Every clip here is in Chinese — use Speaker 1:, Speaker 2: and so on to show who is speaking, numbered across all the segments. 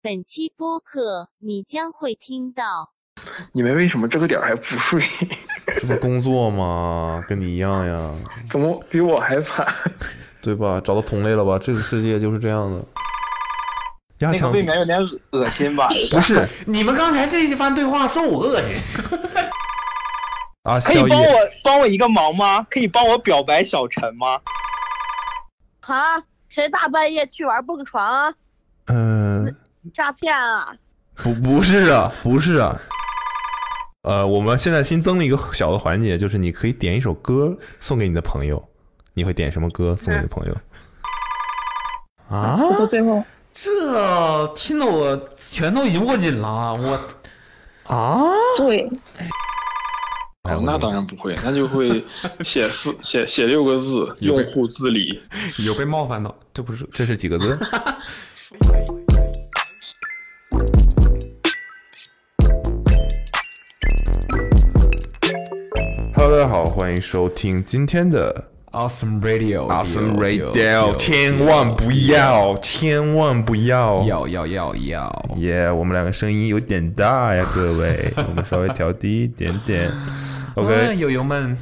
Speaker 1: 本期播客你将会听到
Speaker 2: 你们为什么这个点儿还不睡？
Speaker 3: 这不工作吗？跟你一样呀，
Speaker 2: 怎么比我还惨？
Speaker 3: 对吧？找到同类了吧？这个世界就是这样的。压
Speaker 4: 那个
Speaker 3: 强
Speaker 4: 未免有点恶恶心吧？
Speaker 3: 不是
Speaker 5: 你们刚才这一番对话受我恶心。
Speaker 3: 啊，
Speaker 4: 可以
Speaker 3: 小
Speaker 4: 帮
Speaker 3: 野
Speaker 4: 我帮我一个忙吗？可以帮我表白小陈吗？
Speaker 6: 啊，谁大半夜去玩蹦床啊？
Speaker 3: 嗯、
Speaker 6: 诈骗啊？
Speaker 3: 不不是啊，不是啊。呃，我们现在新增了一个小的环节，就是你可以点一首歌送给你的朋友。你会点什么歌送给你的朋友？
Speaker 5: 啊，
Speaker 7: 到最后，
Speaker 5: 这听得我全都已经握紧了啊，我啊，
Speaker 7: 对，
Speaker 3: 哎
Speaker 2: 哦，那当然不会，那就会写四 写写六个字，
Speaker 3: 有
Speaker 2: 用
Speaker 3: 个
Speaker 2: 户自理。
Speaker 5: 有被冒犯到，这不是
Speaker 3: 这是几个字？Hello，大家好，欢迎收听今天的
Speaker 5: Awesome Radio
Speaker 3: Awesome Radio，千万不要，千万不要，
Speaker 5: 要要要要
Speaker 3: 耶我们两个声音有点大呀，各 位，我们稍微调低一点点。OK，
Speaker 5: 友友哎们，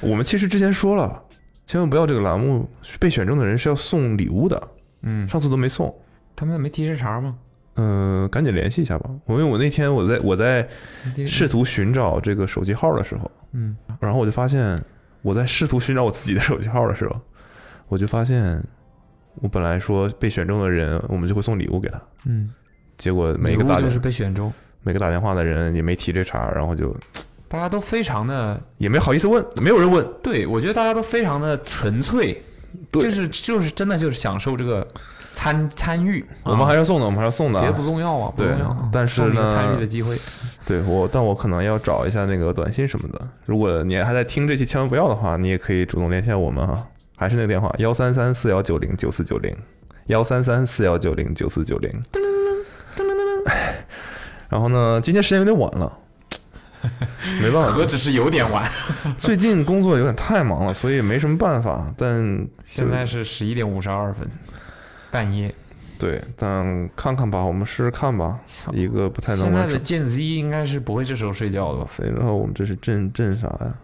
Speaker 3: 我们其实之前说了，千万不要这个栏目被选中的人是要送礼物的，
Speaker 5: 嗯，
Speaker 3: 上次都没送。
Speaker 5: 他们没提示茬吗？
Speaker 3: 嗯、赶紧联系一下吧，因为我那天我在我在
Speaker 5: 提
Speaker 3: 试图寻找这个手机号的时候，
Speaker 5: 嗯，
Speaker 3: 然后我就发现我在试图寻找我自己的手机号的时候，我就发现我本来说被选中的人我们就会送礼物给他，
Speaker 5: 嗯，
Speaker 3: 结果每个
Speaker 5: 礼物
Speaker 3: 打
Speaker 5: 就
Speaker 3: 电
Speaker 5: 是被选中，
Speaker 3: 每个打电话的人也没提这茬，然后就
Speaker 5: 大家都非常的，
Speaker 3: 也没好意思问，没有人问，
Speaker 5: 对我觉得大家都非常的纯粹，
Speaker 3: 对
Speaker 5: 就是就是真的就是享受这个参参与，
Speaker 3: 我们还
Speaker 5: 啊
Speaker 3: 是要送的，我们还是要送的啊，
Speaker 5: 别的不重要啊，不
Speaker 3: 对
Speaker 5: 重要啊，
Speaker 3: 但是
Speaker 5: 送你
Speaker 3: 呢
Speaker 5: 参与的机会，
Speaker 3: 对我，但我可能要找一下那个短信什么的。如果你还在听这期，千万不要的话，你也可以主动联系我们哈。还是那个电话，幺三三四幺九零九四九零，幺三三四幺九零九四九零。然后呢，今天时间有点晚了，没办 法，
Speaker 5: 止是有点晚，
Speaker 3: 最近工作有点太忙了，所以没什么办法。但
Speaker 5: 现在是十一点五十二分，半夜。
Speaker 3: 对，但看看吧，我们试试看吧，一个不太能
Speaker 5: 现在
Speaker 3: 完
Speaker 5: 的
Speaker 3: 成。
Speaker 5: Gen Z 应该是不会这时候睡觉的吧？
Speaker 3: 所以然后我们这是震震啥呀？啊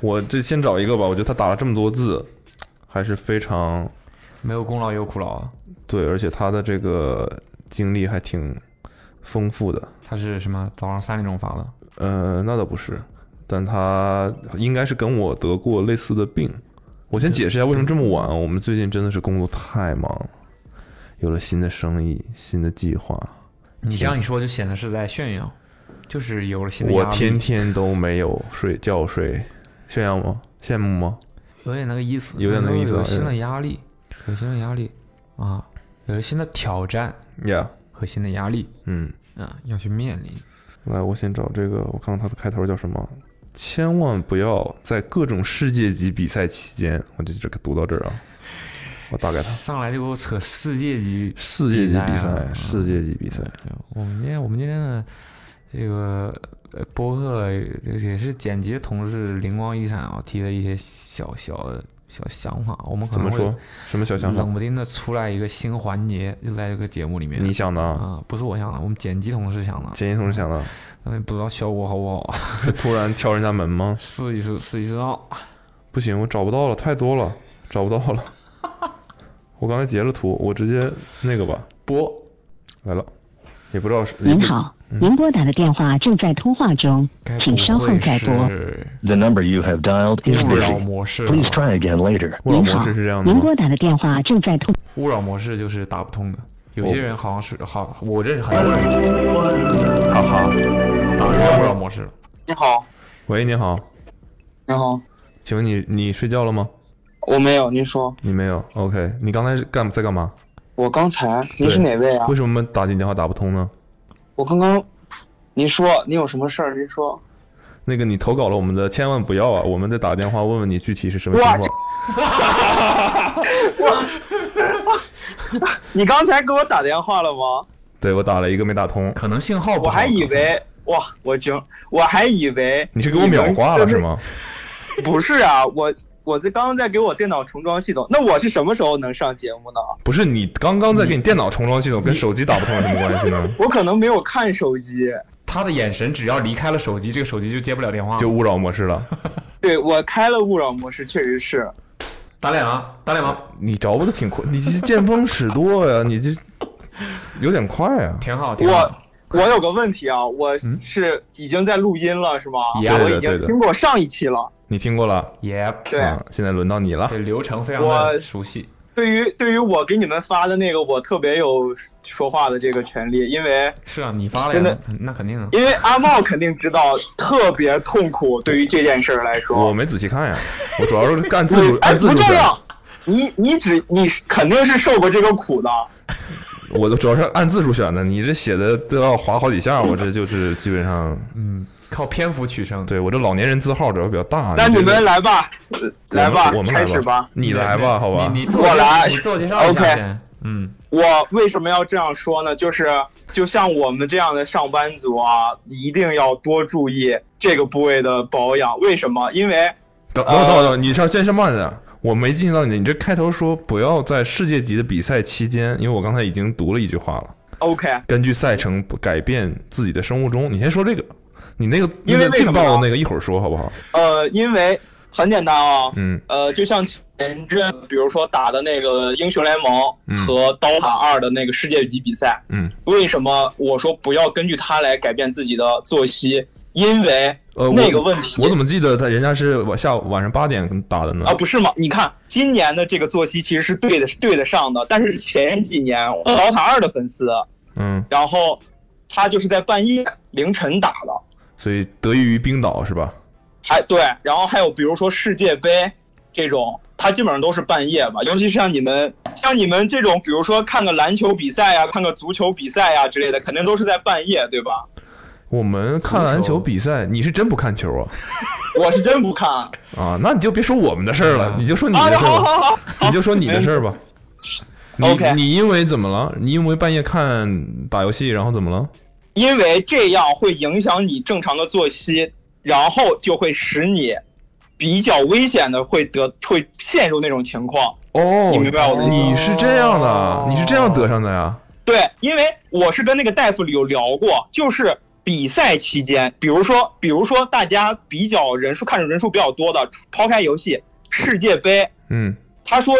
Speaker 3: 我这先找一个吧，我觉得他打了这么多字，还是非常
Speaker 5: 没有功劳有苦劳啊。
Speaker 3: 对，而且他的这个经历还挺丰富的。
Speaker 5: 他是什么？早上三点钟发的，
Speaker 3: 呃，那倒不是，但他应该是跟我得过类似的病。我先解释一下为什么这么晚，我们最近真的是工作太忙了，有了新的生意、新的计划，
Speaker 5: 你这样一说就显得是在炫耀，就是有了新的
Speaker 3: 我
Speaker 5: 压力
Speaker 3: 天天都没有睡觉睡，炫耀吗？羡慕吗？
Speaker 5: 有点那个意思，
Speaker 3: 有点那个意思啊
Speaker 5: 有新的压力，有新的压力啊，有了新的挑战
Speaker 3: 呀、
Speaker 5: 和新的压力
Speaker 3: 嗯。
Speaker 5: 啊，要去面临。
Speaker 3: 来，我先找这个，我看看它的开头叫什么。千万不要在各种世界级比赛期间，我就这个读到这儿啊。我打开它，
Speaker 5: 上来就给我扯世界级，
Speaker 3: 世界级比
Speaker 5: 比赛
Speaker 3: 赛
Speaker 5: 啊，嗯
Speaker 3: 世界级比赛，
Speaker 5: 我们今天我们今天的这个呃播客也是剪辑同事灵光一闪啊提的一些小小的小想法，我们可
Speaker 3: 怎
Speaker 5: 能
Speaker 3: 么
Speaker 5: 会
Speaker 3: 说？什么小想法
Speaker 5: 冷？不丁的出来一个新环节，就在这个节目里面。
Speaker 3: 你想的啊？
Speaker 5: 啊，不是我想的，我们剪辑同事想的，
Speaker 3: 简一同志想的，
Speaker 5: 但也不知道效果好不好，
Speaker 3: 是突然敲人家门吗？
Speaker 5: 试一试，试一试啊。
Speaker 3: 不行，我找不到了，太多了，找不到了。 我刚才截了图，我直接那个吧，
Speaker 5: 播，
Speaker 3: 来了，也不知道是。也不
Speaker 8: 您好，您拨打的电话正在通话中
Speaker 5: 该，不
Speaker 8: 请稍后
Speaker 5: 会
Speaker 8: 再拨。
Speaker 5: 是
Speaker 9: The number you have dialed is
Speaker 5: 勿扰
Speaker 9: busy.
Speaker 5: 模式吧？
Speaker 9: Please try again later.
Speaker 3: 勿扰
Speaker 8: 您
Speaker 3: 模
Speaker 8: 好
Speaker 3: 式是这样，的
Speaker 8: 您
Speaker 3: 吗？
Speaker 8: 拨打的电话正在通。
Speaker 5: 勿扰模式就是打不通的。有些人好像是好，我认识很多人，
Speaker 3: 哈哈。
Speaker 5: 打不开勿扰模式了。
Speaker 4: 你好，
Speaker 3: 喂，你好，
Speaker 4: 你好，
Speaker 3: 请问你你睡觉了吗？
Speaker 4: 我没有，您说，
Speaker 3: 你没有，OK？你刚才是干在干嘛？
Speaker 4: 我刚才您是
Speaker 3: 对
Speaker 4: 哪位啊
Speaker 3: 为？什么打你电话打不通呢？
Speaker 4: 我刚刚，您说您有什么事儿？您说，
Speaker 3: 那个你投稿了我们的，千万不要啊！我们再打电话问问你具体是什么情况
Speaker 4: 哇。你刚才给我打电话了吗？
Speaker 3: 对我打了一个没打通，
Speaker 5: 可能信号不
Speaker 4: 我
Speaker 5: 好，
Speaker 4: 还以为哇，我惊，我还以为
Speaker 3: 你是给我秒挂了
Speaker 4: 你
Speaker 3: 是
Speaker 4: 能
Speaker 3: 吗？
Speaker 4: 不是啊，我我这刚刚在给我电脑重装系统，那我是什么时候能上节目呢？
Speaker 3: 不是你刚刚在给你电脑重装系统，跟手机打不通有什么关系呢？
Speaker 4: 我可能没有看手机，
Speaker 7: 他的眼神只要离开了手机，这个手机就接不了电话。
Speaker 3: 就勿扰模式了。
Speaker 4: 对我开了勿扰模式，确实是。
Speaker 7: 打脸啊，打脸王，
Speaker 3: 你着不的挺快，你这见风使舵呀、你这有点快啊。
Speaker 7: 挺好，挺
Speaker 4: 我
Speaker 7: 好。
Speaker 4: 我有个问题啊，我是已经在录音了是吗？
Speaker 7: Yeah
Speaker 4: 我
Speaker 3: 嗯对的
Speaker 4: 已经
Speaker 3: 对的
Speaker 4: 听过上一期了。
Speaker 3: 你听过了？
Speaker 7: 也
Speaker 4: 对，
Speaker 3: 啊，现在轮到你了
Speaker 7: 这。流程非常的
Speaker 4: 我
Speaker 7: 熟悉。
Speaker 4: 对于对于我给你们发的那个，我特别有说话的这个权利，因为
Speaker 7: 是啊，你发了
Speaker 4: 真
Speaker 7: 呀
Speaker 4: 的，
Speaker 7: 那那肯定啊。
Speaker 4: 因为阿茂肯定知道特别痛苦，对于这件事儿来
Speaker 3: 我
Speaker 4: 说，
Speaker 3: 没仔细看呀，我主要是干自
Speaker 4: 你
Speaker 3: 主，
Speaker 4: 哎
Speaker 3: 按自
Speaker 4: 不
Speaker 3: 主
Speaker 4: 重
Speaker 3: 审，
Speaker 4: 要，你你只你是肯定是受过这个苦的，
Speaker 3: 我主要是按字数选的。你这写的都要划好几下，我这就是基本上，
Speaker 7: 嗯，靠篇幅取胜。
Speaker 3: 对我这老年人字号主要比较大。
Speaker 4: 那你
Speaker 3: 这
Speaker 4: 们来吧，呃来吧
Speaker 3: 嗯我，们
Speaker 4: 开始
Speaker 3: 来
Speaker 4: 吧。
Speaker 3: 你来吧，好吧
Speaker 7: 你，你自我
Speaker 4: 我来
Speaker 7: 介你自我介绍一下
Speaker 4: OK
Speaker 7: 先。嗯，
Speaker 4: 我为什么要这样说呢？就是就像我们这样的上班族啊，一定要多注意这个部位的保养。为什么？因为
Speaker 3: 等等
Speaker 4: 呃
Speaker 3: 等等，你上先先慢点。我没进到你，你这开头说不要在世界级的比赛期间，因为我刚才已经读了一句话了，
Speaker 4: OK，
Speaker 3: 根据赛程改变自己的生物钟。你先说这个，你那个
Speaker 4: 因
Speaker 3: 那
Speaker 4: 为
Speaker 3: 个
Speaker 4: 为什
Speaker 3: 劲
Speaker 4: 么
Speaker 3: 爆
Speaker 4: 呢
Speaker 3: 的那个一会儿说好不好？
Speaker 4: 呃，因为很简单啊，
Speaker 3: 嗯，
Speaker 4: 呃，就像前阵比如说打的那个英雄联盟
Speaker 3: 嗯
Speaker 4: 和刀塔二的那个世界级比赛，
Speaker 3: 嗯，
Speaker 4: 为什么我说不要根据它来改变自己的作息？因为
Speaker 3: 呃，
Speaker 4: 那
Speaker 3: 我
Speaker 4: 个问题，
Speaker 3: 我怎么记得他人家是晚下午晚上八点打的呢？
Speaker 4: 啊，不是吗？你看今年的这个作息其实是对的，是对得上的。但是前几年我老塔二的粉丝，
Speaker 3: 嗯，
Speaker 4: 然后他就是在半夜凌晨打的，
Speaker 3: 所以得益于冰岛是吧？
Speaker 4: 还对，然后还有比如说世界杯这种，他基本上都是半夜吧。尤其是像你们像你们这种，比如说看个篮球比赛呀、看个足球比赛呀、之类的，肯定都是在半夜，对吧？
Speaker 3: 我们看篮球比赛，你是真不看球啊？
Speaker 4: 我是真不看啊，
Speaker 3: 啊，那你就别说我们的事儿了，你就说你的事
Speaker 4: 那啊好
Speaker 3: 儿吧，
Speaker 4: 好好，
Speaker 3: 你就说你的事 儿吧。你
Speaker 4: OK
Speaker 3: 你因为怎么了？你因为半夜看打游戏，然后怎么了？
Speaker 4: 因为这样会影响你正常的作息，然后就会使你比较危险的会得会陷入那种情况。
Speaker 3: 哦，
Speaker 4: 你明白我的意思
Speaker 3: 你是这样的，
Speaker 4: 哦
Speaker 3: 你是这样得上的呀？
Speaker 4: 对，因为我是跟那个大夫有聊过，就是比赛期间，比如说，比如说大家比较人数看着人数比较多的，抛开游戏，世界杯，
Speaker 3: 嗯，
Speaker 4: 他说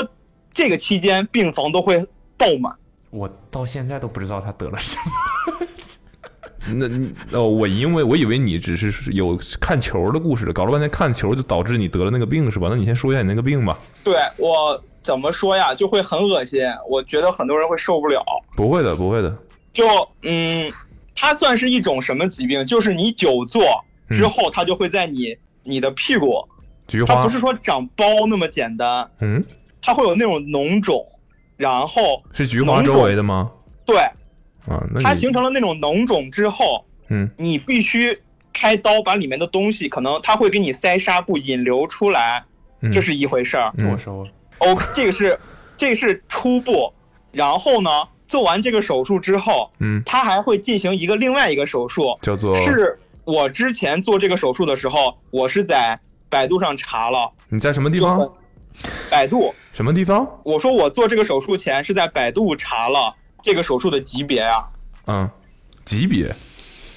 Speaker 4: 这个期间病房都会爆满。
Speaker 7: 我到现在都不知道他得了什么。
Speaker 3: 那你哦，我因为我以为你只是有看球的故事，搞了半天看球就导致你得了那个病是吧？那你先说一下你那个病吧。
Speaker 4: 对我怎么说呀，就会很恶心，我觉得很多人会受不了。
Speaker 3: 不会的，不会的。
Speaker 4: 就嗯，它算是一种什么疾病？就是你久坐
Speaker 3: 嗯
Speaker 4: 之后，它就会在你你的屁股，
Speaker 3: 菊
Speaker 4: 它
Speaker 3: 花
Speaker 4: 不是说长包那么简单，
Speaker 3: 嗯，
Speaker 4: 它会有那种脓肿，然后
Speaker 3: 是菊花周围的吗？
Speaker 4: 对
Speaker 3: 啊，那
Speaker 4: 它
Speaker 3: 你
Speaker 4: 形成了那种脓肿之后，
Speaker 3: 嗯
Speaker 4: 你必须开刀把里面的东西，可能它会给你塞纱布引流出来，
Speaker 3: 嗯
Speaker 4: 这是一回事儿。
Speaker 3: 嗯
Speaker 7: 我说，
Speaker 4: 哦，这个是这个是初步，然后呢，做完这个手术之后，
Speaker 3: 嗯
Speaker 4: 它还会进行一个另外一个手术，
Speaker 3: 叫做
Speaker 4: 是我之前做这个手术的时候，我是在百度上查了，
Speaker 3: 你在什么地
Speaker 4: 就
Speaker 3: 方
Speaker 4: 是？百度，
Speaker 3: 什么地方？
Speaker 4: 我说我做这个手术前是在百度查了这个手术的级别啊，
Speaker 3: 嗯，级别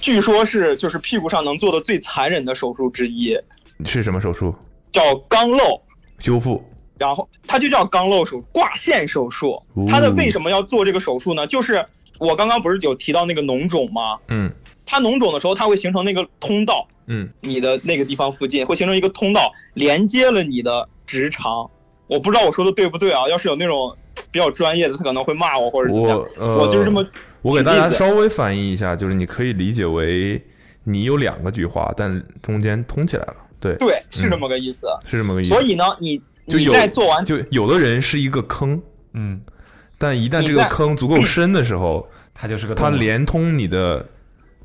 Speaker 4: 据说是就是屁股上能做的最残忍的手术之一，
Speaker 3: 是什么手术？
Speaker 4: 叫肛瘘。
Speaker 3: 修复
Speaker 4: 然后它就叫肛瘘手术挂线手术
Speaker 3: 哦。
Speaker 4: 它的为什么要做这个手术呢？就是我刚刚不是有提到那个脓肿吗？
Speaker 3: 嗯
Speaker 4: 它脓肿的时候，它会形成那个通道，
Speaker 3: 嗯，
Speaker 4: 你的那个地方附近会形成一个通道，连接了你的直肠。我不知道我说的对不对啊？要是有那种比较专业的，他可能会骂我或者怎么样。
Speaker 3: 我
Speaker 4: 我
Speaker 3: 呃
Speaker 4: 就是这么
Speaker 3: 我给大家
Speaker 4: 举例子
Speaker 3: 稍微翻译一下，就是你可以理解为你有两个菊花，但中间通起来了，对，
Speaker 4: 对，是这么个意思。
Speaker 3: 是这么个意思。
Speaker 4: 嗯所以呢，你
Speaker 3: 嗯就
Speaker 4: 你
Speaker 3: 有
Speaker 4: 在做完
Speaker 3: 就有的人是一个坑，
Speaker 7: 嗯，
Speaker 3: 但一旦
Speaker 4: 你
Speaker 3: 这个
Speaker 4: 在嗯
Speaker 3: 坑足够深的时候，
Speaker 7: 他就是个
Speaker 3: 它
Speaker 7: 动物
Speaker 3: 连通你的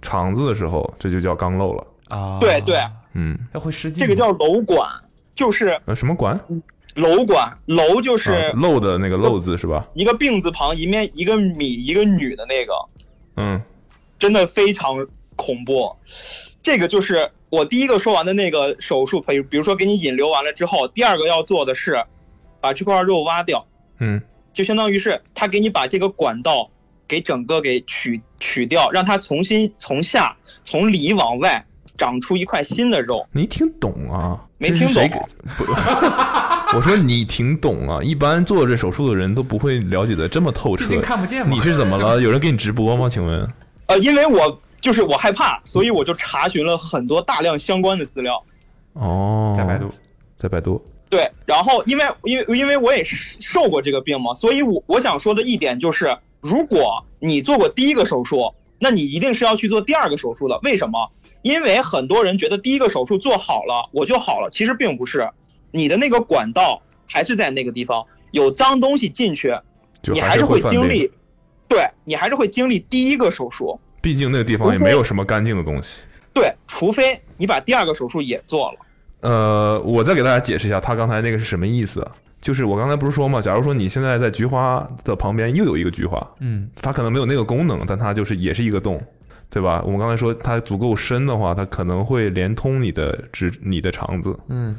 Speaker 3: 肠子的时候，这就叫肛瘘了。
Speaker 7: 啊，
Speaker 4: 对对，
Speaker 3: 嗯，
Speaker 7: 要会失禁。
Speaker 4: 这个叫瘘管，就是
Speaker 3: 呃，什么管？
Speaker 4: 瘘管，瘘就是、
Speaker 3: 啊漏的那个漏字是吧？
Speaker 4: 一个病字旁，一面一个米，一个女的那个，
Speaker 3: 嗯，
Speaker 4: 真的非常恐怖。这个就是我第一个说完的那个手术，比如比如说给你引流完了之后，第二个要做的是把这块肉挖掉，
Speaker 3: 嗯
Speaker 4: 就相当于是他给你把这个管道给整个给取取掉，让它重新从下从里往外长出一块新的肉。
Speaker 3: 你挺懂啊，
Speaker 4: 没
Speaker 3: 这是
Speaker 4: 听
Speaker 3: 谁
Speaker 4: 懂
Speaker 3: 给？不 我说你挺懂啊，一般做这手术的人都不会了解的这么透彻。
Speaker 7: 毕竟看不见嘛
Speaker 3: 你是怎么了？有人给你直播吗？请问？
Speaker 4: 呃，因为我就是我害怕，所以我就查询了很多大量相关的资料。
Speaker 3: 哦，
Speaker 7: 在百度，
Speaker 3: 在百度。
Speaker 4: 对，然后因为因为因为我也是受过这个病嘛，所以我我想说的一点就是，如果你做过第一个手术，那你一定是要去做第二个手术的。为什么？因为很多人觉得第一个手术做好了我就好了，其实并不是，你的那个管道还是在那个地方，有脏东西进去，
Speaker 3: 就
Speaker 4: 你
Speaker 3: 还
Speaker 4: 是
Speaker 3: 会
Speaker 4: 会
Speaker 3: 犯
Speaker 4: 经
Speaker 3: 病
Speaker 4: 历，对你还是会经历第一个手术。
Speaker 3: 毕竟那个地方也
Speaker 4: 除非
Speaker 3: 没有什么干净的东西。
Speaker 4: 对，除非你把第二个手术也做了。
Speaker 3: 呃，我再给大家解释一下他刚才那个是什么意思啊。就是我刚才不是说嘛，假如说你现在在菊花的旁边又有一个菊花，
Speaker 5: 嗯，
Speaker 3: 它可能没有那个功能，但它就是也是一个洞，对吧？我们刚才说它足够深的话，它可能会连通你的直你的肠子。
Speaker 5: 嗯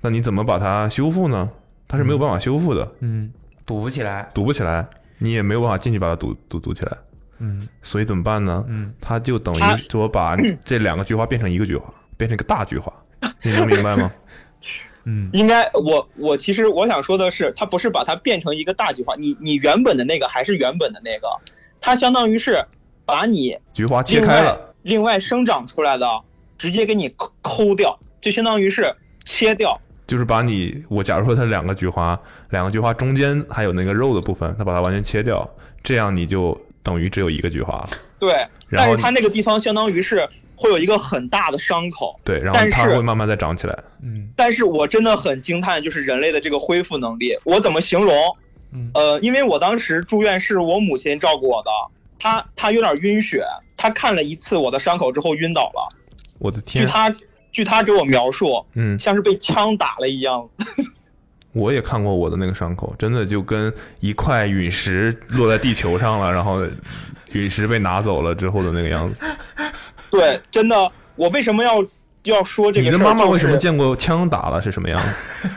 Speaker 3: 那你怎么把它修复呢？它是没有办法修复的，
Speaker 5: 嗯，堵不起来，
Speaker 3: 堵不起来，你也没有办法进去把它堵堵堵起来。
Speaker 5: 嗯
Speaker 3: 所以怎么办呢？
Speaker 5: 嗯，
Speaker 3: 它就等于
Speaker 4: 它
Speaker 3: 说把这两个菊花变成一个菊花，变成一个大菊花，你能明 白吗？
Speaker 5: 嗯
Speaker 4: 应该，我我其实我想说的是，它不是把它变成一个大菊花，你你原本的那个还是原本的那个，它相当于是把你
Speaker 3: 菊花切
Speaker 4: 另
Speaker 3: 开
Speaker 4: 外
Speaker 3: 了，
Speaker 4: 另外生长出来的直接给你抠抠掉，就相当于是切掉。
Speaker 3: 就是把你我假如说它两个菊花，两个菊花中间还有那个肉的部分，它把它完全切掉，这样你就等于只有一个菊花了。
Speaker 4: 对，
Speaker 3: 然后
Speaker 4: 但是它那个地方相当于是会有一个很大的伤口。
Speaker 3: 对，然后
Speaker 4: 但
Speaker 3: 它
Speaker 4: 是
Speaker 3: 会慢慢再长起来。
Speaker 5: 嗯
Speaker 4: 但是我真的很惊叹，就是人类的这个恢复能力，我怎么形容？
Speaker 5: 嗯
Speaker 4: 呃，因为我当时住院是我母亲照顾我的，她她有点晕血，她看了一次我的伤口之后晕倒了。
Speaker 3: 我的
Speaker 4: 据
Speaker 3: 天，
Speaker 4: 他据他给我描述，
Speaker 3: 嗯，
Speaker 4: 像是被枪打了一样。
Speaker 3: 我也看过我的那个伤口，真的就跟一块陨石落在地球上了，然后陨石被拿走了之后的那个样子。
Speaker 4: 对，真的，我为什么要要说这个
Speaker 3: 你
Speaker 4: 事
Speaker 3: 的
Speaker 4: 儿？
Speaker 3: 妈妈
Speaker 4: 就是
Speaker 3: 为什么见过枪打了是什么样子？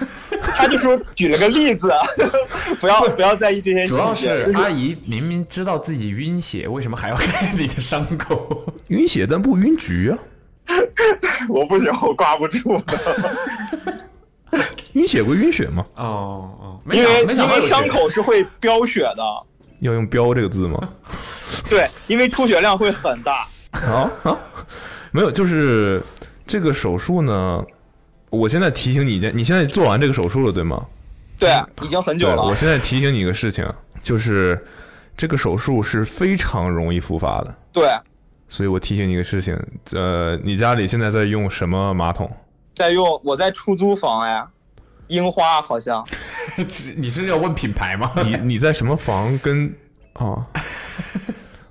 Speaker 4: 他就说举了个例子， 不要不要在意这些
Speaker 7: 主要
Speaker 4: 细节。
Speaker 7: 是阿姨明明知道自己晕血，为什么还要看你的伤口？
Speaker 3: 晕血但不晕局啊，
Speaker 4: 我不行，我挂不住，
Speaker 3: 晕血归晕血嘛，
Speaker 7: 哦哦，没
Speaker 4: 因为
Speaker 7: 想没想
Speaker 4: 因
Speaker 7: 到
Speaker 4: 为
Speaker 7: 有
Speaker 4: 伤
Speaker 7: 血。
Speaker 4: 口是会飙血的，
Speaker 3: 要用“标”这个字吗？
Speaker 4: 对，因为出血量会很大。
Speaker 3: 啊啊，没有，就是这个手术呢，我现在提醒你一件，你现在做完这个手术了对吗？
Speaker 4: 对，已经很久
Speaker 3: 对我
Speaker 4: 了。
Speaker 3: 现在提醒你一个事情，就是这个手术是非常容易复发的，
Speaker 4: 对，
Speaker 3: 所以我提醒你一个事情，呃，你家里现在在用什么马桶？
Speaker 4: 在用我在出租房哎，樱花好像
Speaker 7: 你是要问品牌吗？
Speaker 3: 你你在什么房跟啊？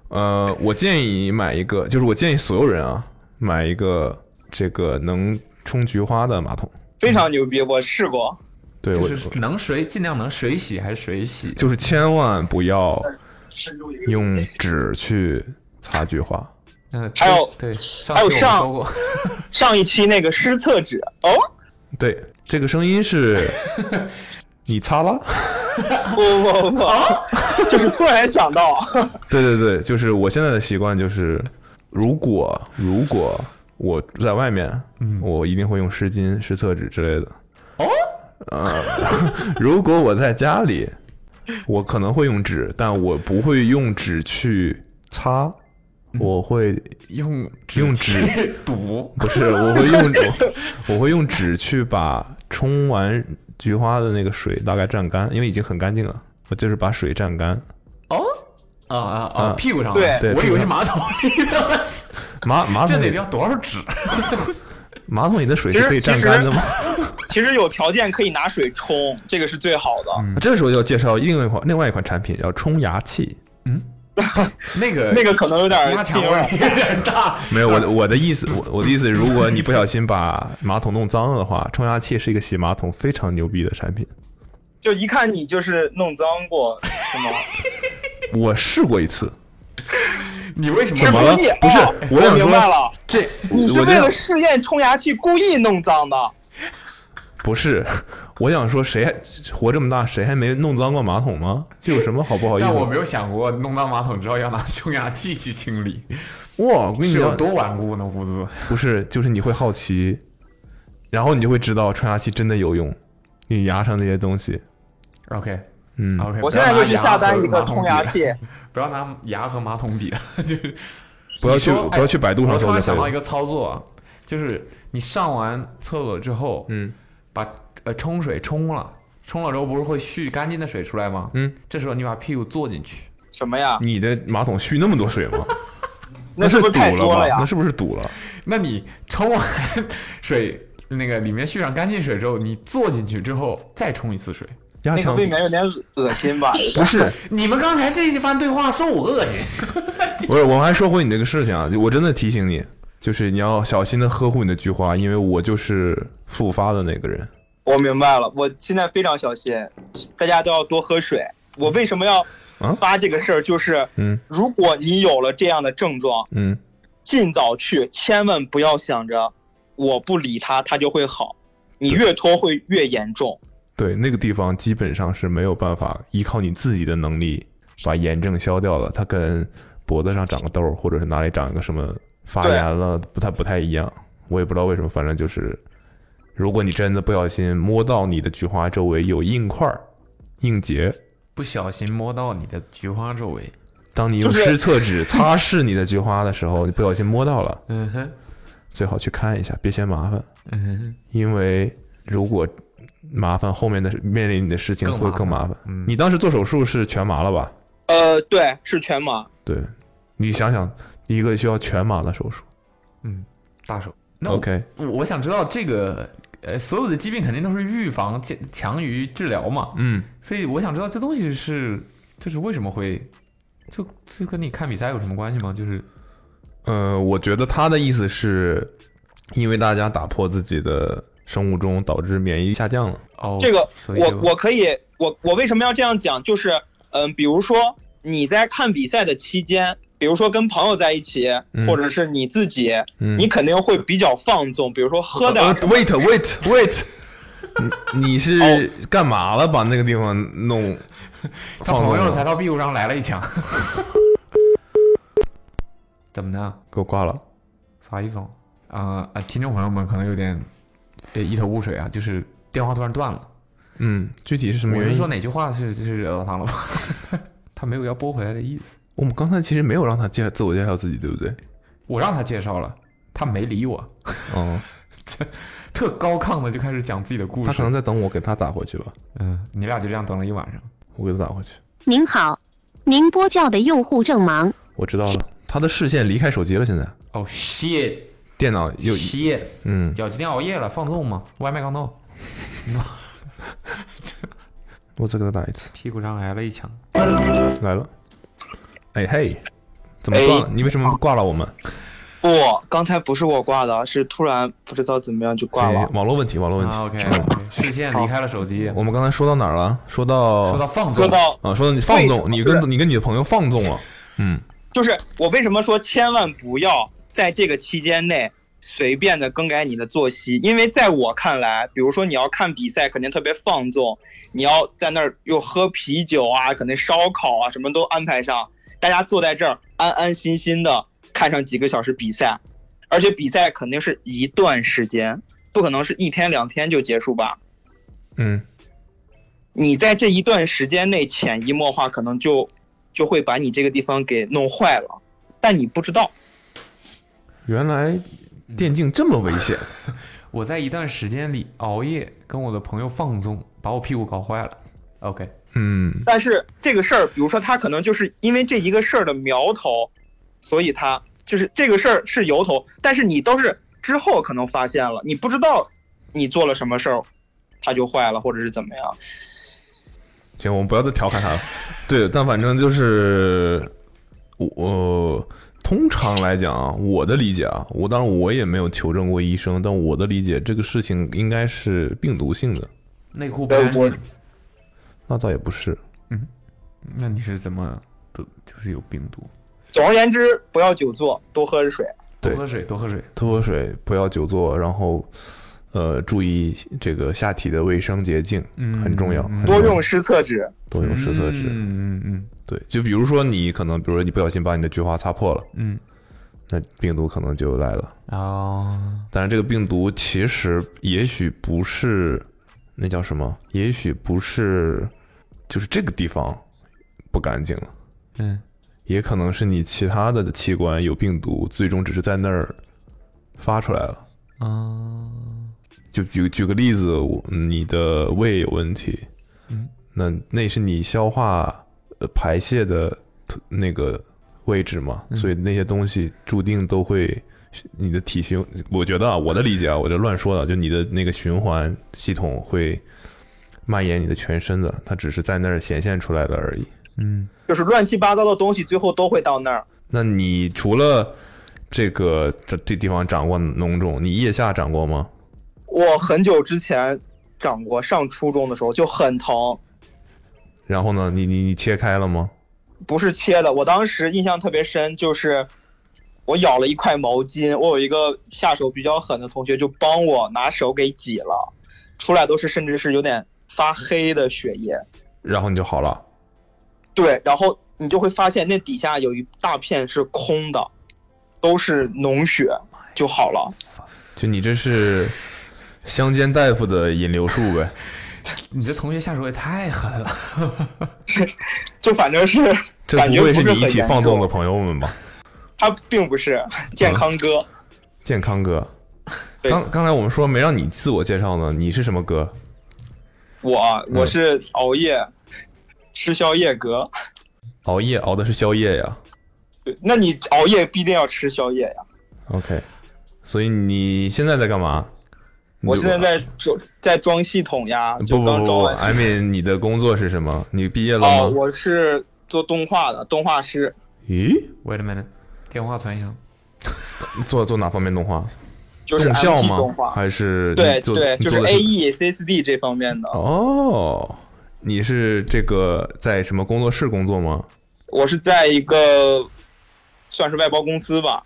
Speaker 3: 呃，我建议买一个，就是我建议所有人啊，买一个这个能冲菊花的马桶。
Speaker 4: 非常牛逼，我试过。
Speaker 3: 对我
Speaker 7: 就是能水尽量能水洗还是水洗？
Speaker 3: 就是千万不要用纸去擦菊花。
Speaker 7: 呃
Speaker 5: 嗯，
Speaker 4: 还有
Speaker 5: 对，
Speaker 4: 还
Speaker 5: 还
Speaker 4: 有上
Speaker 5: 说过，
Speaker 4: 上一期那个湿厕纸哦，
Speaker 3: 对，这个声音 是你擦了？
Speaker 4: 不不不不，就是突然想到。
Speaker 3: 对对对，就是我现在的习惯就是，如果如果我在外面，我一定会用湿巾、湿厕纸之类的。哦，呃， 如果我在家里，我可能会用纸，但我不会用纸去擦，我会
Speaker 7: 用
Speaker 3: 嗯用纸
Speaker 7: 去 堵，
Speaker 3: 不是，我会用 我我会用纸去把冲完菊花的那个水大概蘸干，因为已经很干净了。我就是把水蘸干，
Speaker 7: 哦啊啊
Speaker 3: 啊
Speaker 7: 啊！屁股上啊，
Speaker 4: 对
Speaker 3: 对
Speaker 7: 我以
Speaker 3: 屁股
Speaker 7: 为是
Speaker 3: 上
Speaker 7: 马桶里的，
Speaker 3: 马马
Speaker 7: 这
Speaker 3: 桶
Speaker 7: 得
Speaker 3: 里
Speaker 7: 要多少纸？
Speaker 3: 马桶里的水
Speaker 4: 其
Speaker 3: 是
Speaker 4: 实
Speaker 3: 可以
Speaker 4: 其
Speaker 3: 蘸
Speaker 4: 实
Speaker 3: 干的 吗？啊
Speaker 4: 其实有条件可以拿水冲，这个是最好的。
Speaker 3: 这时候要介绍另外一款另外一款产品，叫冲牙器。
Speaker 7: 那个
Speaker 4: 那个可能有点
Speaker 7: 压
Speaker 4: 劲
Speaker 7: 强味儿有点大。
Speaker 3: 没有，我的我的意思，我我的意 思，如果你不小心把马桶弄脏了的话，冲牙器是一个洗马桶非常牛逼的产品。
Speaker 4: 就一看 你就是弄脏过，是吗？
Speaker 3: 我试过一次，
Speaker 5: 你为什
Speaker 4: 是
Speaker 3: 么
Speaker 5: 么
Speaker 4: 故
Speaker 3: 了
Speaker 4: 意，
Speaker 3: 不是
Speaker 4: 哦
Speaker 3: 我想
Speaker 4: 明
Speaker 3: 说
Speaker 4: 白了，
Speaker 3: 这
Speaker 4: 你是
Speaker 3: 我
Speaker 4: 为
Speaker 3: 就
Speaker 4: 了试验冲牙器故意弄脏的。
Speaker 3: 不是， 我想说谁还活这么大，谁还没弄脏过马桶吗？这有什么好不好意思
Speaker 5: 但
Speaker 3: 的？
Speaker 5: 我没有想过弄到马桶之后要拿冲牙器去清理，
Speaker 3: 哇，我跟你
Speaker 5: 是有
Speaker 3: 讲，
Speaker 5: 多顽固呢？屋子
Speaker 3: 不是，就是你会好奇，然后你就会知道冲牙器真的有用，你牙上那些东西，
Speaker 5: ，OK
Speaker 3: 嗯
Speaker 5: OK，
Speaker 4: 我现在就去下单一个冲牙器，
Speaker 5: 啊不要拿牙和马桶比了， 就是
Speaker 3: 不要去
Speaker 5: 你说
Speaker 3: 不要去
Speaker 5: 哎
Speaker 3: 百度上
Speaker 5: 我突
Speaker 3: 搜
Speaker 5: 然
Speaker 3: 就
Speaker 5: 想
Speaker 3: 可
Speaker 5: 到
Speaker 3: 以
Speaker 5: 一
Speaker 3: 了。
Speaker 5: 个操作，啊就是你上完厕所之后，
Speaker 3: 嗯，
Speaker 5: 把呃冲水冲了，冲了之后不是会蓄干净的水出来吗？
Speaker 3: 嗯，
Speaker 5: 这时候你把屁股坐进去，
Speaker 4: 什么呀？
Speaker 3: 你的马桶蓄那么多水 吗？
Speaker 4: 那是
Speaker 3: 是
Speaker 4: 不
Speaker 3: 堵
Speaker 4: 是太多
Speaker 3: 吧？
Speaker 4: 了呀
Speaker 3: 那？是不是堵了？
Speaker 5: 那你冲完水那个里面蓄上干净水之后，你坐进去之后再冲一次水。
Speaker 3: 压
Speaker 4: 那个
Speaker 3: 强
Speaker 4: 未免有点恶心吧？
Speaker 3: 不是，
Speaker 5: 你们刚才这一番对话说我恶心，
Speaker 3: 不是，我还说回你这个事情啊，就我真的提醒你，就是你要小心的呵护你的菊花，因为我就是复发的那个人。
Speaker 4: 我明白了，我现在非常小心，大家都要多喝水。我为什么要
Speaker 3: 啊
Speaker 4: 发这个事儿？就是
Speaker 3: 嗯
Speaker 4: 如果你有了这样的症状，
Speaker 3: 嗯，
Speaker 4: 尽早去，千万不要想着我不理他，他就会好。你越拖会越严重。
Speaker 3: 对，那个地方基本上是没有办法依靠你自己的能力把炎症消掉的，它跟脖子上长个痘儿，或者是哪里长一个什么发炎
Speaker 4: 啊
Speaker 3: 了，不太不太一样。我也不知道为什么，反正就是，如果你真的不小心摸到你的菊花周围有硬块儿、硬结，
Speaker 5: 不小心摸到你的菊花周围，
Speaker 3: 当你用
Speaker 4: 就是
Speaker 3: 湿厕纸擦拭你的菊花的时候，你不小心摸到了，
Speaker 10: 嗯哼，
Speaker 3: 最好去看一下，别嫌麻烦，
Speaker 10: 嗯
Speaker 3: 因为如果麻烦后面的面临你的事情
Speaker 5: 更
Speaker 3: 会
Speaker 5: 麻
Speaker 3: 更麻
Speaker 5: 烦
Speaker 3: 烦。
Speaker 5: 嗯
Speaker 3: 你当时做手术是全麻了吧？
Speaker 4: 呃，对，是全麻。
Speaker 3: 对，你想想，一个需要全麻的手术
Speaker 10: 嗯，大手，
Speaker 5: 那我
Speaker 3: ，OK，
Speaker 5: 我想知道这个，呃，所有的疾病肯定都是预防强强于治疗嘛，
Speaker 3: 嗯，
Speaker 5: 所以我想知道这东西是，就是为什么会，就这跟你看比赛有什么关系吗？就是
Speaker 3: 呃，我觉得他的意思是，因为大家打破自己的生物钟，导致免疫下降了。
Speaker 5: 哦，
Speaker 4: 这个
Speaker 5: 所以
Speaker 4: 我
Speaker 5: 就
Speaker 4: 我可以，我我为什么要这样讲？就是嗯、比如说你在看比赛的期间，比如说跟朋友在一起，
Speaker 3: 嗯
Speaker 4: 或者是你自己，
Speaker 3: 嗯，
Speaker 4: 你肯定会比较放纵，比如说喝点
Speaker 3: 呃
Speaker 4: 儿。
Speaker 3: ，wait wait wait，你你是
Speaker 5: 哦
Speaker 3: 干嘛了？把那个地方弄
Speaker 5: 他
Speaker 3: 放
Speaker 5: 朋
Speaker 3: 松
Speaker 5: 友
Speaker 3: 了
Speaker 5: 才到屁股上来了一枪， 怎么呢？
Speaker 3: 给我挂了。
Speaker 5: 啥意思啊？啊、啊！听众朋友们可能有点呃一头雾水啊，就是电话突然断了。
Speaker 3: 嗯，具体是什么
Speaker 5: 我
Speaker 3: 原
Speaker 5: 是
Speaker 3: 因？
Speaker 5: 说哪句话是是惹到他了吗？ 他没有要拨回来的意思。
Speaker 3: 我们刚才其实没有让他介自我介绍自己，对不 对？
Speaker 5: 我让他介绍了，他没理我，哦
Speaker 3: 嗯，
Speaker 5: 特高亢的就开始讲自己的故
Speaker 3: 他可能
Speaker 5: 事。
Speaker 3: 在等我给他打回去吧，
Speaker 5: 嗯，你俩就这样等了一晚上。
Speaker 3: 我给他打回去。
Speaker 11: 您好，您拨叫的用户正忙，
Speaker 3: 我知道了，他的视线离开手机了，现在
Speaker 5: 哦、shit，
Speaker 3: 电脑又
Speaker 5: shit，
Speaker 3: 嗯，
Speaker 5: 脚今天熬夜了，放纵吗？外卖刚到，
Speaker 3: 我再给他打一次，
Speaker 10: 屁股上挨了一枪。
Speaker 3: 来了。哎嘿，怎么挂了？
Speaker 4: 哎
Speaker 3: 你为什么挂了我们？
Speaker 4: 不，刚才不是我挂的，是突然不知道怎么样就挂
Speaker 3: 哎
Speaker 4: 了。
Speaker 3: 网络问题，网络问题。嗯
Speaker 5: 啊，OK，视线离开了手机，
Speaker 3: 我们刚才说到哪儿了？说到
Speaker 5: 说到放纵
Speaker 4: 说，到
Speaker 3: 啊，说到你放
Speaker 4: 为
Speaker 3: 纵，
Speaker 4: 什么
Speaker 3: 你
Speaker 4: 是
Speaker 3: 跟你跟你的朋友放纵了。嗯，
Speaker 4: 就是我为什么说千万不要在这个期间内随便的更改你的作息，因为在我看来，比如说你要看比赛，肯定特别放纵，你要在那儿又喝啤酒啊，可能烧烤啊，什么都安排上，大家坐在这儿安安心心的看上几个小时比赛，而且比赛肯定是一段时间，不可能是一天两天就结束吧。
Speaker 3: 嗯，
Speaker 4: 你在这一段时间内潜移默化，可能就就会把你这个地方给弄坏了，但你不知道。
Speaker 3: 原来电竞这么危险。
Speaker 5: 我在一段时间里熬夜，跟我的朋友放纵，把我屁股搞坏了。OK，
Speaker 3: 嗯，
Speaker 4: 但是这个事儿，比如说他可能就是因为这一个事儿的苗头，所以他就是这个事儿是由头，但是你都是之后可能发现了，你不知道你做了什么事儿，他就坏了，或者是怎么样。
Speaker 3: 行，我们不要再调侃他了。对，但反正就是我、呃通常来讲啊，我的理解啊，我当然我也没有求证过医生，但我的理解，这个事情应该是病毒性的。
Speaker 5: 内裤不干
Speaker 4: 我
Speaker 5: 净，
Speaker 3: 那倒也不是，
Speaker 5: 那你是怎么的？就是有病毒，
Speaker 4: 总而言之，不要久坐，多喝水。
Speaker 3: 对
Speaker 7: 多喝水，多喝水。
Speaker 3: 多喝水，不要久坐，然后呃，注意这个下体的卫生洁净，
Speaker 7: 嗯
Speaker 3: 很重要。
Speaker 7: 嗯
Speaker 3: 很
Speaker 4: 多
Speaker 3: 重要
Speaker 4: 用湿厕纸，
Speaker 3: 多用湿厕纸，
Speaker 7: 嗯嗯嗯
Speaker 3: 对，就比如说你可能，比如说你不小心把你的菊花擦破了，
Speaker 7: 嗯，
Speaker 3: 那病毒可能就来了。
Speaker 7: 然后
Speaker 3: 但是这个病毒其实也许不是那叫什么，也许不是就是这个地方不干净了，
Speaker 7: 嗯，
Speaker 3: 也可能是你其他的器官有病毒，最终只是在那儿发出来了。
Speaker 7: 啊，
Speaker 3: 就举举个例子，我你的胃有问题，
Speaker 7: 嗯，
Speaker 3: 那那是你消化、呃、排泄的途那个位置嘛，
Speaker 7: 嗯
Speaker 3: 所以那些东西注定都会你的体循，我觉得啊，我的理解啊，我这乱说的，就你的那个循环系统会蔓延你的全身的，它只是在那儿显现出来了而已。
Speaker 7: 嗯
Speaker 4: 就是乱七八糟的东西，最后都会到那儿。
Speaker 3: 那你除了这个这这地方长过脓肿，你腋下长过吗？
Speaker 4: 我很久之前长过，上初中的时候就很疼，
Speaker 3: 然后呢，你你你切开了吗？
Speaker 4: 不是切的。我当时印象特别深，就是我咬了一块毛巾，我有一个下手比较狠的同学就帮我拿手给挤了，出来都是甚至是有点发黑的血液。
Speaker 3: 然后你就好了。
Speaker 4: 对，然后你就会发现那底下有一大片是空的，都是脓血就好了。
Speaker 3: 就你这是乡间大夫的引流术 呗？
Speaker 7: 你这同学下手也太狠了。
Speaker 4: 就反正是
Speaker 3: 这
Speaker 4: 感觉
Speaker 3: 不会
Speaker 4: 不
Speaker 3: 是
Speaker 4: 是
Speaker 3: 你一
Speaker 4: 很
Speaker 3: 起
Speaker 4: 严
Speaker 3: 放纵
Speaker 4: 重
Speaker 3: 的嗯朋友们吧？
Speaker 4: 他并不是健康哥，
Speaker 3: 健康哥，
Speaker 4: 对
Speaker 3: 刚刚才我们说没让你自我介绍呢，你是什么哥？
Speaker 4: 我
Speaker 3: 嗯
Speaker 4: 我是熬夜吃宵夜哥。
Speaker 3: 熬夜熬的是宵夜呀。
Speaker 4: 对那你熬夜必定要吃宵夜呀。
Speaker 3: OK，所以你现在在干嘛？
Speaker 4: 我现在
Speaker 3: 在
Speaker 4: 在装在装系统呀，
Speaker 3: 嗯不
Speaker 4: 就
Speaker 3: 不
Speaker 4: 刚
Speaker 3: 不
Speaker 4: 装
Speaker 3: 不
Speaker 4: 完系
Speaker 3: ，I
Speaker 4: 统。
Speaker 3: mean 你的工作是什么？你毕业了
Speaker 4: 哦，
Speaker 3: 吗？
Speaker 4: 我是做动画的，动画师，
Speaker 3: 咦，
Speaker 7: Wait a minute，电话传一响。
Speaker 3: 做做哪方面动画？
Speaker 4: 就是
Speaker 3: 动
Speaker 4: MT
Speaker 3: 效吗
Speaker 4: 动？画。
Speaker 3: 还是
Speaker 4: 对
Speaker 3: 你做
Speaker 4: 对，
Speaker 3: 你
Speaker 4: 就是
Speaker 3: 做的
Speaker 4: A E C S D 这方面的。
Speaker 3: 哦，你是这个在什么工作室工作吗
Speaker 4: 我是在一个算是外包公司吧，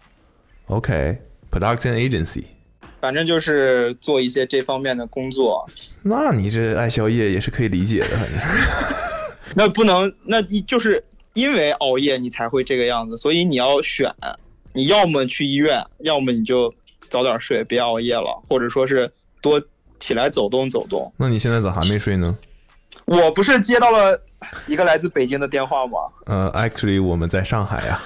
Speaker 3: ？OK，production agency。
Speaker 4: 反正就是做一些这方面的工作。
Speaker 3: 那你这爱宵夜也是可以理解的，反正
Speaker 4: 那不能，那一就是因为熬夜你才会这个样子，所以你要选，你要么去医院，要么你就早点睡，别熬夜了，或者说是多起来走动走动。
Speaker 3: 那你现在咋还没睡呢？
Speaker 4: 我不是接到了一个来自北京的电话吗？
Speaker 3: 呃，actually 我们在上海啊。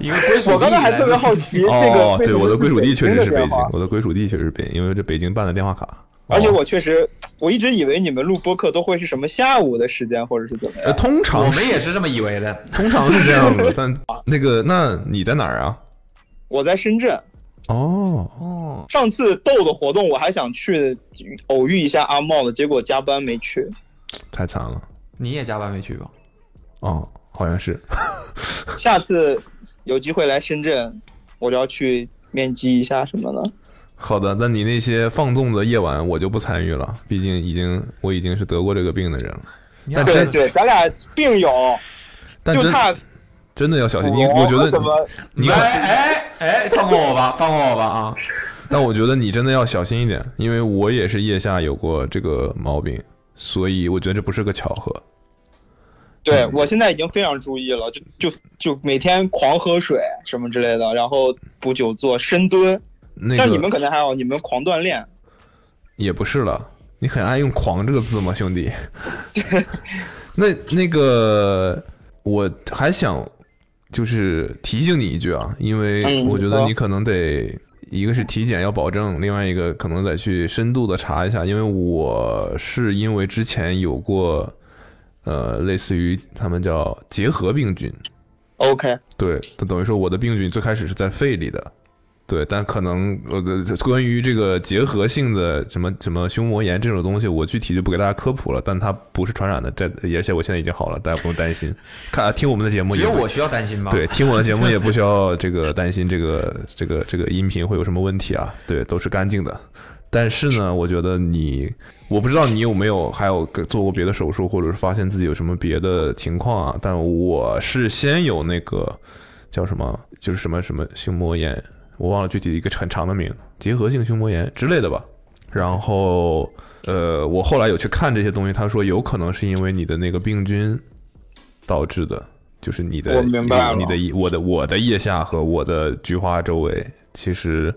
Speaker 7: 一个归属地
Speaker 4: 我刚才还特别好奇，这个
Speaker 3: 哦，
Speaker 4: 为什
Speaker 3: 对，
Speaker 4: 么
Speaker 3: 我的
Speaker 4: 是
Speaker 3: 归属地确实是
Speaker 4: 的
Speaker 3: 北京
Speaker 4: 电话，
Speaker 3: 我的归属地确实是北京，因为这北京办的电话卡。
Speaker 4: 而且
Speaker 3: 哦
Speaker 4: 我确实，我一直以为你们录播客都会是什么下午的时间，或者是怎么
Speaker 3: 呃，
Speaker 4: 样。
Speaker 3: 通常
Speaker 7: 我们也是这么以为的。
Speaker 3: 通常是这样的， 但那个那你在哪儿啊？
Speaker 4: 我在深圳，
Speaker 3: 哦，
Speaker 7: 哦，
Speaker 4: 上次豆的活动我还想去偶遇一下阿茂的，结果加班没去。
Speaker 3: 太惨了。
Speaker 7: 你也加班没去吧？
Speaker 3: 哦，好像是。
Speaker 4: 下次有机会来深圳，我就要去面基一下什么的。
Speaker 3: 好的，那你那些放纵的夜晚我就不参与了，毕竟已经我已经是得过这个病的人了。但
Speaker 4: 对
Speaker 3: 真
Speaker 4: 对，咱俩病友，
Speaker 3: 但
Speaker 4: 就
Speaker 3: 真
Speaker 4: 差
Speaker 3: 真的要小心，你
Speaker 4: 我
Speaker 3: 我觉得
Speaker 4: 怎么
Speaker 3: 你你
Speaker 7: 哎哎哎，放过我吧，放过我吧啊！
Speaker 3: 但我觉得你真的要小心一点，因为我也是腋下有过这个毛病，所以我觉得这不是个巧合。
Speaker 4: 对我现在已经非常注意了，就就就每天狂喝水什么之类的，然后不久坐、深蹲。
Speaker 3: 那
Speaker 4: 像你们
Speaker 3: 个
Speaker 4: 可能还好，你们狂锻炼。
Speaker 3: 也不是了，你很爱用“狂”这个字吗， 兄弟？那那个，我还想就是提醒你一句啊，因为
Speaker 4: 嗯
Speaker 3: 我觉得
Speaker 4: 你
Speaker 3: 你可能得。一个是体检要保证，另外一个可能得去深度的查一下，因为我是因为之前有过，呃，类似于他们叫结核病菌，
Speaker 4: OK，
Speaker 3: 对，它等于说我的病菌最开始是在肺里的，对，但可能呃，这关于这个结核性的什么什么胸膜炎这种东西，我具体就不给大家科普了，但它不是传染的，这而且我现在已经好了，大家不用担心。看听我们的节目
Speaker 7: 只
Speaker 3: 也
Speaker 7: 有
Speaker 3: 不
Speaker 7: 我需要担心吧？
Speaker 3: 对，听我的节目也不需要这个担心这个这个这个音频会有什么问题啊，对，都是干净的。但是呢，我觉得你，我不知道你有没有还有个做过别的手术，或者是发现自己有什么别的情况啊？但我是先有那个叫什么，就是什么什么胸膜炎，我忘了具体一个很长的名，结核性胸膜炎之类的吧。然后，呃，我后来有去看这些东西，他说有可能是因为你的那个病菌导致的，就是你的
Speaker 4: 我明白了
Speaker 3: 你的腋我的我的腋下和我的菊花周围，其实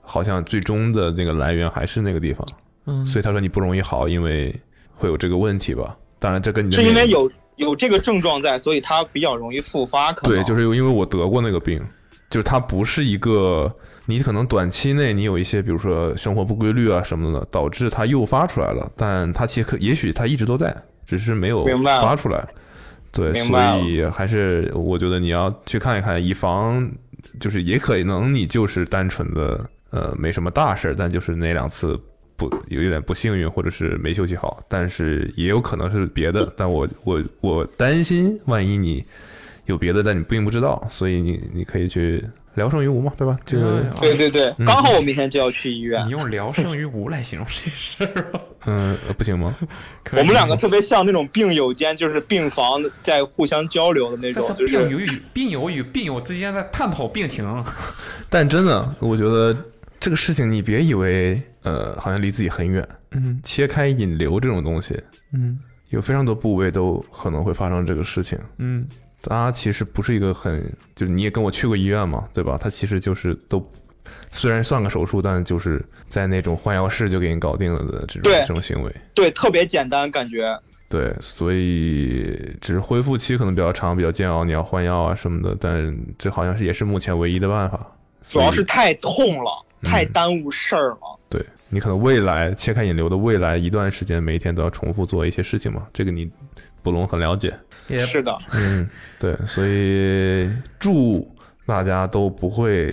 Speaker 3: 好像最终的那个来源还是那个地方。
Speaker 5: 嗯，
Speaker 3: 所以他说你不容易好，因为会有这个问题吧。当然，这跟你的
Speaker 4: 是因
Speaker 3: 免
Speaker 4: 为
Speaker 3: 疫
Speaker 4: 有有这个症状在，所以它比较容易复发。可能
Speaker 3: 对，就是因为我得过那个病，就是它不是一个你可能短期内你有一些，比如说生活不规律啊什么的，导致它诱发出来了，但它其实可也许它一直都在，只是没有
Speaker 4: 明白了
Speaker 3: 发出来。对，
Speaker 4: 明
Speaker 3: 所
Speaker 4: 白了
Speaker 3: 以还是我觉得你要去看一看，以防就是也可能你就是单纯的呃没什么大事儿，但就是那两次不有一点不幸运，或者是没休息好，但是也有可能是别的。但我我我担心，万一你有别的，但你并不知道，所以你你可以去聊胜于无嘛，对吧？这个
Speaker 7: 哎
Speaker 4: 对对对，
Speaker 3: 嗯
Speaker 4: 刚好我明天就要去医院
Speaker 7: 你。用聊胜于无来形容这事儿吧？
Speaker 3: 嗯、呃不行吗？
Speaker 7: 可以
Speaker 4: 我们两个特别像那种病友间，就是病房在互相交流的那
Speaker 7: 这
Speaker 4: 种
Speaker 7: 是，
Speaker 4: 就
Speaker 7: 病
Speaker 4: 是
Speaker 7: 友与病友与病友之间在探讨病情。
Speaker 3: 但真的，我觉得这个事情你别以为呃好像离自己很远，
Speaker 5: 嗯
Speaker 3: 切开引流这种东西，
Speaker 5: 嗯
Speaker 3: 有非常多部位都可能会发生这个事情。
Speaker 5: 嗯
Speaker 3: 它其实不是一个很，就是你也跟我去过医院嘛，对吧？它其实就是都，虽然算个手术，但就是在那种换药室就给你搞定了的这种
Speaker 4: 对
Speaker 3: 这种行为。
Speaker 4: 对，特别简单，感觉
Speaker 3: 对，所以只是恢复期可能比较长，比较煎熬，你要换药啊什么的。但这好像是也是目前唯一的办法。
Speaker 4: 主要
Speaker 3: 所以
Speaker 4: 是太痛了，
Speaker 3: 嗯
Speaker 4: 太耽误事儿了。
Speaker 3: 对你可能未来切开引流的未来一段时间，每一天都要重复做一些事情嘛，这个你布隆很了解。
Speaker 5: 也
Speaker 4: 是的，
Speaker 3: 嗯，对，所以祝大家都不会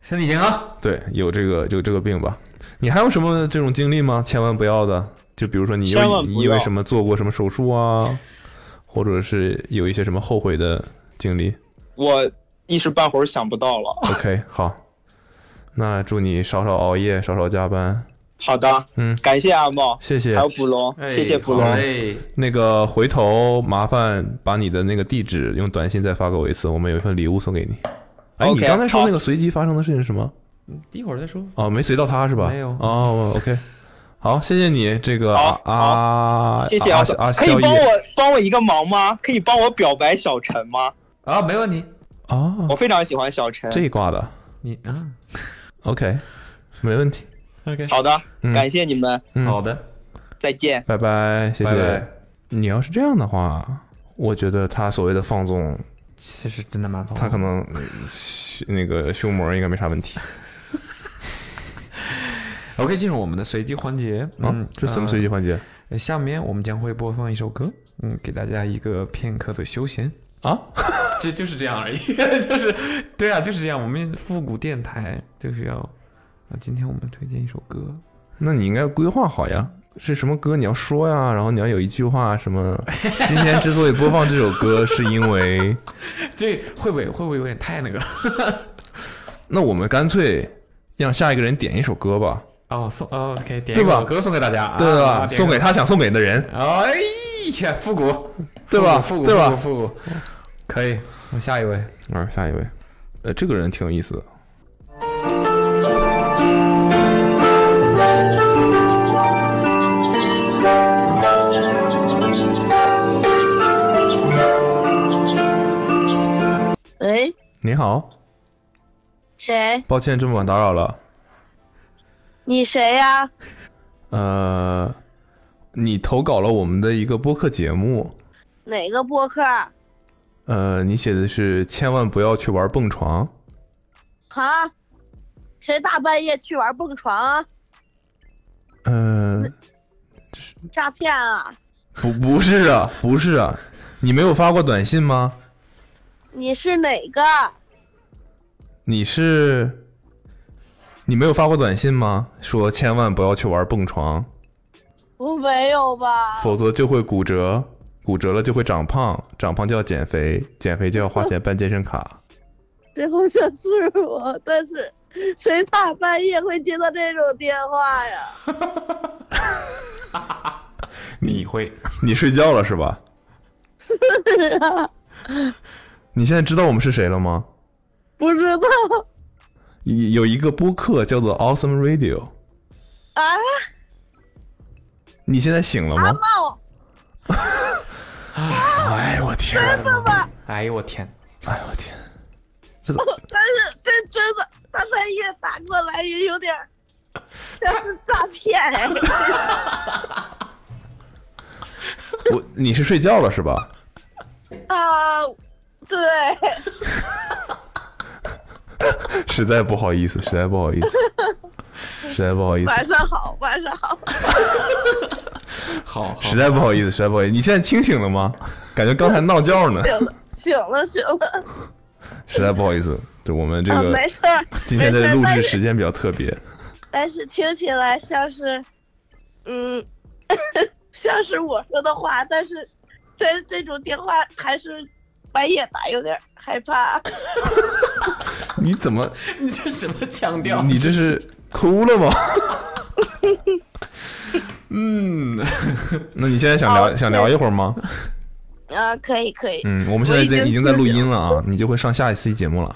Speaker 5: 身体健康，
Speaker 3: 对，有这个有这个病吧？你还有什么这种经历吗？千万不要的，就比如说你
Speaker 4: 千万
Speaker 3: 又
Speaker 4: 不
Speaker 3: 你因为
Speaker 4: 要
Speaker 3: 什么做过什么手术啊，或者是有一些什么后悔的经历。
Speaker 4: 我一时半会儿想不到了。
Speaker 3: OK，好，那祝你少少熬夜，少少加班。
Speaker 4: 好的，
Speaker 3: 嗯，
Speaker 4: 感谢阿茂，
Speaker 3: 谢谢
Speaker 4: 还。有捕龙，谢谢捕
Speaker 5: 哎好
Speaker 4: 龙。
Speaker 5: 嘞，
Speaker 3: 那个回头麻烦把你的那个地址用短信再发给我一次，我们有一份礼物送给你。哎你
Speaker 4: OK，
Speaker 3: 刚才说
Speaker 4: 好
Speaker 3: 那个随机发生的事情是什么？
Speaker 5: 一会儿再说。
Speaker 3: 哦，没随到他是吧？
Speaker 5: 没有
Speaker 3: 哦，OK，好， 谢谢你这个
Speaker 4: 好
Speaker 3: 啊啊，
Speaker 4: 谢谢
Speaker 3: 啊
Speaker 4: 阿
Speaker 3: 啊啊，
Speaker 4: 可以
Speaker 3: 宵夜
Speaker 4: 帮我帮我一个忙吗？可以帮我表白小陈吗？
Speaker 5: 啊，没问题。
Speaker 3: 啊
Speaker 4: 我，非常喜欢小陈。
Speaker 3: 这一挂的
Speaker 5: 你啊
Speaker 3: ，OK，没问题。
Speaker 5: ，OK，
Speaker 4: 好的，
Speaker 3: 嗯
Speaker 4: 感谢你们，
Speaker 3: 嗯
Speaker 5: 好的，
Speaker 4: 再见。
Speaker 3: 拜拜，谢
Speaker 5: 拜
Speaker 3: 谢
Speaker 5: 拜。
Speaker 3: 你要是这样的话，我觉得他所谓的放纵，
Speaker 5: 其实真的蛮好。
Speaker 3: 他可能呃那个胸膜应该没啥问题
Speaker 5: OK，进入我们的随机环节。
Speaker 3: 啊
Speaker 5: 嗯，。
Speaker 3: 这是什么随机环节
Speaker 5: 呃？下面我们将会播放一首歌，嗯，给大家一个片刻的休闲。
Speaker 3: 啊？
Speaker 7: 这就是这样而已，就是
Speaker 5: 对啊，就是这样。我们复古电台就是要啊，今天我们推荐一首歌。
Speaker 3: 那你应该规划好呀。是什么歌你要说呀？然后你要有一句话什么？今天之所以播放这首歌，是因 为
Speaker 7: 这会不会会不会有点太那个了？
Speaker 3: 那我们干脆让下一个人点一首歌吧，
Speaker 7: 哦，送哦，OK，点
Speaker 3: 对
Speaker 7: 一
Speaker 3: 吧
Speaker 7: 首歌送给大家，
Speaker 3: 对
Speaker 7: 啊
Speaker 3: 吧？送。给
Speaker 7: 啊点一首
Speaker 3: 他想送给的人，
Speaker 7: 哎呀，复古，
Speaker 3: 对吧
Speaker 7: 复古，
Speaker 3: 对吧
Speaker 7: 复古，复古，可以，我下一位。
Speaker 3: 啊，下一位，呃，这个人挺有意思的。
Speaker 6: 喂，
Speaker 3: 你好，
Speaker 6: 哎谁？
Speaker 3: 抱歉这么晚打扰了。
Speaker 6: 你谁呀、
Speaker 3: 呃，你投稿了我们的一个播客节目，
Speaker 6: 哪个播客？啊
Speaker 3: 呃，你写的是千万不要去玩蹦床。
Speaker 6: 哈？谁大半夜去玩蹦床啊？
Speaker 3: 呃，
Speaker 6: 诈骗啊？
Speaker 3: 不，不是啊，不是啊，你没有发过短信吗？
Speaker 6: 你是哪个？
Speaker 3: 你是，你没有发过短信吗？说千万不要去玩蹦床，
Speaker 6: 我没有吧？
Speaker 3: 否则就会骨折，骨折了就会长胖，长胖就要减肥，减肥就要花钱办健身卡。
Speaker 6: 最后想是我，但是谁大半夜会接到这种电话呀？
Speaker 7: 你会
Speaker 3: 你睡觉了是吧？你现在知道我们是谁了吗？
Speaker 6: 不知道
Speaker 3: 有有一个播客叫做 Awesome Radio，
Speaker 6: 啊？
Speaker 3: 你现在醒了吗？
Speaker 6: 骂我
Speaker 3: 哎，我天！
Speaker 7: 哎呦我天，
Speaker 3: 哎，我天！这
Speaker 6: 但是这真的大半夜打过来也有点儿，这是诈骗哎！
Speaker 3: 我你是睡觉了是吧？
Speaker 6: 啊，对，
Speaker 3: 实在不好意思，实在不好意思，实在不好意 思，
Speaker 6: 晚上好，晚上 好，
Speaker 7: 好好
Speaker 3: 实在不好意思，实在不好意思。你现在清醒了吗？感觉刚才闹觉 呢。
Speaker 6: 醒了，醒了，醒了，
Speaker 3: 实在不好意思，对我们这
Speaker 6: 啊，
Speaker 3: 个
Speaker 6: 没事儿，
Speaker 3: 今天
Speaker 6: 没事
Speaker 3: 的
Speaker 6: 儿
Speaker 3: 录
Speaker 6: 但
Speaker 3: 制
Speaker 6: 是
Speaker 3: 时间比较特别。
Speaker 6: 但是听起来像是，嗯， 像是我说的话，但是这这种电话还是半夜打有点害怕。
Speaker 3: 你怎么？
Speaker 7: 你这什么腔调？
Speaker 3: 你这是哭了 吗？
Speaker 7: 嗯，
Speaker 3: 那你现在想
Speaker 6: 哦
Speaker 3: 聊想聊一会儿吗？
Speaker 6: 啊，可以可以，
Speaker 3: 嗯，我们现在已
Speaker 6: 我
Speaker 3: 经
Speaker 6: 已经
Speaker 3: 已经在录音了啊，你就会上下一期节目了。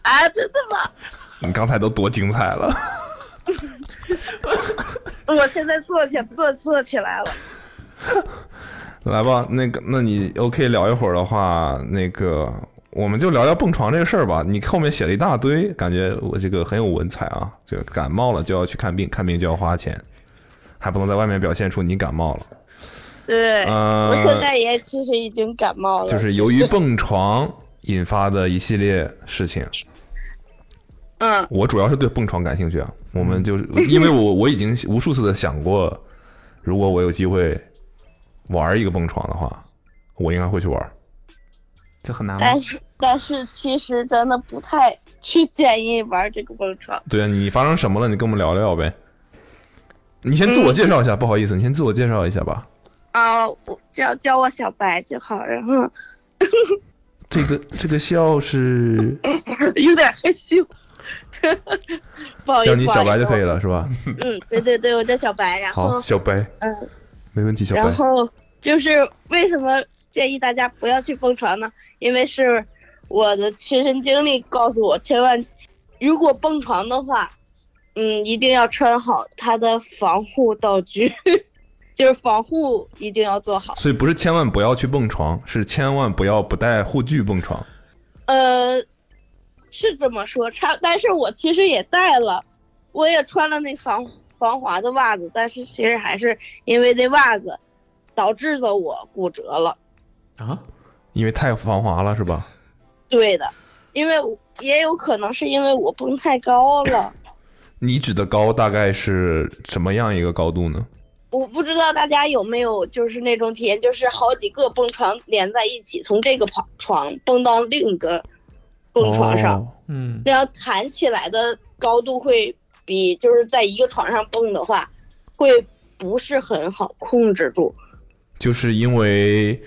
Speaker 6: 啊，真的吗？
Speaker 3: 你刚才都多精彩了，
Speaker 6: 我现在坐起坐坐起来了，
Speaker 3: 来吧，那个，那你 OK 聊一会儿的话，那个我们就聊聊蹦床这个事儿吧。你后面写了一大堆，感觉我这个很有文采啊。这个感冒了就要去看病，看病就要花钱，还不能在外面表现出你感冒了。
Speaker 6: 对，
Speaker 3: 呃
Speaker 6: 我现在也其实已经感冒了，
Speaker 3: 就是由于蹦床引发的一系列事情。
Speaker 6: 嗯，
Speaker 3: 我主要是对蹦床感兴趣啊。我们就是因为我我已经无数次的想过，如果我有机会玩一个蹦床的话，我应该会去玩。
Speaker 5: 这
Speaker 3: 啊
Speaker 5: 很难吗
Speaker 6: 但？是但是其实真的不太去建议玩这个蹦床。
Speaker 3: 对啊，你发生什么了？你跟我们聊聊呗。你先自我介绍一下，不好意思，你先自我介绍一下吧。
Speaker 6: 啊，我叫叫我小白就好，然后
Speaker 3: 这个这个笑是
Speaker 6: 有点害羞， 不好意思，
Speaker 3: 叫你小白就可以
Speaker 6: 了。
Speaker 3: 了，是吧？
Speaker 6: 嗯，对对对，我叫小白，然
Speaker 3: 好，
Speaker 6: 后
Speaker 3: 小白，
Speaker 6: 嗯，
Speaker 3: 没问题，小
Speaker 6: 然
Speaker 3: 白。
Speaker 6: 后就是为什么建议大家不要去蹦床呢？因为是我的亲身经历告诉我，千万如果蹦床的话，嗯，一定要穿好它的防护道具， 就是防护一定要做好。
Speaker 3: 所以不是千万不要去蹦床，是千万不要不带护具蹦床。
Speaker 6: 呃，是这么说，差，但是我其实也带了，我也穿了那防防滑的袜子，但是其实还是因为那袜子导致的我骨折了。
Speaker 7: 啊，
Speaker 3: 因为太防滑了，是吧？
Speaker 6: 对的，因为我也有可能是因为我蹦太高了，
Speaker 3: 你指的高大概是什么样一个高度呢？
Speaker 6: 我不知道大家有没有就是那种体验，就是好几个蹦床连在一起，从这个床床蹦到另一个蹦床上。
Speaker 3: 哦
Speaker 5: 嗯，
Speaker 6: 这样弹起来的高度会比就是在一个床上蹦的话，会不是很好控制住。
Speaker 3: 就是因为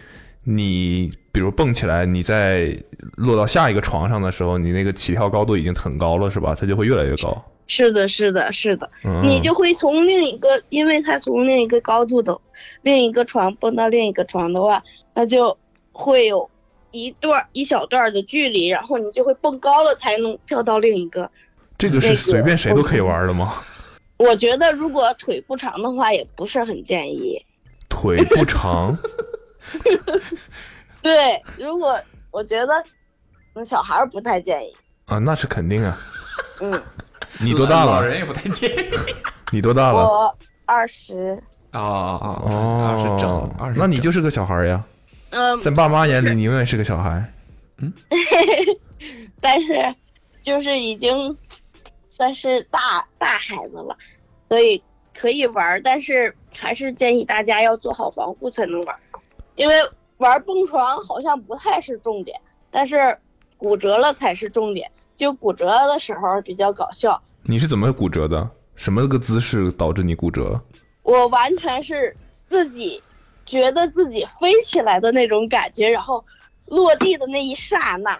Speaker 3: 你比如蹦起来，你在落到下一个床上的时候，你那个起跳高度已经很高了，是吧？它就会越来越高。
Speaker 6: 是的，是的，是的，
Speaker 3: 嗯，
Speaker 6: 你就会从另一个，因为它从另一个高度的另一个床蹦到另一个床的话，那就会有一段儿一小段儿的距离，然后你就会蹦高了才能跳到另一个。
Speaker 3: 这个是随便谁都可以玩的吗？
Speaker 6: 我觉得如果腿不长的话，也不是很建议。
Speaker 3: 腿不长，
Speaker 6: 对，如果我觉得，嗯小孩儿不太建议。
Speaker 3: 啊，那是肯定啊。
Speaker 6: 嗯。
Speaker 3: 你多大
Speaker 7: 老
Speaker 3: 了？
Speaker 7: 人也不太介意。
Speaker 3: 你多大了？
Speaker 6: 我二十，
Speaker 7: 哦哦
Speaker 3: 哦，
Speaker 7: 二十整，二十整，
Speaker 3: 那你就是个小孩呀，
Speaker 6: 嗯，
Speaker 3: 在爸妈眼里你永远是个小孩。
Speaker 6: 但是就是已经算是大大孩子了，所以可以玩儿，但是还是建议大家要做好防护才能玩儿，因为玩蹦床好像不太是重点，但是骨折了才是重点。就骨折的时候比较搞笑，
Speaker 3: 你是怎么骨折的？什么个姿势导致你骨折了？
Speaker 6: 我完全是自己觉得自己飞起来的那种感觉，然后落地的那一刹那，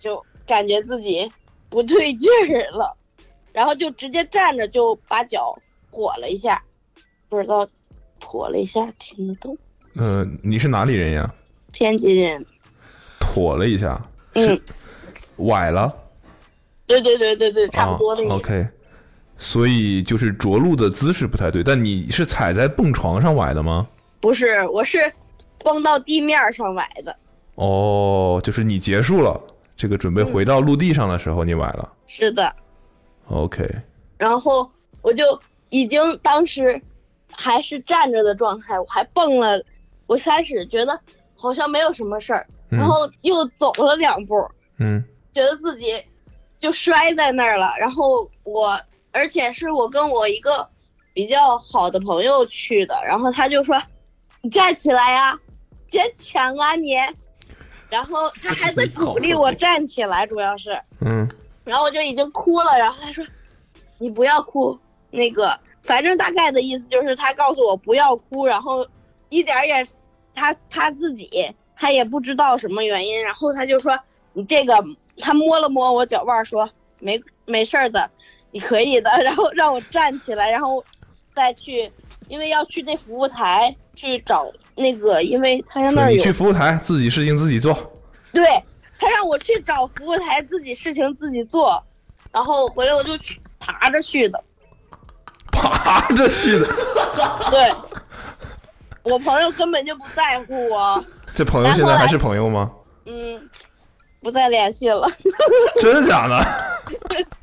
Speaker 6: 就感觉自己不对劲儿了， 然后就直接站着就把脚跛了一下，不知道跛了一下听得懂。
Speaker 3: 呃，你是哪里人呀？
Speaker 6: 天津人，
Speaker 3: 妥了一下，是
Speaker 6: 嗯，
Speaker 3: 崴了，
Speaker 6: 对对对对对，差不多那
Speaker 3: 啊。
Speaker 6: 个。
Speaker 3: OK，所以就是着陆的姿势不太对，但你是踩在蹦床上崴的吗？
Speaker 6: 不是，我是蹦到地面儿上崴的。
Speaker 3: 哦，就是你结束了这个准
Speaker 6: 嗯
Speaker 3: 备回到陆地上的时候，你崴了。
Speaker 6: 是的，
Speaker 3: OK，
Speaker 6: 然后我就已经当时还是站着的状态，我还蹦了。我开始觉得好像没有什么事儿，
Speaker 3: 嗯
Speaker 6: 然后又走了两步，
Speaker 3: 嗯
Speaker 6: 觉得自己就摔在那儿了。然后我，而且是我跟我一个比较好的朋友去的，然后他就说：“你站起来呀、坚强啊你。”然后他还在鼓励我站起来，主要是，
Speaker 3: 嗯
Speaker 6: 然后我就已经哭了。然后他说：“你不要哭，那个，反正大概的意思就是他告诉我不要哭，然后一点儿也，他他自己他也不知道什么原因，然后他就说你这个，他摸了摸我脚腕儿说没没事儿的，你可以的， 然后让我站起来，然后再去，因为要去那服务台去找那个，因为他
Speaker 3: 说
Speaker 6: 那儿
Speaker 3: 你
Speaker 6: 有
Speaker 3: 去服务台，自己事情自己做。
Speaker 6: 对他让我去找服务台，自己事情自己做，然后回来我就去爬着去的。
Speaker 3: 爬着去的，
Speaker 6: 对，我朋友根本就不在乎我，
Speaker 3: 这朋友现在还是朋友吗？
Speaker 6: 嗯，不再联系了，
Speaker 3: 真的假的？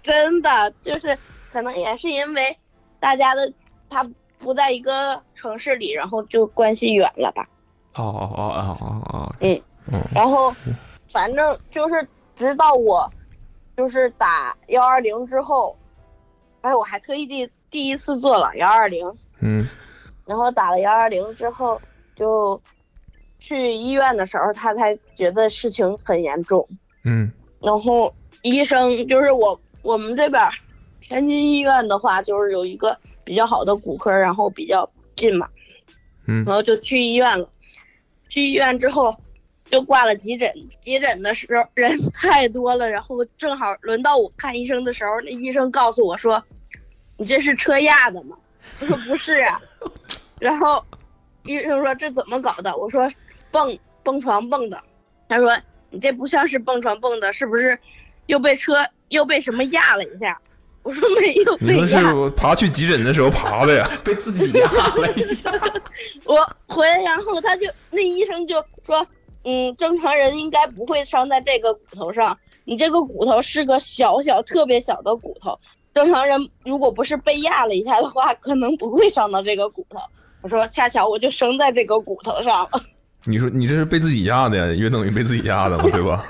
Speaker 6: 真的就是可能也是因为大家的他不在一个城市里，然后就关系远了吧，
Speaker 5: 哦哦哦哦哦
Speaker 6: 嗯，然后反正就是直到我就是打幺二零之后，哎，我还特意第第一次做了幺二零，
Speaker 3: 嗯
Speaker 6: 然后打了幺二零之后，就去医院的时候，他才觉得事情很严重。
Speaker 3: 嗯
Speaker 6: 然后医生就是我我们这边儿天津医院的话，就是有一个比较好的骨科，然后比较近嘛，
Speaker 3: 嗯
Speaker 6: 然后就去医院了。去医院之后就挂了急诊，急诊的时候人太多了，然后正好轮到我看医生的时候，那医生告诉我说：“你这是车压的吗？”我说：“不是啊。” 然后医生说：“这怎么搞的？”我说：“蹦蹦床蹦的。”他说：“你这不像是蹦床蹦的，是不是又被车又被什么压了一下？”我说：“没有
Speaker 3: 你说
Speaker 6: 被压。”
Speaker 3: 是我爬去急诊的时候爬的呀？
Speaker 7: 被 自己压了一下。
Speaker 6: 我回来，然后他就那医生就说，嗯，正常人应该不会伤在这个骨头上，你这个骨头是个小小特别小的骨头，正常人如果不是被压了一下的话，可能不会伤到这个骨头。我说恰巧我就生在这个骨头上了，
Speaker 3: 你说你这是被自己压的呀？约等于被自己压的嘛，对吧？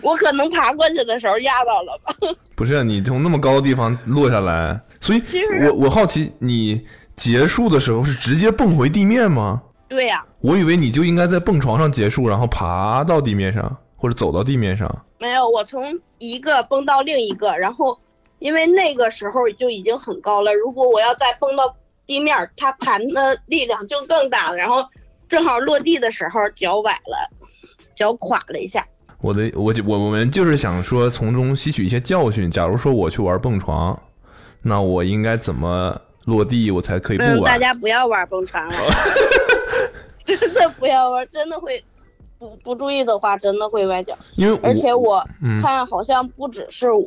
Speaker 6: 我可能爬过去的时候压到了吧。
Speaker 3: 不是、啊你从那么高的地方落下来，所以
Speaker 6: 其实
Speaker 3: 我我好奇你结束的时候是直接蹦回地面吗？
Speaker 6: 对呀、
Speaker 3: 我以为你就应该在蹦床上结束，然后爬到地面上或者走到地面上。
Speaker 6: 没有，我从一个蹦到另一个，然后因为那个时候就已经很高了，如果我要再蹦到地面儿，它弹的力量就更大了。然后正好落地的时候脚崴了，脚垮了一下。
Speaker 3: 我的我就我我们就是想说从中吸取一些教训。假如说我去玩蹦床，那我应该怎么落地我才可以不
Speaker 6: 嗯，大
Speaker 3: 玩？
Speaker 6: 家不要玩蹦 床了，真的不要玩，真的会不不注意的话，真的会崴脚。
Speaker 3: 因为我
Speaker 6: 而且我
Speaker 3: 嗯
Speaker 6: 看好像不只是我，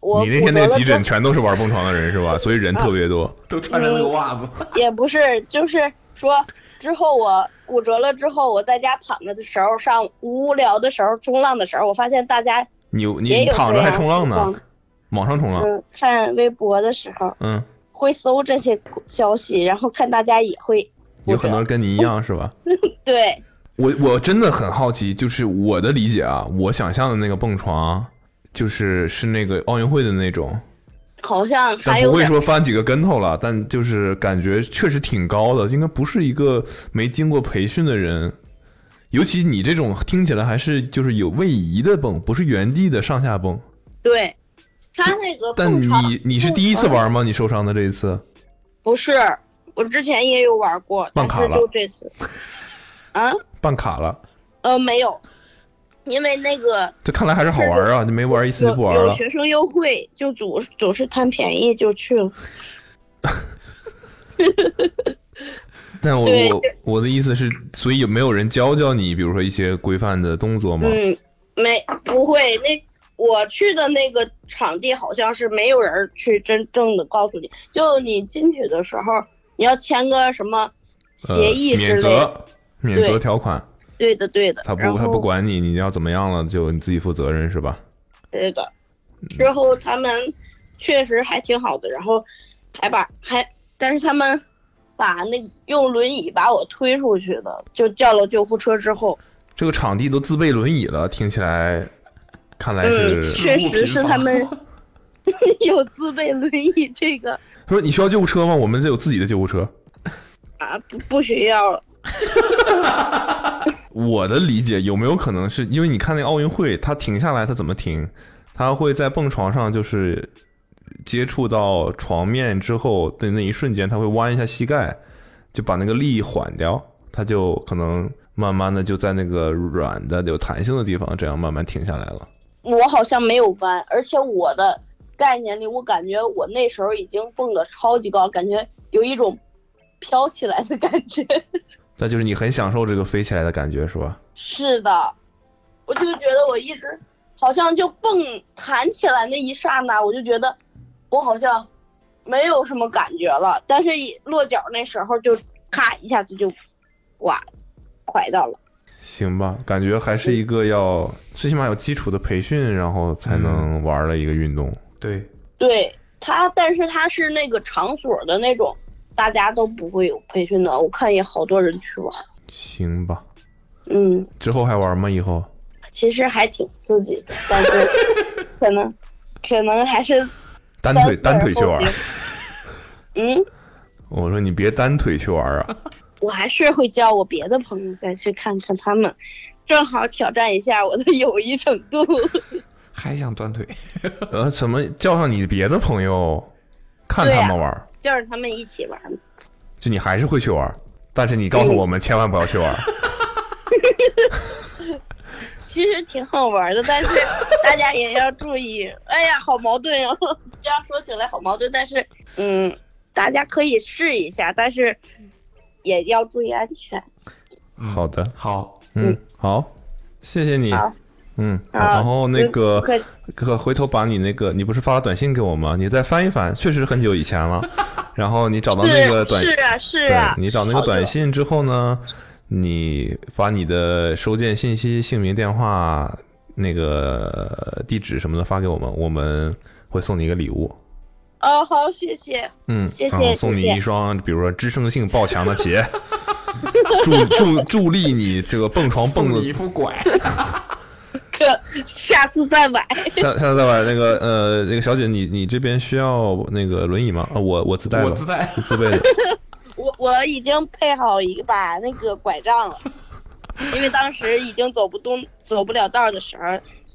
Speaker 6: 我
Speaker 3: 你那天那
Speaker 6: 骨
Speaker 3: 个
Speaker 6: 折了
Speaker 3: 急
Speaker 6: 之啊
Speaker 3: 诊全都是玩蹦床的人是吧？所以人特别多。
Speaker 7: 都穿着那个袜子，
Speaker 6: 也不是，就是说之后我骨折了之后，我在家躺着的时候，上无聊的时候冲浪的时候，我发现大家
Speaker 3: 你
Speaker 6: 也
Speaker 3: 你
Speaker 6: 有啊嗯
Speaker 3: 躺
Speaker 6: 这
Speaker 3: 着还
Speaker 6: 样
Speaker 3: 冲浪呢
Speaker 6: 情，
Speaker 3: 网上冲浪，
Speaker 6: 嗯看微博的时候
Speaker 3: 嗯，
Speaker 6: 会搜这些消息，然后看大家也会
Speaker 3: 有很多人跟你一
Speaker 6: 嗯
Speaker 3: 样是吧？
Speaker 6: 对，
Speaker 3: 我我真的很好奇，就是我的理解啊，我想象的那个蹦床，就是是那个奥运会的那种，
Speaker 6: 好像
Speaker 3: 但
Speaker 6: 还
Speaker 3: 不
Speaker 6: 有
Speaker 3: 会
Speaker 6: 点
Speaker 3: 说翻几个跟头了，但就是感觉确实挺高的，应该不是一个没经过培训的人，尤其你这种听起来还是就是有位移的蹦，不是原地的上下蹦。
Speaker 6: 对，他那个
Speaker 3: 但
Speaker 6: 蹦床
Speaker 3: 你你是第一次玩吗？你受伤的这一次，
Speaker 6: 不是，我之前也有玩过，
Speaker 3: 办
Speaker 6: 但
Speaker 3: 卡
Speaker 6: 是
Speaker 3: 了
Speaker 6: 就这次啊
Speaker 3: 办卡了，
Speaker 6: 呃没有，因为那个
Speaker 3: 这看来还是好玩儿啊，就没玩儿一次就
Speaker 6: 有
Speaker 3: 不玩儿
Speaker 6: 有
Speaker 3: 了。
Speaker 6: 学生优惠，就总总是贪便宜就去了。
Speaker 3: 但我
Speaker 6: 对
Speaker 3: 我我的意思是，所以有没有人教教你，比如说一些规范的动作吗？
Speaker 6: 嗯，没不会，那我去的那个场地好像是没有人去真正的告诉你，就你进去的时候，你要签个什么
Speaker 3: 呃
Speaker 6: 协议，之
Speaker 3: 免
Speaker 6: 类的。
Speaker 3: 责免责
Speaker 6: 对
Speaker 3: 条款，
Speaker 6: 对的，对的。
Speaker 3: 他不
Speaker 6: 然
Speaker 3: 他
Speaker 6: 后
Speaker 3: 不管你，你要怎么样了，就你自己负责任是吧？
Speaker 6: 是的，
Speaker 3: 嗯
Speaker 6: 之后他们确实还挺好的，然后还把还，但是他们把那用轮椅把我推出去的，就叫了救护车之后，
Speaker 3: 这个场地都自备轮椅了，听起来看来是。
Speaker 6: 嗯，确实是他们 有自备轮椅这个
Speaker 3: 他说你需要救护车吗？我们这有自己的救护车。
Speaker 6: 啊，不不需要了。
Speaker 3: 我的理解有没有可能是因为你看那个奥运会，他停下来他怎么停？他会在蹦床上就是接触到床面之后的那一瞬间，他会弯一下膝盖，就把那个力缓掉，他就可能慢慢的就在那个软的有弹性的地方，这样慢慢停下来了。
Speaker 6: 我好像没有弯，而且我的概念里，我感觉我那时候已经蹦得超级高，感觉有一种飘起来的感觉。
Speaker 3: 那就是你很享受这个飞起来的感觉是吧？
Speaker 6: 是的，我就觉得我一直好像就蹦弹起来那一刹那，我就觉得我好像没有什么感觉了，但是一落脚那时候就咔一下子就哇，拐到了。
Speaker 3: 行吧，感觉还是一个要最起码有基础的培训，然后才能玩的一个运动。
Speaker 5: 对，
Speaker 6: 对他，但是他是那个场所的那种，大家都不会有培训的，我看也好多人去玩。
Speaker 3: 行吧，
Speaker 6: 嗯，
Speaker 3: 之后还玩吗？以后？
Speaker 6: 其实还挺刺激的，但是 可能可能还是
Speaker 3: 单
Speaker 6: 三
Speaker 3: 腿
Speaker 6: 四
Speaker 3: 单腿
Speaker 6: 人
Speaker 3: 去
Speaker 6: 后
Speaker 3: 玩儿
Speaker 6: 劲。嗯，
Speaker 3: 我说你别单腿去玩儿 啊，
Speaker 6: 我还是会叫我别的朋友再去看看他们，正好挑战一下我的友谊程度。
Speaker 5: 还想断腿，
Speaker 3: 呃，怎么叫上你别的朋友看
Speaker 6: 对
Speaker 3: 他
Speaker 6: 啊
Speaker 3: 们玩儿？
Speaker 6: 叫着他们一起玩嘛，
Speaker 3: 就你还是会去玩儿，但是你告诉我们千万不要去玩儿。
Speaker 6: 其实挺好玩的， 但是大家也要注意。哎呀，好矛盾呀、 这样说起来好矛盾，但是嗯，大家可以试一下，但是也要注意安全。
Speaker 3: 好的，
Speaker 5: 好，
Speaker 3: 嗯，好，谢谢你
Speaker 6: 好。
Speaker 3: 嗯，
Speaker 6: 好
Speaker 3: 然后那个
Speaker 6: 不客气
Speaker 3: 可回头把你那个，你不是发了短信给我吗？你再翻一翻，确实很久以前 了。然后你找到那个短
Speaker 6: 是是啊是
Speaker 3: 对
Speaker 6: 啊，
Speaker 3: 你找那个
Speaker 6: 好久
Speaker 3: 短信之后呢，你把你的收件信息、姓名、电话、那个地址什么的发给我们，我们会送你一个礼物。
Speaker 6: 哦，好，谢谢。
Speaker 3: 嗯，
Speaker 6: 谢谢
Speaker 3: 然后送你
Speaker 6: 谢谢
Speaker 3: 一双，比如说支撑性爆强的鞋，助助助力你这个蹦床蹦
Speaker 7: 送
Speaker 3: 的
Speaker 7: 你一副拐，
Speaker 6: 可下次再买。
Speaker 3: 下下次再玩那个呃，那个小姐，你你这边需要那个轮椅吗？啊，我我自带
Speaker 7: 我
Speaker 3: 了，。
Speaker 7: 自带
Speaker 3: 自备的。
Speaker 6: 我我已经配好一把那个拐 杖了，因为当时已经走不动、走不了道的时候，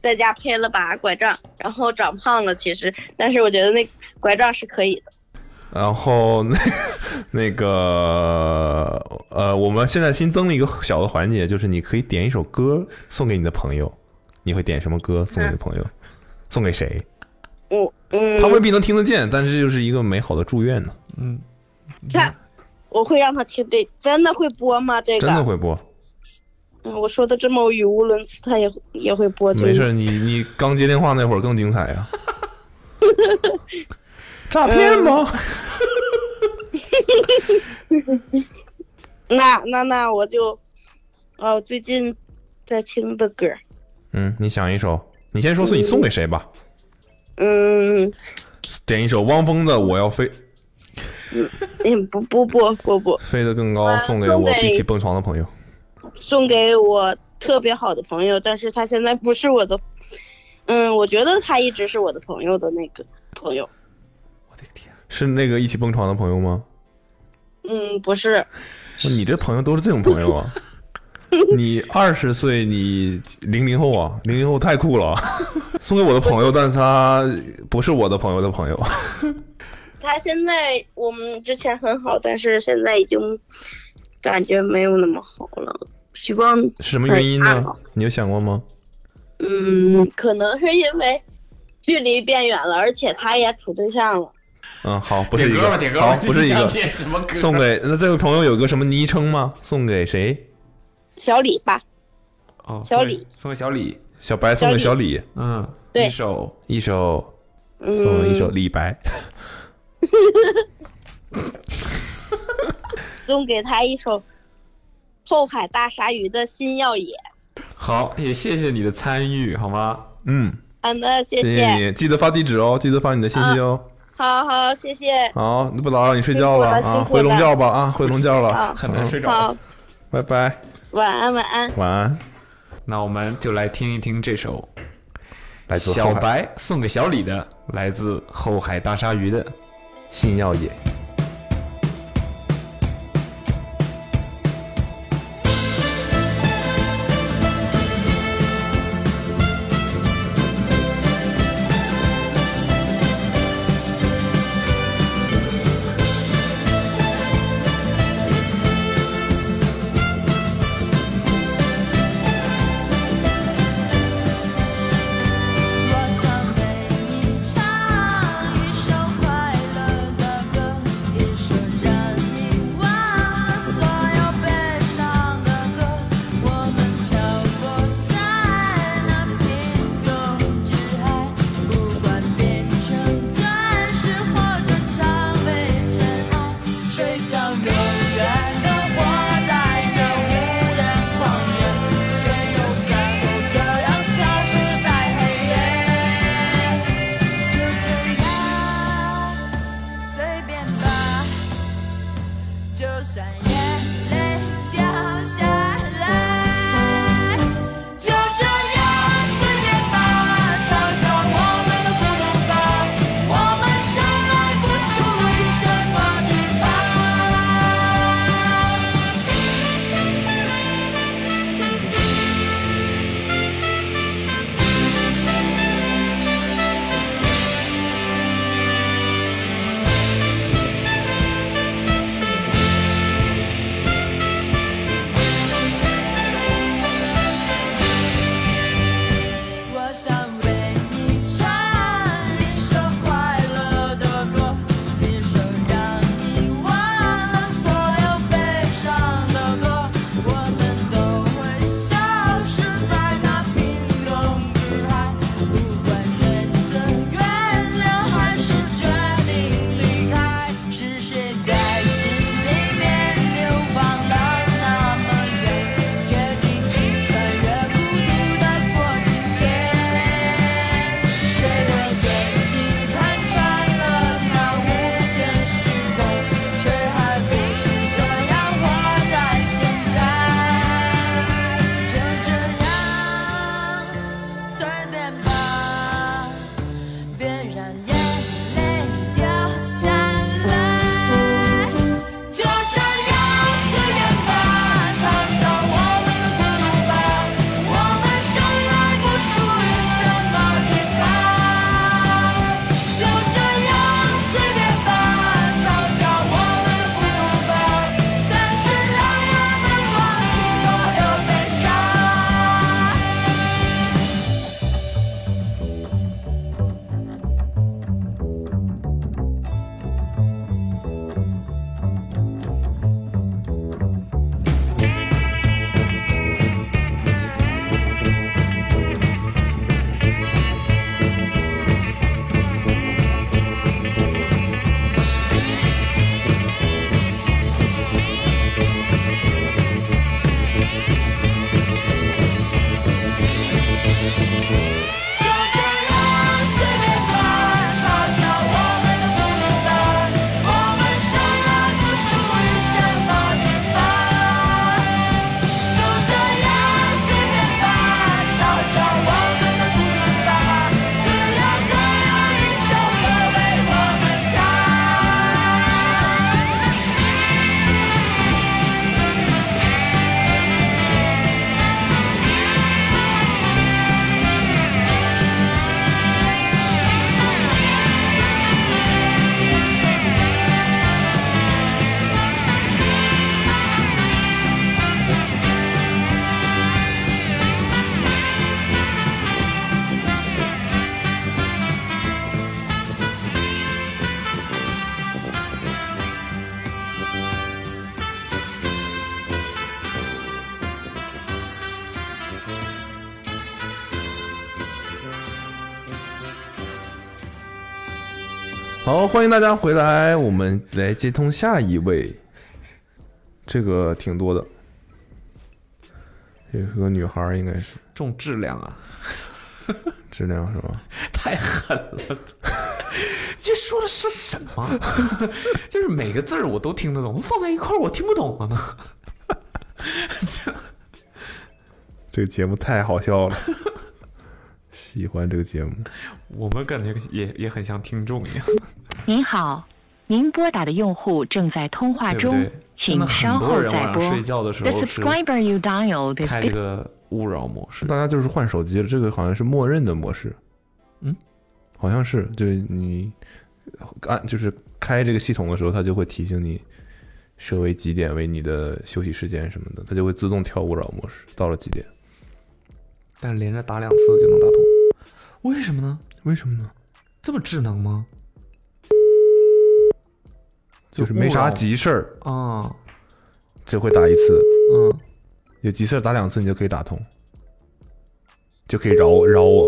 Speaker 6: 在家配了把拐杖，然后长胖了其实，但是我觉得那拐杖是可以的。
Speaker 3: 然后那 那个呃，我们现在新增了一个小的环节，就是你可以点一首歌送给你的朋友。你会点什么歌送给你的朋友？送给谁？
Speaker 6: 我嗯，
Speaker 3: 他未必能听得见，但是就是一个美好的祝愿呢。
Speaker 5: 嗯，
Speaker 6: 他我会让他听这，真的会播吗？这个
Speaker 3: 真的会播，
Speaker 6: 嗯我说的这么语无伦次，他也也会播。对吗
Speaker 3: 没事，，你你刚接电话那会儿更精彩呀、诈骗吗？
Speaker 6: 那那那我就，哦，我最近在听的歌，
Speaker 3: 嗯，你想一首，你先说是你送给谁吧。
Speaker 6: 嗯，
Speaker 3: 点一首汪峰的《我要飞
Speaker 6: 嗯，不不不不不，
Speaker 3: 飞得更高》，送给
Speaker 6: 送
Speaker 3: 我
Speaker 6: 给
Speaker 3: 比起蹦床的朋友。
Speaker 6: 送给我特别好的朋友，但是他现在不是我的，嗯，我觉得他一直是我的朋友的那个朋友，
Speaker 3: 是那个一起蹦床的朋友吗？哦
Speaker 6: 嗯，不是，
Speaker 3: 你这朋友都是这种朋友啊！你二十岁，你零零后啊，零零后太酷了。送给我的朋友，但是他不是我的朋友的朋友。
Speaker 6: 他现在我们之前很好，但是现在已经感觉没有那么好了，希望
Speaker 3: 是什么原因
Speaker 6: 哎
Speaker 3: 呢
Speaker 6: 啊？
Speaker 3: 你有想过吗？
Speaker 6: 嗯，可能是因为距离变远了，而且他也处对象了。
Speaker 3: 嗯，好，不是
Speaker 7: 点
Speaker 3: 一
Speaker 7: 歌吧，
Speaker 3: 个，
Speaker 7: 点歌吧
Speaker 3: 好，，不是一
Speaker 7: 你想
Speaker 3: 个，
Speaker 7: 点什么歌？
Speaker 3: 送给那这位朋友有个什么昵称吗？送给谁？
Speaker 6: 小李吧，
Speaker 5: 哦，
Speaker 6: 小
Speaker 5: 送给
Speaker 6: 李，
Speaker 5: 送给小李，
Speaker 3: 小白送给小李
Speaker 5: 嗯，
Speaker 6: 对
Speaker 7: 一首
Speaker 3: 一首，
Speaker 6: 嗯，
Speaker 3: 送了一首《李白》
Speaker 6: 嗯送给他一首《后海大鲨鱼的新耀野》。
Speaker 5: 好，也谢谢你的参与，好吗？
Speaker 3: 嗯，
Speaker 6: 好的，谢啊
Speaker 3: 谢谢你，记得发地址哦，记得发你的信息哦。
Speaker 6: 好好，谢谢，
Speaker 3: 好，那不打扰你睡觉
Speaker 6: 辛苦了
Speaker 3: 啊，
Speaker 6: 辛苦了
Speaker 3: 回笼觉吧啊，回笼觉了
Speaker 6: 好，
Speaker 7: 很难
Speaker 3: 嗯
Speaker 7: 睡着了。
Speaker 6: 好，
Speaker 3: 拜拜，
Speaker 6: 晚安，晚安。
Speaker 3: 晚安。
Speaker 7: 那我们就来听一听这首
Speaker 3: 来自
Speaker 7: 小
Speaker 3: 后海
Speaker 7: 白送给小李的，来自后海大鲨鱼的。
Speaker 3: 新耀野。
Speaker 12: 我想陪你唱一首快乐的歌，
Speaker 3: 好，欢迎大家回来，我们来接通下一位。这个挺多的，也是个女孩儿，应该是
Speaker 5: 重质 量啊，
Speaker 3: 质量是吧？
Speaker 5: 太狠了！这说的是什么？ 就是每个字儿我都听得懂，放在一块儿我听不懂啊呢。
Speaker 3: 这个节目太好笑了， 喜欢这个节目。
Speaker 5: 我们感觉也也很像听众一样。
Speaker 8: 您好，您拨打的用户正在通话
Speaker 5: 对不
Speaker 8: 中，
Speaker 5: 对？真的
Speaker 8: 请
Speaker 5: 很
Speaker 8: 稍
Speaker 5: 多
Speaker 8: 后
Speaker 5: 人
Speaker 8: 再
Speaker 5: 晚上
Speaker 8: 拨。
Speaker 5: 睡觉的时
Speaker 8: The
Speaker 5: 候是
Speaker 8: 哦 subscriber you dialed
Speaker 5: 开
Speaker 8: is
Speaker 5: 这个勿扰模式
Speaker 3: 大。家就是换手机了，这个好像是默认的模式。
Speaker 5: 嗯，
Speaker 3: 好像是，就是你按就是开这个系统的时候，它就会提醒你设为几点为你的休息时间什么的，它就会自动跳勿扰模式，到了几点？
Speaker 5: 但是连着打两次就能打通，为什么呢？
Speaker 3: 为什么呢？
Speaker 5: 这么智能吗？
Speaker 3: 就是没啥
Speaker 5: 勿扰
Speaker 3: 急事儿，
Speaker 5: 啊，
Speaker 3: 就会打一次；
Speaker 5: 嗯，
Speaker 3: 有急事儿打两次，你就可以打通，就可以饶饶我。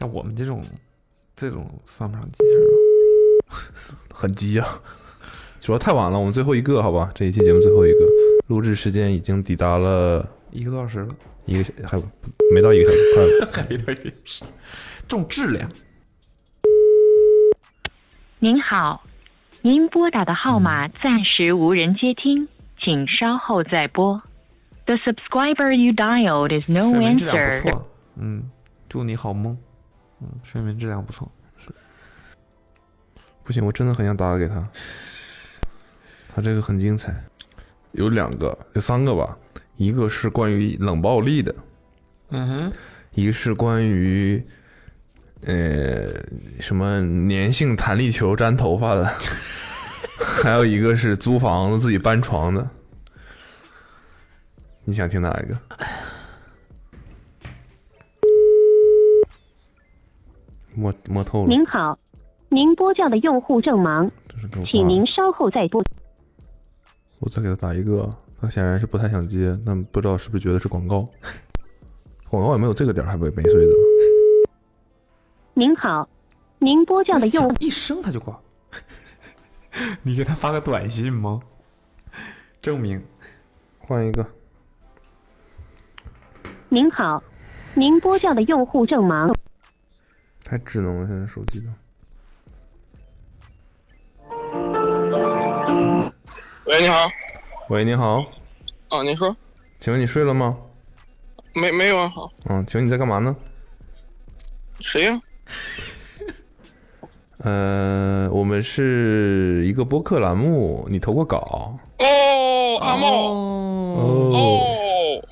Speaker 5: 像我们这种，这种算不上急事儿吧。
Speaker 3: 很急呀、主要太晚了，我们最后一个好吧，这一期节目最后一个，录制时间已经抵达了
Speaker 5: 一个多小时了，
Speaker 3: 一个小还不没到一个小时，快了。
Speaker 5: 还没到一个小时。 重质量，
Speaker 8: 您好，您拨打的号码暂时无人接听，请稍后再拨。The subscriber you dialed is no
Speaker 5: 睡眠质量不
Speaker 8: answer.
Speaker 5: 错。嗯，祝你好梦。嗯，睡眠质量不错。
Speaker 3: 不行，我真的很想打给他，他这个很精彩，有两个，有三个吧，一个是关于冷暴力的，
Speaker 5: 嗯哼，
Speaker 3: 一个是关于呃什么粘性弹力球粘头发的， 还有一个是租房子自己搬床的。你想听哪一个？摸摸透了，
Speaker 8: 您好，您拨叫的用户正忙，
Speaker 3: 这是给我
Speaker 8: 请
Speaker 3: 挂了
Speaker 8: 您稍后再拨。
Speaker 3: 我再给他打一个，他显然是不太想接，那不知道是不是觉得是广告？广告也没有这个点儿还没没睡的。
Speaker 8: 您好，您拨叫的用户
Speaker 5: 一声他就挂。 你给他发个短信吗？证明
Speaker 3: 换一个，
Speaker 8: 您好，您拨叫的用户正忙，
Speaker 3: 太智能了，现在手机都。
Speaker 4: 喂，你好，
Speaker 3: 喂，你好，
Speaker 4: 啊，您说
Speaker 3: 请问你睡了吗？
Speaker 4: 没没有啊？好，
Speaker 3: 嗯，请问你在干嘛呢？
Speaker 4: 谁呀、
Speaker 3: 呃，我们是一个播客栏目，你投过稿
Speaker 4: 哦，阿茂，
Speaker 5: 哦，
Speaker 3: 哦。
Speaker 4: 哦，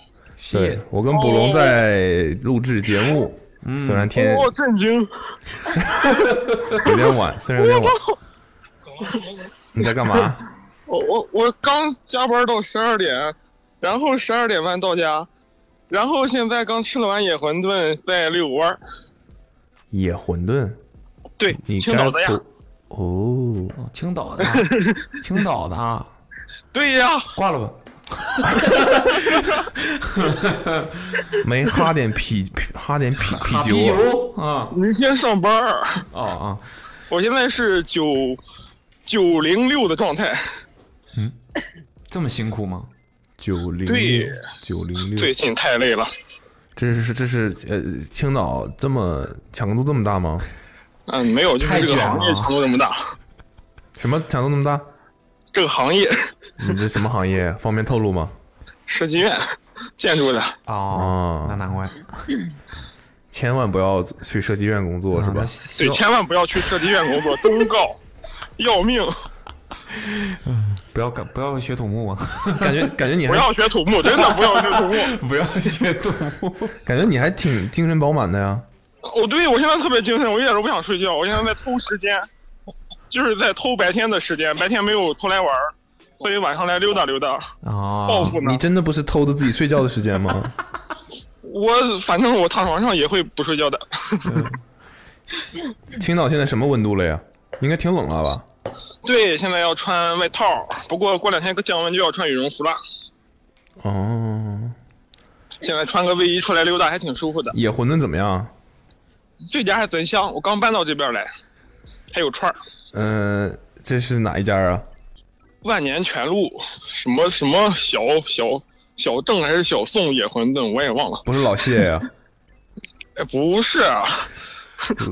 Speaker 3: 对，我跟卜龙在录制节目，虽然天
Speaker 4: 我哦震惊，
Speaker 3: 有点晚，虽然有点晚。你在干嘛？
Speaker 4: 我我我刚加班到十二点，然后十二点半到家，然后现在刚吃了完野馄饨，在遛弯儿。
Speaker 3: 野馄饨，
Speaker 4: 对，
Speaker 3: 你
Speaker 4: 青岛
Speaker 3: 该
Speaker 4: 的呀，
Speaker 3: 不哦。
Speaker 5: 哦青 岛的啊，青岛的啊，
Speaker 4: 对呀，
Speaker 5: 挂了吧。
Speaker 3: 没哈点啤啤哈点啤啤
Speaker 5: 哈啤
Speaker 3: 酒啊，
Speaker 5: 酒啊，
Speaker 4: 明天上班儿。
Speaker 5: 哦啊，
Speaker 4: 我现在是九九零六的状态，
Speaker 5: 这么辛苦吗？
Speaker 3: 九零
Speaker 4: 对
Speaker 3: 六九
Speaker 5: 嗯
Speaker 3: 零
Speaker 4: 最
Speaker 3: 六，
Speaker 4: 近太累了。
Speaker 3: 这是这是呃青岛这么强度这么大吗？
Speaker 4: 嗯，没有，就是这个
Speaker 5: 太卷
Speaker 4: 行业
Speaker 5: 了
Speaker 4: 强度这么大，
Speaker 3: 什么强度那么大？
Speaker 4: 这个行业
Speaker 3: 你这什么行业？方便透露吗？
Speaker 4: 设计院建筑的，
Speaker 12: 嗯
Speaker 5: 哦
Speaker 3: 哦，
Speaker 5: 那难怪
Speaker 3: 千万不要去设计院工作是
Speaker 5: 啊
Speaker 3: 吧
Speaker 4: 对，
Speaker 5: 那？希望
Speaker 4: 千万不要去设计院工 作，忠告，要命！
Speaker 5: 不要干，不要学土木啊！
Speaker 3: 感觉感觉你
Speaker 4: 不
Speaker 3: 还
Speaker 4: 要学土木，真的不要学土木。
Speaker 5: 不要学土木，
Speaker 3: 感觉你还挺精神饱满的呀。
Speaker 4: 哦，对，我现在特别精神，我一点都不想睡觉，我现在在偷时间， 就是在偷白天的时间，白天没有出来玩儿，所以晚上来溜达溜达，
Speaker 5: 啊，
Speaker 4: 报复
Speaker 3: 你
Speaker 4: 呢。
Speaker 3: 真的不是偷着自己睡觉的时间吗？
Speaker 4: 我反正我躺床上也会不睡觉的，
Speaker 3: 青岛现在什么温度了呀？应该挺冷了吧？
Speaker 4: 对，现在要穿外套，不过过两天降温就要穿羽绒服了。
Speaker 3: 哦，
Speaker 4: 现在穿个卫衣出来溜达还挺舒服的，
Speaker 3: 野馄饨怎么样？
Speaker 4: 这家还真香。我刚搬到这边来，
Speaker 2: 它有串儿，
Speaker 3: 嗯、这是哪一家啊？
Speaker 2: 万年全路什么什么小小小郑还是小宋野馄饨，我也忘了。
Speaker 3: 不是老谢呀、
Speaker 2: 哎，不是啊，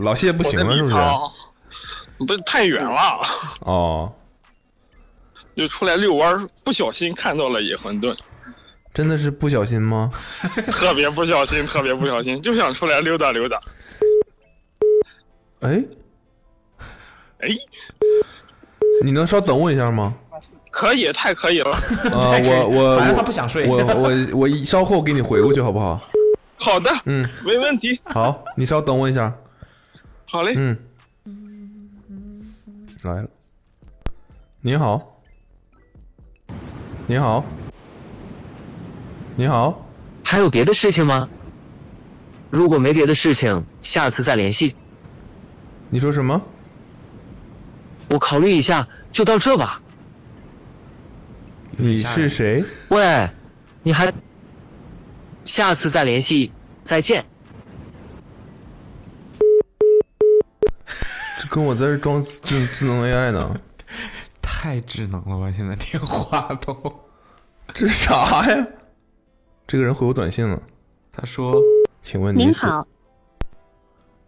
Speaker 3: 老谢不
Speaker 2: 我
Speaker 3: 行啊
Speaker 2: 在
Speaker 3: 了是
Speaker 2: 米
Speaker 3: 不是？
Speaker 2: 仓，不是太远了，
Speaker 3: 哦，
Speaker 2: 就出来遛弯儿，不小心看到了野馄饨，
Speaker 3: 真的是不小心吗？
Speaker 2: 特别不小心，特别不小心，就想出来溜达溜达。
Speaker 3: 哎，
Speaker 2: 哎，
Speaker 3: 你能稍等我一下吗？
Speaker 2: 可以，太可以了。
Speaker 3: 啊、我我
Speaker 7: 反正他
Speaker 3: 我
Speaker 7: 不想睡。
Speaker 3: 我我我一稍后给你回过去好不好？
Speaker 2: 好的，
Speaker 3: 嗯，
Speaker 2: 没问题。
Speaker 3: 好，你稍等我一下。
Speaker 2: 好嘞，
Speaker 3: 嗯，来了。您好，您好，您好，
Speaker 12: 还有别的事情吗？如果没别的事情，下次再联系。
Speaker 3: 你说什么？
Speaker 12: 我考虑一下，就到这吧。
Speaker 3: 你是谁？
Speaker 12: 喂，你还……下次再联系，再见。
Speaker 3: 这跟我在这装智智能 AI 呢？
Speaker 5: 太智能了吧！现在电话 都，
Speaker 3: 这是啥呀？这个人回我短信了，
Speaker 5: 他说
Speaker 3: 请问
Speaker 1: 您
Speaker 3: 您是
Speaker 1: 好，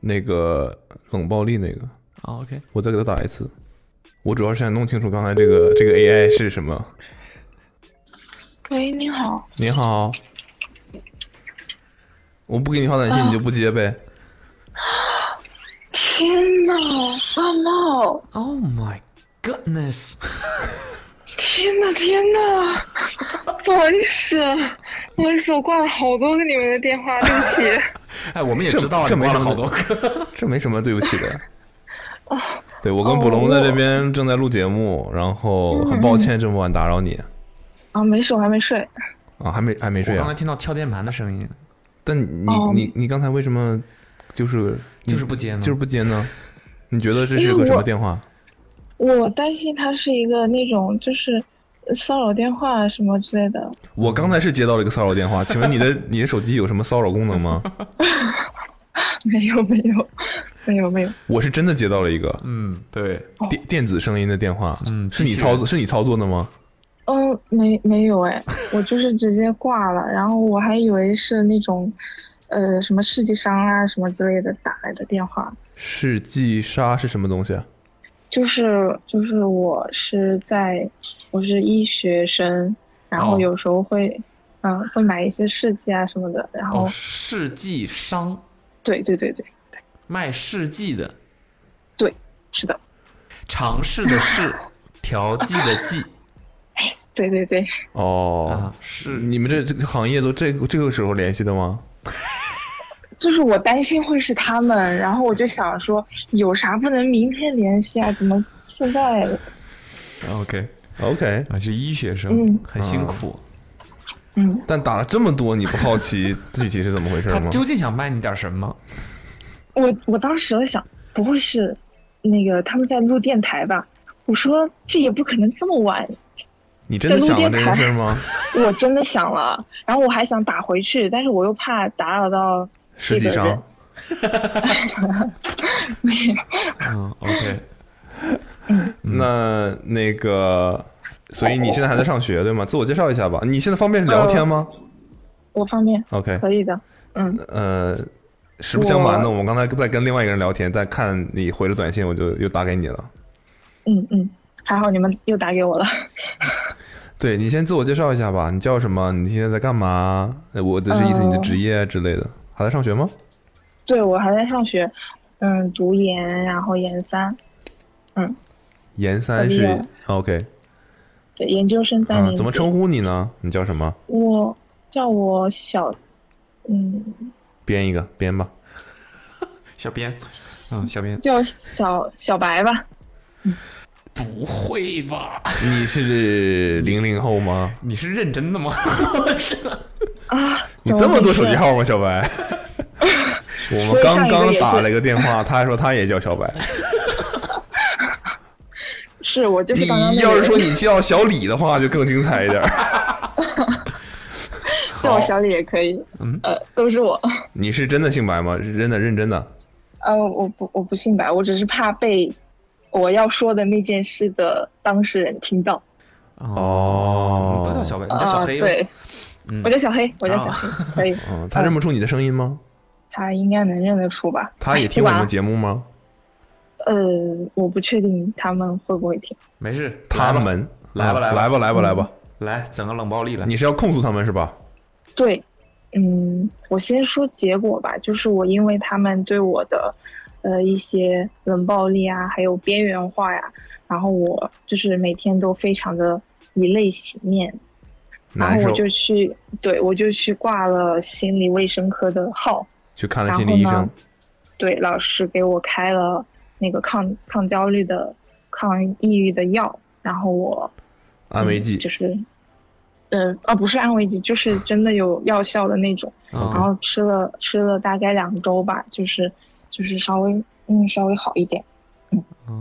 Speaker 3: 那个冷暴力那个？
Speaker 12: 哦
Speaker 5: 啊，OK，
Speaker 3: 我再给他打一次。我主要是想弄清楚刚才这个这个 AI 是什么。
Speaker 6: 喂，你好，
Speaker 3: 你好，我不给你发短
Speaker 1: 哦
Speaker 3: 信，你就不接呗？
Speaker 6: 天哪，大帽，
Speaker 5: Oh my goodness！
Speaker 6: 天哪，天哪，不好意思，我手挂了好多个你们的电话，对不起。
Speaker 7: 哎，我们也
Speaker 3: 这
Speaker 7: 知道
Speaker 3: 这
Speaker 7: 你
Speaker 3: 没
Speaker 7: 挂
Speaker 3: 什
Speaker 7: 了
Speaker 3: 么
Speaker 7: 好多
Speaker 5: 啊
Speaker 7: 个。
Speaker 3: 这没什么对不起 的。
Speaker 6: 哦
Speaker 3: 对，我跟卜龙在这边正在录节目，然后很抱歉这么晚打扰你
Speaker 6: 啊，没事，我还没睡。嗯
Speaker 3: 啊，还没还没
Speaker 5: 我
Speaker 3: 睡
Speaker 5: 刚才
Speaker 3: 啊。
Speaker 5: 听到敲键盘的声音，
Speaker 3: 但你
Speaker 6: 哦
Speaker 3: 你你刚才为什么就是
Speaker 5: 就是不接呢
Speaker 3: 就是不接呢？你觉得这是
Speaker 6: 因
Speaker 3: 个
Speaker 6: 为
Speaker 3: 什么
Speaker 6: 我
Speaker 3: 电话？
Speaker 6: 我担心他是一个那种就是骚扰电话什么之类的。
Speaker 3: 我刚才是接到了一个骚扰电 话，请问你的你的手机有什么骚扰功能吗？
Speaker 6: 没有，没有，没有，没有。
Speaker 3: 我是真的接到了一个
Speaker 7: 嗯，对，
Speaker 6: 哦
Speaker 3: 电电子声音的电话，
Speaker 5: 嗯
Speaker 3: 是你
Speaker 5: 机器
Speaker 3: 操
Speaker 5: 人
Speaker 3: 作是你操作的吗？
Speaker 6: 嗯，没没有哎，我就是直接挂了，然后我还以为是那种，呃，什么世纪商啊什么之类的打来的电话，
Speaker 3: 世纪沙是什么东西啊？
Speaker 6: 就是就是我是在我是医学生，然
Speaker 7: 哦
Speaker 6: 后有时候会，嗯、会买一些试剂啊什么的，然后、
Speaker 7: 哦，世纪商
Speaker 6: 对对对对，
Speaker 7: 卖世纪的，
Speaker 6: 是的，
Speaker 7: 尝试的试，调剂的剂
Speaker 6: 对对对，
Speaker 3: 哦
Speaker 7: 啊，，是
Speaker 3: 你们这这
Speaker 6: 嗯
Speaker 3: 个行业都这个这个时候联系的吗？
Speaker 6: 就是我担心会是他们，然后我就想说有啥不能明天联系啊？怎么现在
Speaker 5: OK
Speaker 3: OK，
Speaker 5: 啊，是医学生
Speaker 6: 嗯，
Speaker 5: 很辛苦。
Speaker 6: 嗯？
Speaker 3: 但打了这么多，你不好 奇具体是怎么回事
Speaker 5: 他
Speaker 3: 吗？
Speaker 5: 究竟想卖你点什么？
Speaker 6: 我我当时我想，不会是那个他们在录电台吧？我说这也不可能这么晚，
Speaker 3: 你真的想了这件事吗？
Speaker 6: 我真的想了，然后我还想打回去，但是我又怕打扰到
Speaker 3: 世纪
Speaker 6: 这个
Speaker 3: 商
Speaker 6: 人，没有
Speaker 5: 嗯，OK，
Speaker 3: 那那个，所以你现在还在上学对吗？自我介绍一下吧。你现在方便聊天吗
Speaker 6: 呃我方面
Speaker 3: ？OK，
Speaker 6: 可以的，嗯，
Speaker 3: 呃，实不相瞒呢，
Speaker 6: 我
Speaker 3: 我们刚才在跟另外一个人聊天，但看你回了短信，我就又打给你了。
Speaker 6: 嗯嗯，还好你们又打给我了。
Speaker 3: 对你先自我介绍一下吧，你叫什么？你现在在干嘛？呃我的是意思你的
Speaker 6: 哦
Speaker 3: 职业之类的。还在上学吗？
Speaker 6: 对我还在上学，嗯，读研，然后研三，
Speaker 3: 研三
Speaker 6: 毕业
Speaker 3: 是
Speaker 6: 了
Speaker 3: OK，
Speaker 6: 对，研究生呃三年、
Speaker 3: 嗯，怎么称？呼你呢？你叫什么？
Speaker 6: 我叫我小，嗯，
Speaker 3: 编一个，编吧。
Speaker 5: 小 编，嗯，小编，
Speaker 6: 叫小小白吧。
Speaker 7: 不会吧？
Speaker 3: 你是零零后吗？
Speaker 7: 你是认真的吗？
Speaker 6: 啊，
Speaker 3: 你
Speaker 6: 怎
Speaker 3: 这么
Speaker 6: 回
Speaker 3: 多
Speaker 6: 事
Speaker 3: 手机号吗，小 白？我
Speaker 6: 所
Speaker 3: 们
Speaker 6: 以
Speaker 3: 刚
Speaker 6: 上一个
Speaker 3: 刚
Speaker 6: 也
Speaker 3: 打
Speaker 6: 是
Speaker 3: 了一个电话，他还说他也叫小白。
Speaker 6: 是我就是刚刚
Speaker 3: 你
Speaker 6: 那
Speaker 3: 要
Speaker 6: 个
Speaker 3: 是
Speaker 6: 人
Speaker 3: 说你叫小李的话，就更精彩一点。
Speaker 6: 叫我小李也可以，
Speaker 5: 嗯
Speaker 6: 呃，都是我。
Speaker 3: 你是真的姓白吗？是真的认真的。
Speaker 6: 呃，我不我不姓白，我只是怕被
Speaker 11: 我要说的那件事的当事人听到。
Speaker 3: 哦，
Speaker 5: 都叫小啊白，你叫
Speaker 11: 啊，
Speaker 5: 小黑吗？
Speaker 11: 对，
Speaker 5: 嗯
Speaker 11: 我叫小黑，我叫小
Speaker 5: 啊
Speaker 11: 黑，可以。
Speaker 3: 嗯，他认不出你的声音吗？
Speaker 11: 他应该能认得出吧？
Speaker 3: 他也听
Speaker 11: 不
Speaker 3: 我
Speaker 11: 管
Speaker 3: 们
Speaker 11: 了
Speaker 3: 节目吗？
Speaker 11: 呃，我不确定他们会不会听。
Speaker 5: 没事，
Speaker 3: 他们
Speaker 5: 哎来吧
Speaker 3: 啊
Speaker 5: 来吧嗯
Speaker 3: 来吧来吧来吧，
Speaker 5: 来整个冷暴力来。
Speaker 3: 你是要控诉他们是吧？
Speaker 6: 啊
Speaker 11: 对，嗯，我先说结果吧，就是我因为他们对我的，呃，一些冷暴力啊，还有边缘化呀、然后我就是每天都非常的以泪洗面，然
Speaker 3: 难
Speaker 11: 后
Speaker 3: 受
Speaker 11: 我，就去，对我就去挂了心理卫生科的号，
Speaker 3: 去看了
Speaker 11: 然
Speaker 3: 心
Speaker 11: 后
Speaker 3: 理医
Speaker 11: 呢
Speaker 3: 生。
Speaker 11: 对，老师给我开了那个抗抗焦虑的、抗抑郁的药，然后我
Speaker 3: 安慰
Speaker 11: 嗯
Speaker 3: 剂
Speaker 11: 就是，嗯，啊，不是安慰剂，就是真的有药效的那种。
Speaker 5: 啊
Speaker 3: OK
Speaker 11: 然后吃了吃了大概两周吧，就是就是稍微嗯稍微好一点。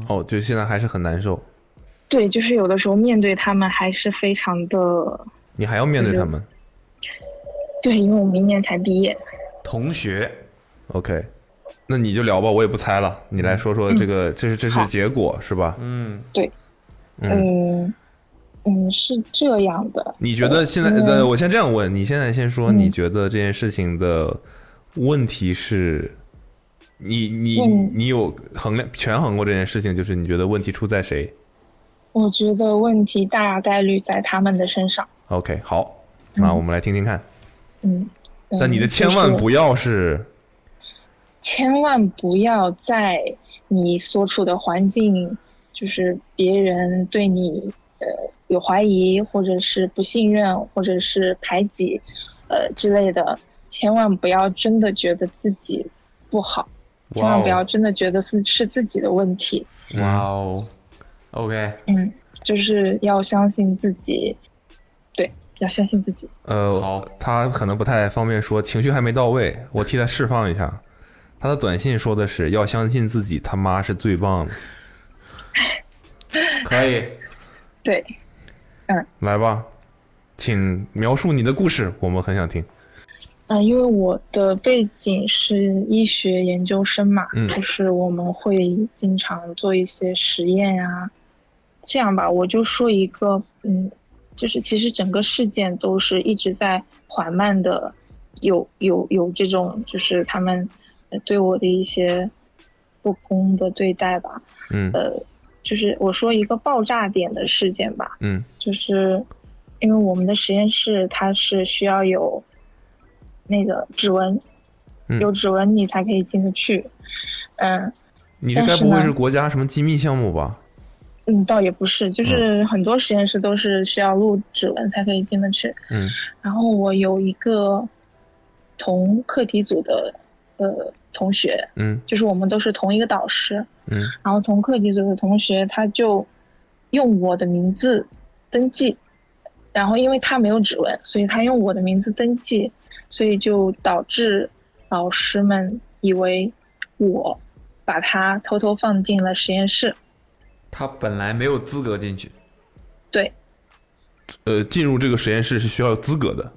Speaker 3: 哦，就现在还是很难受，
Speaker 11: 对，就是有的时候面对他们还是非常的
Speaker 3: 你还要面对他们。
Speaker 11: 对，因为我明年才毕业。
Speaker 5: 同学
Speaker 3: OK，那你就聊吧，我也不猜了，你来说说这个，这是这是
Speaker 11: 嗯好
Speaker 3: 结果是吧？
Speaker 5: 嗯，
Speaker 11: 对，
Speaker 3: 嗯，
Speaker 11: 嗯嗯是这样的。
Speaker 3: 你觉得现在
Speaker 11: 嗯
Speaker 3: 呃，我先这样问，你现在先说，
Speaker 11: 嗯
Speaker 3: 你觉得这件事情的问题是，你你
Speaker 11: 嗯
Speaker 3: 你有衡量权衡过这件事情，就是你觉得问题出在谁
Speaker 11: 我觉得问题大概率在他们的身上。
Speaker 3: ？OK，好，那我们来听听看。
Speaker 11: 嗯，嗯
Speaker 3: 但你的千
Speaker 11: 就
Speaker 3: 万
Speaker 11: 是
Speaker 3: 不要是
Speaker 11: 千万不要在你所处的环境，就是别人对你呃有怀疑，或者是不信任，或者是排挤，呃之类的，千万不要真的觉得自己不好，千
Speaker 5: 哇
Speaker 11: 万
Speaker 5: 哦
Speaker 11: 不要真的觉得是是自己的问题，
Speaker 5: 哇哦，OK，
Speaker 11: 嗯，就是要相信自己，对，要相信自己。
Speaker 3: 呃，他可能不太方便说，情绪还没到位，我替他释放一下。他的短信说的是要相信自己，他妈是最棒的。
Speaker 5: 可以，
Speaker 11: 对，
Speaker 3: 来吧，请描述你的故事，我们很想听。
Speaker 11: 嗯、因为我的背景是医学研究生嘛，
Speaker 3: 嗯
Speaker 11: 就是我们会经常做一些实验呀、这样吧，我就说一个，嗯，就是其实整个事件都是一直在缓慢的，有有有这种就是他们呃对我的一些不公的对待吧，
Speaker 3: 嗯
Speaker 11: 呃，就是我说一个爆炸点的事件吧，
Speaker 3: 嗯
Speaker 11: 就是因为我们的实验室它是需要有那个指纹，
Speaker 3: 嗯
Speaker 11: 有指纹你才可以进得去。嗯
Speaker 3: 你这
Speaker 11: 但
Speaker 3: 该
Speaker 11: 是
Speaker 3: 不会
Speaker 11: 呢
Speaker 3: 是国家什么机密项目吧？
Speaker 11: 嗯，倒也不是，就是很多实验室都是需要录指纹才可以进得去。
Speaker 3: 嗯
Speaker 11: 然后我有一个同课题组的呃同学，
Speaker 3: 嗯
Speaker 11: 就是我们都是同一个导师，
Speaker 3: 嗯
Speaker 11: 然后同课题组的同学他就用我的名字登记，然后因为他没有指纹，所以他用我的名字登记，所以就导致老师们以为我把他偷偷放进了实验室。
Speaker 5: 他本来没有资格进去，
Speaker 11: 对
Speaker 3: 呃，进入这个实验室是需要有资格的。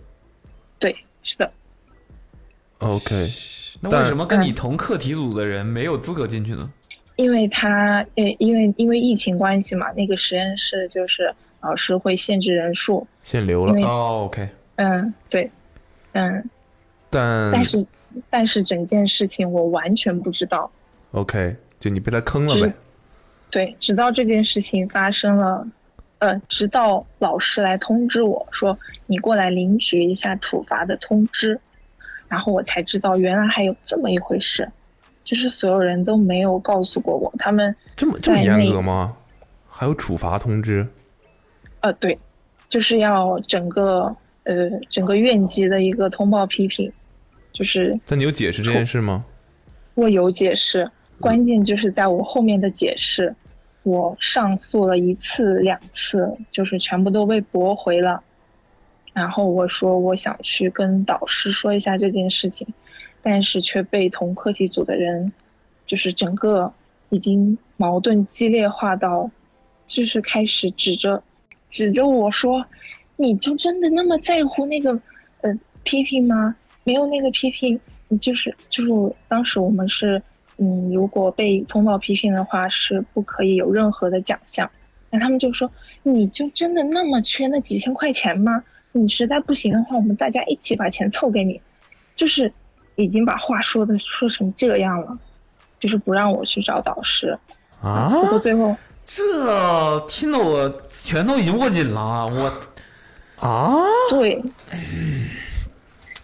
Speaker 11: 对，是的，
Speaker 3: OK，
Speaker 5: 那
Speaker 3: 但
Speaker 5: 为什么跟你同课题组的人没有资格进去呢？
Speaker 11: 因为他呃，因为因为疫情关系嘛，那个实验室就是老师会限制人数。
Speaker 3: 限流了
Speaker 11: 因为
Speaker 5: 哦，OK，
Speaker 11: 嗯，对，嗯，
Speaker 3: 但
Speaker 11: 但是、但是整件事情我完全不知道。
Speaker 3: OK，就你被他坑了
Speaker 11: 只
Speaker 3: 呗。
Speaker 11: 对，直到这件事情发生了，呃，直到老师来通知我说你过来领取一下处罚的通知，然后我才知道原来还有这么一回事，就是所有人都没有告诉过我，他们
Speaker 3: 这么这么
Speaker 11: 在
Speaker 3: 严
Speaker 11: 那
Speaker 3: 格吗？还有处罚通知？
Speaker 11: 呃，对，就是要整个呃整个院级的一个通报批评，就是
Speaker 3: 但你有解释这件事吗？
Speaker 11: 我有解释，关键就是在我后面的解释，我上诉了一次两次，就是全部都被驳回了。然后我说我想去跟导师说一下这件事情，但是却被同课题组的人，就是整个已经矛盾激烈化到，就是开始指着指着我说，你就真的那么在乎那个呃批评吗？没有那个批评，你就是就是我当时我们是嗯，如果被通报批评的话是不可以有任何的奖项。那他们就说，你就真的那么缺那几千块钱吗？你实在不行的话，我们大家一起把钱凑给你。就是已经把话说的说成这样了，就是不让我去找导师。
Speaker 7: 啊，
Speaker 11: 不过最后
Speaker 7: 这听得我拳头已经握紧了，我啊，
Speaker 11: 对，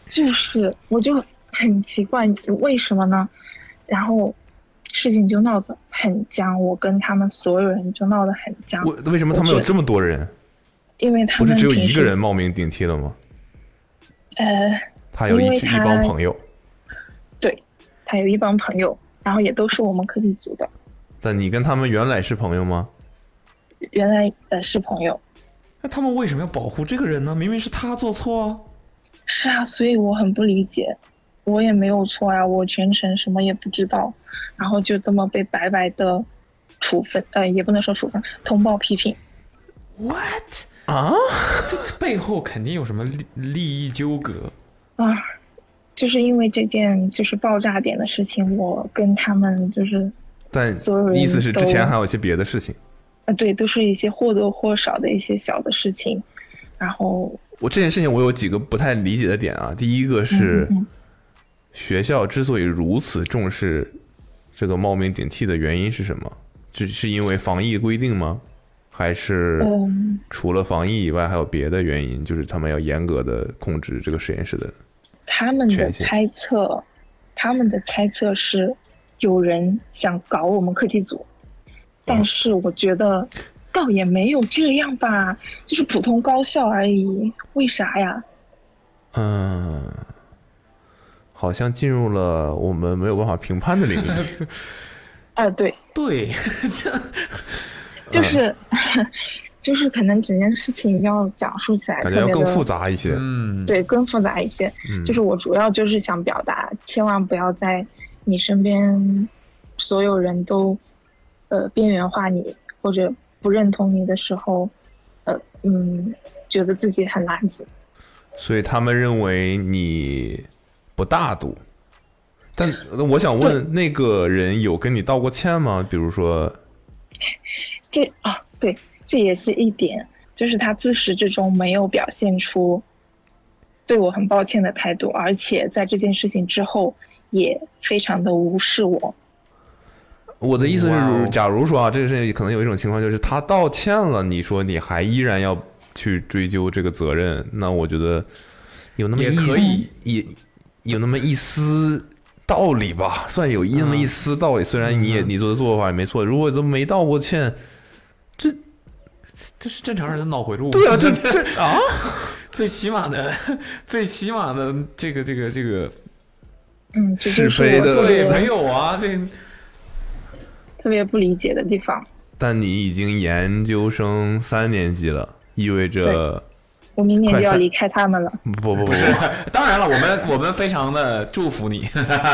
Speaker 11: 就是我就很奇怪为什么呢？然后事情就闹得很僵，我跟他们所有人就闹得很僵。
Speaker 3: 我为什么他们有这么多人？
Speaker 11: 因为他
Speaker 3: 不
Speaker 11: 们
Speaker 3: 是只有
Speaker 11: 平
Speaker 3: 一
Speaker 11: 时
Speaker 3: 个人冒名顶替了吗？
Speaker 11: 呃，
Speaker 3: 他有一
Speaker 11: 因为
Speaker 3: 群一
Speaker 11: 他
Speaker 3: 帮朋友，
Speaker 11: 对，他有一帮朋友，然后也都是我们科技组的，
Speaker 3: 但你跟他们原来是朋友吗？
Speaker 11: 原来呃是朋友。
Speaker 7: 那他们为什么要保护这个人呢？明明是他做错啊。
Speaker 11: 是啊，所以我很不理解，我也没有错啊，我全程什么也不知道，然后就这么被白白的处分，呃，也不能说处分，通报批评。
Speaker 7: What 啊？这这背后肯定有什么利利益纠葛。
Speaker 11: 啊，就是因为这件就是爆炸点的事情，我跟他们就是
Speaker 3: 但
Speaker 11: 所有人
Speaker 3: 意思是之前
Speaker 11: 都
Speaker 3: 还有一些别的事情。
Speaker 11: 呃，对，都是一些或多或少的一些小的事情，然后
Speaker 3: 我这件事情我有几个不太理解的点啊。第一个是，学校之所以如此重视这个冒名顶替的原因是什么？只是因为防疫规定吗？还是
Speaker 11: 嗯
Speaker 3: 除了防疫以外还有别的原因？就是他们要严格的控制这个实验室的人。
Speaker 11: 他们的
Speaker 3: 权限
Speaker 11: 猜测，他们的猜测是有人想搞我们课题组，但是我觉得倒也没有这样吧，就是普通高校而已，为啥呀？
Speaker 3: 嗯，好像进入了我们没有办法评判的领域。
Speaker 11: 啊，对，
Speaker 7: 对，
Speaker 11: 就是、 就是可能整件事情要讲述起来
Speaker 3: 感觉要
Speaker 11: 特别
Speaker 3: 更
Speaker 11: 的
Speaker 3: 复杂一些。嗯，
Speaker 11: 对，更复杂一些。
Speaker 3: 嗯
Speaker 11: 就是我主要就是想表达，千万不要在你身边所有人都呃边缘化你或者不认同你的时候，呃嗯，觉得自己很垃圾。
Speaker 3: 所以他们认为你不大度。但呃我想问，那个人有跟你道过歉吗？比如说，
Speaker 11: 这啊，对，这也是一点，就是他自始至终没有表现出对我很抱歉的态度，而且在这件事情之后也非常的无视我。
Speaker 3: 我的意思
Speaker 7: 哇哦
Speaker 3: 是，假如说啊，这个事情可能有一种情况就是他道歉了，你说你还依然要去追究这个责任，那我觉得有那么
Speaker 7: 也
Speaker 3: 一
Speaker 7: 可以，
Speaker 3: 也有那么一丝道理吧，算有一那么一丝道理。虽然你
Speaker 7: 嗯
Speaker 3: 也你做的做法也没错，如果都没道过歉，
Speaker 7: 这是正常人的脑回路。
Speaker 3: 对啊这这啊，
Speaker 7: 最起码的， 最起码的这个这个这个
Speaker 11: 嗯，这就是
Speaker 3: 非
Speaker 11: 我
Speaker 3: 的
Speaker 11: 特别
Speaker 7: 对没有啊，这
Speaker 11: 特别不理解的地方。
Speaker 3: 但你已经研究生三年级了，意味着
Speaker 11: 我明年
Speaker 3: 快
Speaker 11: 就要
Speaker 3: 三
Speaker 11: 离开他们了。
Speaker 3: 不不不不
Speaker 7: 不是。 当然了，我们我们非常的祝福你，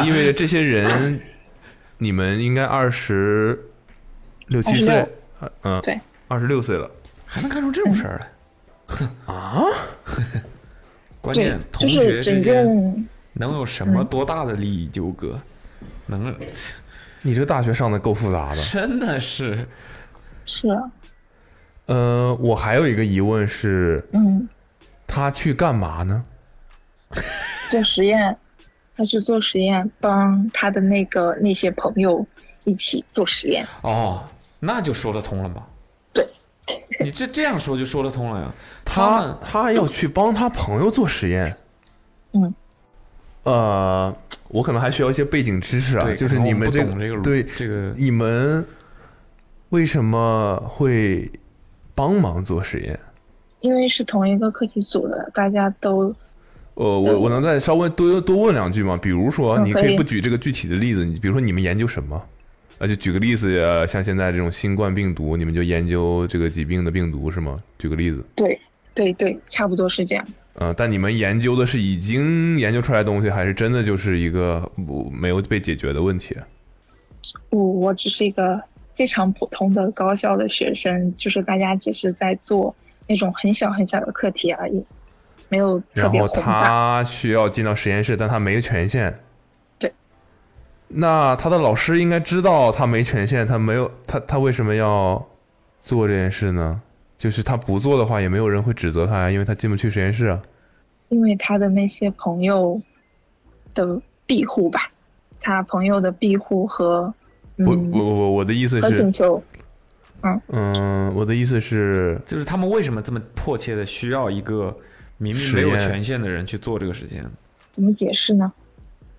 Speaker 3: 意味着这些人，你们应该二十六七岁
Speaker 11: 26，
Speaker 3: 呃嗯，
Speaker 11: 对，
Speaker 3: 二十六岁了。
Speaker 7: 还能干出这种事儿来？ 啊？关
Speaker 11: 对
Speaker 7: 键，
Speaker 11: 就
Speaker 7: 同
Speaker 11: 是
Speaker 7: 学
Speaker 11: 整
Speaker 7: 之
Speaker 11: 件
Speaker 7: 间能有什么多大的利益纠葛？能
Speaker 3: 你这个大学上的够复杂的。
Speaker 7: 真的是
Speaker 11: 是啊，
Speaker 3: 呃，我还有一个疑问是，
Speaker 11: 嗯，
Speaker 3: 他去干嘛呢？
Speaker 11: 做实验，他去做实验，帮他的那个那些朋友一起做实验。
Speaker 7: 哦，那就说得通了吧？
Speaker 11: 对，
Speaker 7: 你这这样说就说得通了呀。
Speaker 3: 他他要去帮他朋友做实验。
Speaker 11: 嗯。
Speaker 3: 呃，我可能还需要一些背景知识啊，
Speaker 7: 对
Speaker 3: 就是
Speaker 7: 可能
Speaker 3: 你
Speaker 7: 我
Speaker 3: 们
Speaker 7: 不
Speaker 3: 这
Speaker 7: 懂这个
Speaker 3: 对
Speaker 7: 这个
Speaker 3: 你们为什么会帮忙做实验？
Speaker 11: 因为是同一个课题组的，大家都
Speaker 3: 呃，我我能再稍微多多问两句吗？比如说，
Speaker 11: 嗯
Speaker 3: 你
Speaker 11: 可
Speaker 3: 可以
Speaker 11: 以
Speaker 3: 不举这个具体的例子，你比如说你们研究什么？呃，就举个例子，呃，像现在这种新冠病毒，你们就研究这个疾病的病毒是吗？举个例子，
Speaker 11: 对对对，差不多是这样。
Speaker 3: 呃，但你们研究的是已经研究出来的东西，还是真的就是一个不没有被解决的问题？
Speaker 11: 我我只是一个非常普通的高校的学生，就是大家只是在做那种很小很小的课题而已，没有特
Speaker 3: 然
Speaker 11: 别
Speaker 3: 后
Speaker 11: 宏大。
Speaker 3: 他需要进到实验室，但他没权限。
Speaker 11: 对。
Speaker 3: 那他的老师应该知道他没权限，他没有他他为什么要做这件事呢？就是他不做的话，也没有人会指责他呀，因为他进不去实验室啊。
Speaker 11: 因为他的那些朋友的庇护吧，他朋友的庇护和
Speaker 3: 我我我我的意思
Speaker 11: 和请
Speaker 3: 是，
Speaker 11: 求，嗯，
Speaker 3: 嗯，我的意思是，
Speaker 5: 就是他们为什么这么迫切的需要一个明明没有权限的人去做这个实验？
Speaker 11: 怎么解释呢？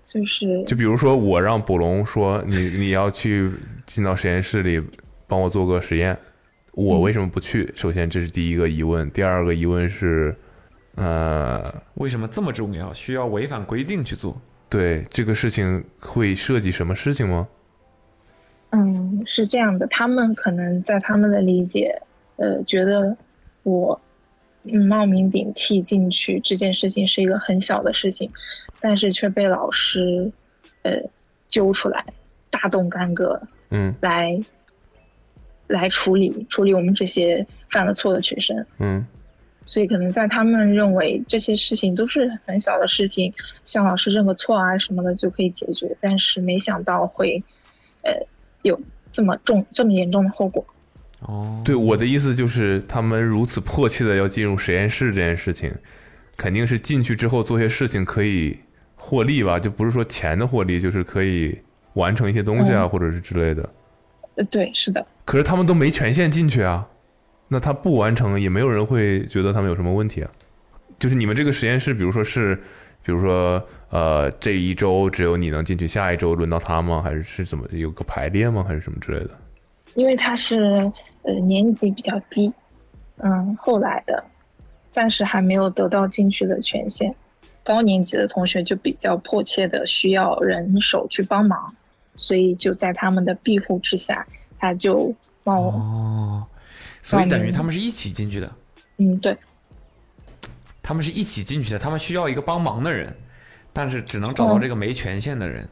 Speaker 11: 就是
Speaker 3: 就比如说我让卜龙说你你要去进到实验室里帮我做个实验，
Speaker 11: 嗯
Speaker 3: 我为什么不去？首先这是第一个疑问，第二个疑问是，呃，
Speaker 5: 为什么这么重要？需要违反规定去做？
Speaker 3: 对这个事情会涉及什么事情吗？
Speaker 11: 嗯，是这样的，他们可能在他们的理解，呃，觉得我嗯冒名顶替进去这件事情是一个很小的事情，但是却被老师呃揪出来，大动干戈
Speaker 3: 嗯
Speaker 11: 来来处理处理我们这些犯了错的学生。
Speaker 3: 嗯
Speaker 11: 所以可能在他们认为这些事情都是很小的事情，向老师认个错啊什么的就可以解决，但是没想到会，呃，有这么重、这么严重的后果。
Speaker 5: 哦，
Speaker 3: 对，我的意思就是，他们如此迫切的要进入实验室这件事情，肯定是进去之后做些事情可以获利吧，就不是说钱的获利，就是可以完成一些东西啊，
Speaker 11: 嗯
Speaker 3: 或者是之类的。
Speaker 11: 呃，对，是的，
Speaker 3: 可是他们都没权限进去啊，那他不完成，也没有人会觉得他们有什么问题啊。就是你们这个实验室，比如说是，比如说呃，这一周只有你能进去，下一周轮到他吗？还是是怎么有个排列吗？还是什么之类的？
Speaker 11: 因为他是呃年级比较低，嗯，后来的，暂时还没有得到进去的权限。高年级的同学就比较迫切的需要人手去帮忙，所以就在他们的庇护之下，他就冒、
Speaker 5: 哦，所以等于他们是一起进去的，
Speaker 11: 嗯对。
Speaker 5: 他们是一起进去的，他们需要一个帮忙的人，但是只能找到
Speaker 11: 嗯
Speaker 5: 这个没权限的人，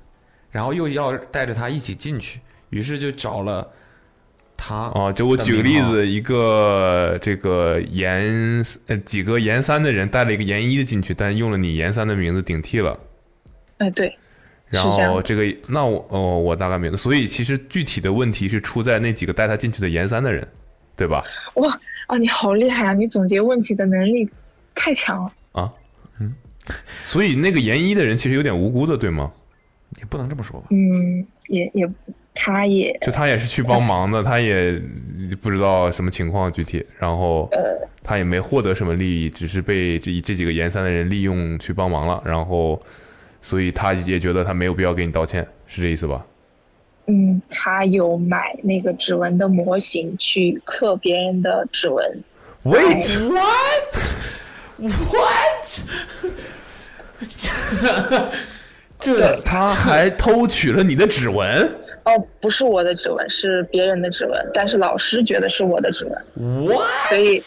Speaker 5: 然后又要带着他一起进去，于是就找了他。
Speaker 3: 哦，就我举个例子，，一个这个研呃几个研三的人带了一个研一的进去，但用了你研三的名字顶替了，
Speaker 11: 哎，对，
Speaker 3: 然
Speaker 11: 是这样
Speaker 3: 后
Speaker 11: 的
Speaker 3: 这个那我哦我大概明白，所以其实具体的问题是出在那几个带他进去的研三的人，对吧？
Speaker 11: 哇啊，你好厉害啊！你总结问题的能力太强了。
Speaker 3: 啊，嗯，所以那个研一的人其实有点无辜的，对吗？
Speaker 5: 也不能这么说吧，
Speaker 11: 嗯，也也，他也
Speaker 3: 就他也是去帮忙的，他也不知道什么情况具体，然后他也没获得什么利益，只是被这这几个研三的人利用去帮忙了，然后所以他也觉得他没有必要给你道歉，是这意思吧？
Speaker 11: 嗯，他有买那个指纹的模型去刻别人的指纹。
Speaker 3: Wait,
Speaker 7: what?
Speaker 3: 这他还偷取了你的指纹
Speaker 11: 哦，不是我的指纹，是别人的指纹，但是老师觉得是我的指纹。
Speaker 3: ？What？
Speaker 11: 所以，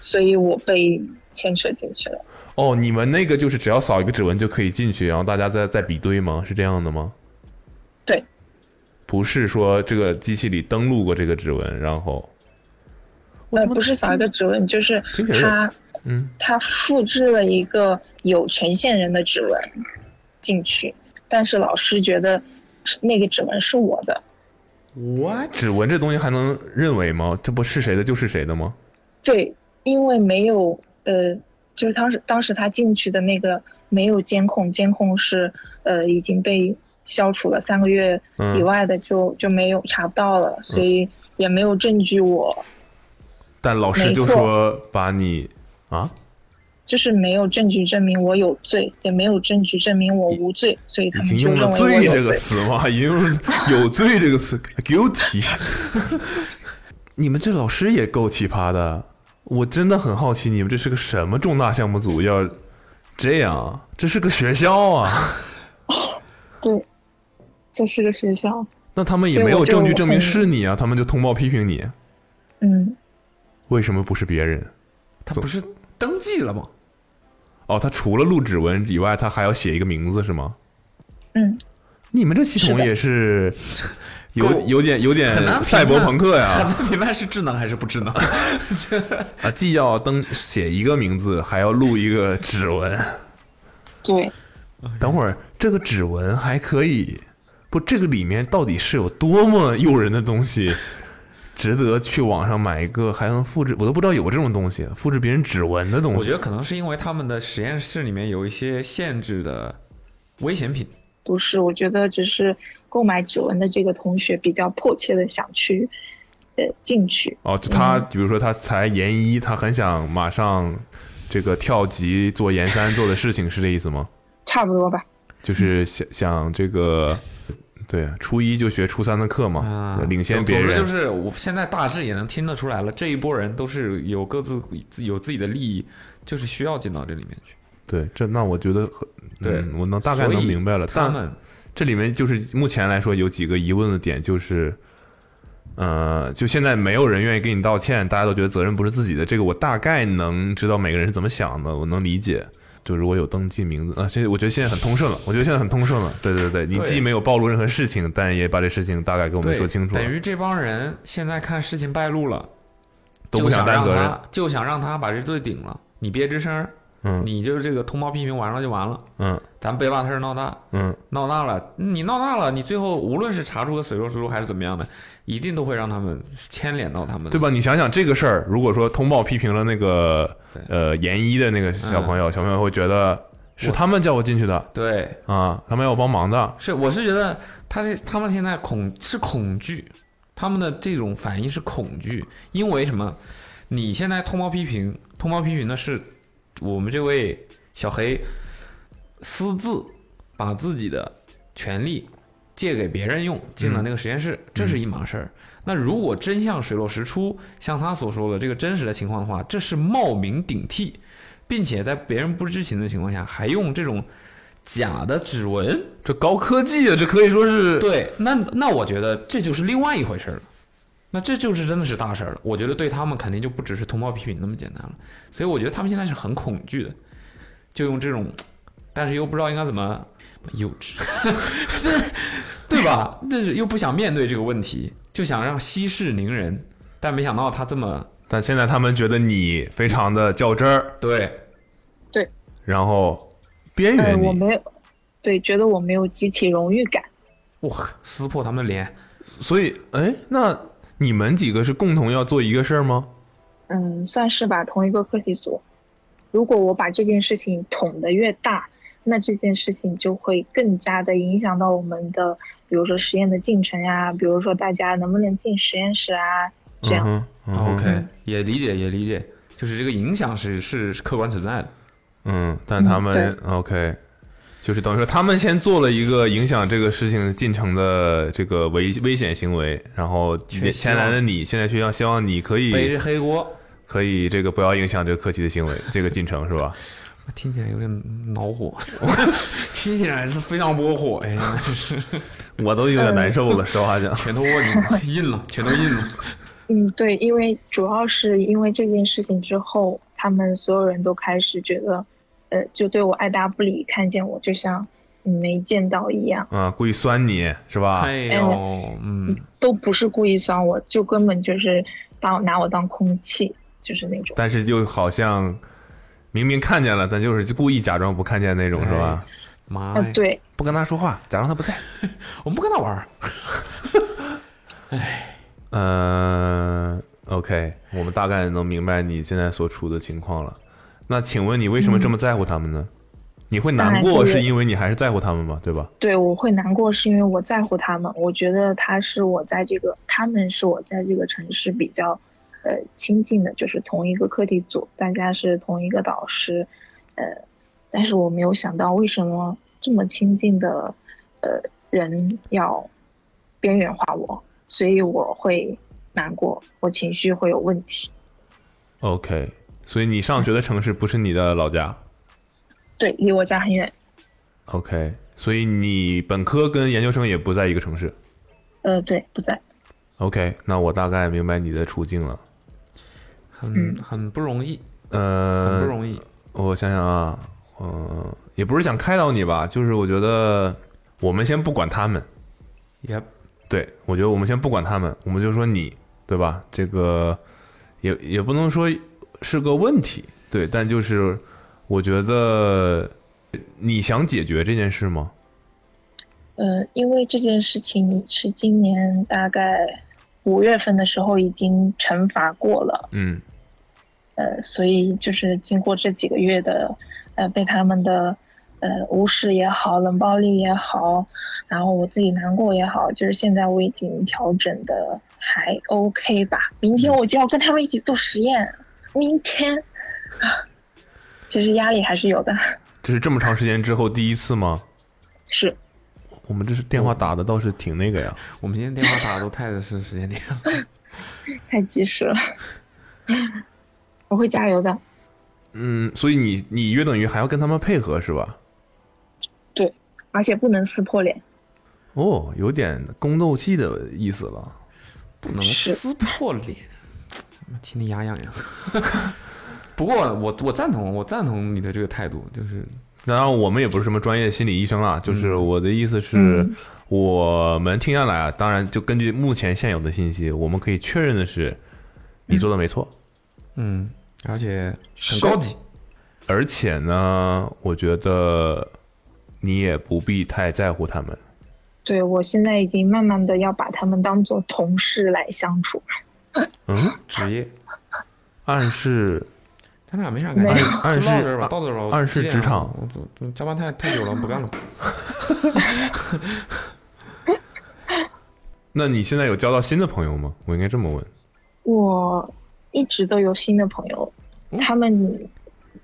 Speaker 11: 所以我被牵扯进去了。
Speaker 3: 哦，你们那个就是只要扫一个指纹就可以进去，然后大家再再比对吗？是这样的吗？
Speaker 11: 对，
Speaker 3: 不是说这个机器里登录过这个指纹，然后
Speaker 11: 呃，不是扫一个指纹，就是
Speaker 3: 听起来有
Speaker 11: 他
Speaker 3: 嗯，
Speaker 11: 他复制了一个有权限人的指纹进去，但是老师觉得是那个指纹是我的，
Speaker 5: What？
Speaker 3: 指纹这东西还能认为吗？这不是谁的就是谁的吗？
Speaker 11: 对，因为没有呃，就是当时当时他进去的那个没有监控，监控是呃已经被消除了，三个月
Speaker 3: 嗯
Speaker 11: 以外的就、就没有查不到了，所以也没有证据我。
Speaker 3: 但老师
Speaker 11: 没
Speaker 3: 就
Speaker 11: 错
Speaker 3: 说把你啊，
Speaker 11: 就是没有证据证明我有罪，也没有证据证明我无罪，所以他
Speaker 3: 已
Speaker 11: 们
Speaker 3: 经
Speaker 11: 就
Speaker 3: 用了
Speaker 11: 认
Speaker 3: “
Speaker 11: 为我有
Speaker 3: 这个词吗？ 已经用了“有罪”这个词，guilty。你们这老师也够奇葩的，我真的很好奇，你们这是个什么重大项目组要这样？啊这是个学校啊，
Speaker 11: 对，这是个学校，
Speaker 3: 那他们也
Speaker 11: 所以
Speaker 3: 没有
Speaker 11: 我就
Speaker 3: 证据证明
Speaker 11: 很
Speaker 3: 是你啊，他们就通报批评你，
Speaker 11: 嗯。
Speaker 3: 为什么不是别人？
Speaker 5: 他不是登记了吗？
Speaker 3: 哦，他除了录指纹以外，他还要写一个名字是吗？
Speaker 11: 嗯，
Speaker 3: 你们这系统也是有有点有点
Speaker 5: 很难评判
Speaker 3: 赛博朋克呀
Speaker 5: 很难评判是智能还是不智能。
Speaker 3: 啊！既要登写一个名字，还要录一个指纹。
Speaker 11: 对，
Speaker 3: 等会儿这个指纹还可以不，这个里面到底是有多么诱人的东西，值得去网上买一个还能复制？我都不知道有这种东西，复制别人指纹的东西。
Speaker 5: 我觉得可能是因为他们的实验室里面有一些限制的危险品，
Speaker 11: 不是，我觉得只是购买指纹的这个同学比较迫切的想去，呃，进去。
Speaker 3: 哦，就他，比如说他才研一，他很想马上这个跳级做研三做的事情，是这意思吗？
Speaker 11: 差不多吧。
Speaker 3: 就是想想这个，对，初一就学初三的课嘛，哦领先
Speaker 5: 啊总
Speaker 3: 别
Speaker 5: 总之
Speaker 3: 人。
Speaker 5: 就是我现在大致也能听得出来了，这一波人都是有各自有自己的利益，就是需要进到这里面去。
Speaker 3: 对，这那我觉得很，
Speaker 5: 对
Speaker 3: 嗯我能大概
Speaker 5: 所
Speaker 3: 能
Speaker 5: 以
Speaker 3: 明白了。
Speaker 5: 他
Speaker 3: 但
Speaker 5: 们
Speaker 3: 这里面就是目前来说有几个疑问的点，就是，呃，就现在没有人愿意给你道歉，大家都觉得责任不是自己的。这个我大概能知道每个人是怎么想的，我能理解。就如果有登记名字啊，现在我觉得现在很通顺了，我觉得现在很通顺了。对对对，你
Speaker 5: 对
Speaker 3: 既没有暴露任何事情，但也把这事情大概给我们
Speaker 5: 对，
Speaker 3: 说清楚了。
Speaker 5: 等于这帮人现在看事情败露了，
Speaker 3: 都不
Speaker 5: 就
Speaker 3: 想
Speaker 5: 想
Speaker 3: 担责
Speaker 5: 让
Speaker 3: 任
Speaker 5: 他，就想让他把这罪顶了。你别吱声儿，
Speaker 3: 嗯
Speaker 5: 你就这个通报批评完了就完了，
Speaker 3: 嗯
Speaker 5: 咱别把事儿闹大。
Speaker 3: 嗯，
Speaker 5: 闹大了，你闹大了，你最后无论是查出个水落石出还是怎么样的，一定都会让他们牵连到他们的，
Speaker 3: 对吧？你想想这个事儿，如果说通报批评了那个呃研一的那个小朋友，小朋友会觉得是他们叫我进去的，
Speaker 5: 对
Speaker 3: 啊，他们要我帮忙的，
Speaker 5: 是，我是觉得他这他们现在恐是恐惧，他们的这种反应是恐惧，因为什么？你现在通报批评，通报批评的是我们这位小黑私自把自己的权利借给别人用，进了那个实验室，这是一码事儿。那如果真相水落石出，像他所说的这个真实的情况的话，这是冒名顶替，并且在别人不知情的情况下，还用这种假的指纹，
Speaker 3: 这高科技啊，这可以说是
Speaker 5: 对。那那我觉得这就是另外一回事儿了。那这就是真的是大事儿了，我觉得对他们肯定就不只是通报批评那么简单了，所以我觉得他们现在是很恐惧的，就用这种，但是又不知道应该怎么幼稚， 这对吧？但是又不想面对这个问题，就想让息事宁人，但没想到他这么
Speaker 3: 但现在他们觉得你非常的较真儿，
Speaker 5: 对
Speaker 11: 对，
Speaker 3: 然后边
Speaker 11: 呃，
Speaker 3: 缘
Speaker 11: 我
Speaker 3: 你，
Speaker 11: 没有，对，觉得我没有集体荣誉感。
Speaker 5: 哇撕破他们的脸，
Speaker 3: 所以哎，那你们几个是共同要做一个事儿吗？
Speaker 11: 嗯，算是吧，同一个课题组。如果我把这件事情捅得越大，那这件事情就会更加的影响到我们的，比如说实验的进程呀、比如说大家能不能进实验室啊，这样。
Speaker 3: 嗯哼
Speaker 5: OK，也理解也理解，就是这个影响是是是客观存在的。
Speaker 3: 嗯，但他们、OK，就是等于说他们先做了一个影响这个事情进程的这个危危险行为，然后
Speaker 5: 却希
Speaker 3: 前
Speaker 5: 望
Speaker 3: 来的你现在却要希望你可以
Speaker 5: 背着黑锅，
Speaker 3: 可以这个不要影响这个课题的行为， 这个进程是吧？
Speaker 5: 听起来有点恼 火，听起来是非常窝火，哎呀，是，
Speaker 3: 我都有点难受了，实话讲，
Speaker 5: 拳头握紧了，硬了，拳头硬了。
Speaker 11: 嗯，对，因为主要是因为这件事情之后，他们所有人都开始觉得，呃，就对我爱答不理，看见我就像没见到一样。
Speaker 3: 啊，故意酸你是吧？
Speaker 5: 哎
Speaker 11: 呦，
Speaker 5: 嗯，
Speaker 11: 都不是故意酸我，就根本就是当拿我当空气，就是那种。
Speaker 3: 但是就好像明明看见了，但就是故意假装不看见那种，是吧？
Speaker 5: 妈
Speaker 11: 啊，对，
Speaker 3: 不跟他说话，假装他不在。
Speaker 5: 我们不跟他玩儿。
Speaker 3: 嗯、o k 我们大概能明白你现在所处的情况了。那请问你为什么这么在乎他们呢？你会难
Speaker 11: 当
Speaker 3: 过
Speaker 11: 然是
Speaker 3: 是因为你还是在乎他们吗？对吧？
Speaker 11: 对，我会难过，是因为我在乎他们。我觉得他是我在这个，他们是我在这个城市比较，呃，亲近的，就是同一个课题组，大家是同一个导师，呃，但是我没有想到为什么这么亲近的，呃，人要边缘化我，所以我会难过，我情绪会有问题。
Speaker 3: OK，所以你上学的城市不是你的老家
Speaker 11: 对，离我家很远，
Speaker 3: ，OK，所以你本科跟研究生也不在一个城市
Speaker 11: 呃，对，不在。
Speaker 3: ，OK，那我大概明白你的处境了，
Speaker 5: 很很不容易，
Speaker 3: 呃，
Speaker 5: 很不容易。
Speaker 3: 我想想啊，嗯、也不是想开导你吧，就是我觉得我们先不管他们，
Speaker 5: 也
Speaker 3: 对，我觉得我们先不管他们，我们就说你，对吧？这个也也不能说是个问题，对，但就是我觉得你想解决这件事吗？
Speaker 11: 呃，因为这件事情你是今年大概五月份的时候已经惩罚过了，
Speaker 3: 嗯
Speaker 11: 呃，所以就是经过这几个月的，呃，被他们的呃无视也好，冷暴力也好，然后我自己难过也好，就是现在我已经调整的还 OK 吧。明天我就要跟他们一起做实验，明天， 啊，其实压力还是有的，
Speaker 3: 这是这么长时间之后第一次吗？
Speaker 11: 是。
Speaker 3: 我们这是电话打的倒是挺那个呀。
Speaker 5: 我们今天电话打的都太是时间点了。
Speaker 11: 太及时了， 我会加油的。
Speaker 3: 嗯，所以你你约等于还要跟他们配合是吧？
Speaker 11: 对，而且不能撕破脸。
Speaker 3: 哦，有点宫斗戏的意思了。
Speaker 5: 不能撕破脸，听得牙痒痒。 不过我我赞同，我赞同你的这个态度，就是
Speaker 3: 当然，我们也不是什么专业心理医生
Speaker 11: 嗯
Speaker 3: 啦，就是我的意思是，我们听下来啊，当然就根据目前现有的信息，我们可以确认的是，你做的没错，
Speaker 5: 嗯，而且很高级，
Speaker 3: 而且呢，我觉得你也不必太在乎他们，
Speaker 11: 对我现在已经慢慢的要把他们当做同事来相处。
Speaker 3: 嗯，
Speaker 5: 职业
Speaker 3: 暗示，
Speaker 5: 咱俩没啥感觉，
Speaker 3: 暗
Speaker 5: 就
Speaker 3: 示
Speaker 5: 到这儿吧，到这儿吧，
Speaker 3: 暗示
Speaker 5: 几点了
Speaker 3: 职场
Speaker 5: 我我我加班太太久了，不干了。
Speaker 3: 那你现在有交到新的朋友吗？我应该这么问。
Speaker 11: 我一直都有新的朋友，
Speaker 3: 嗯
Speaker 11: 他们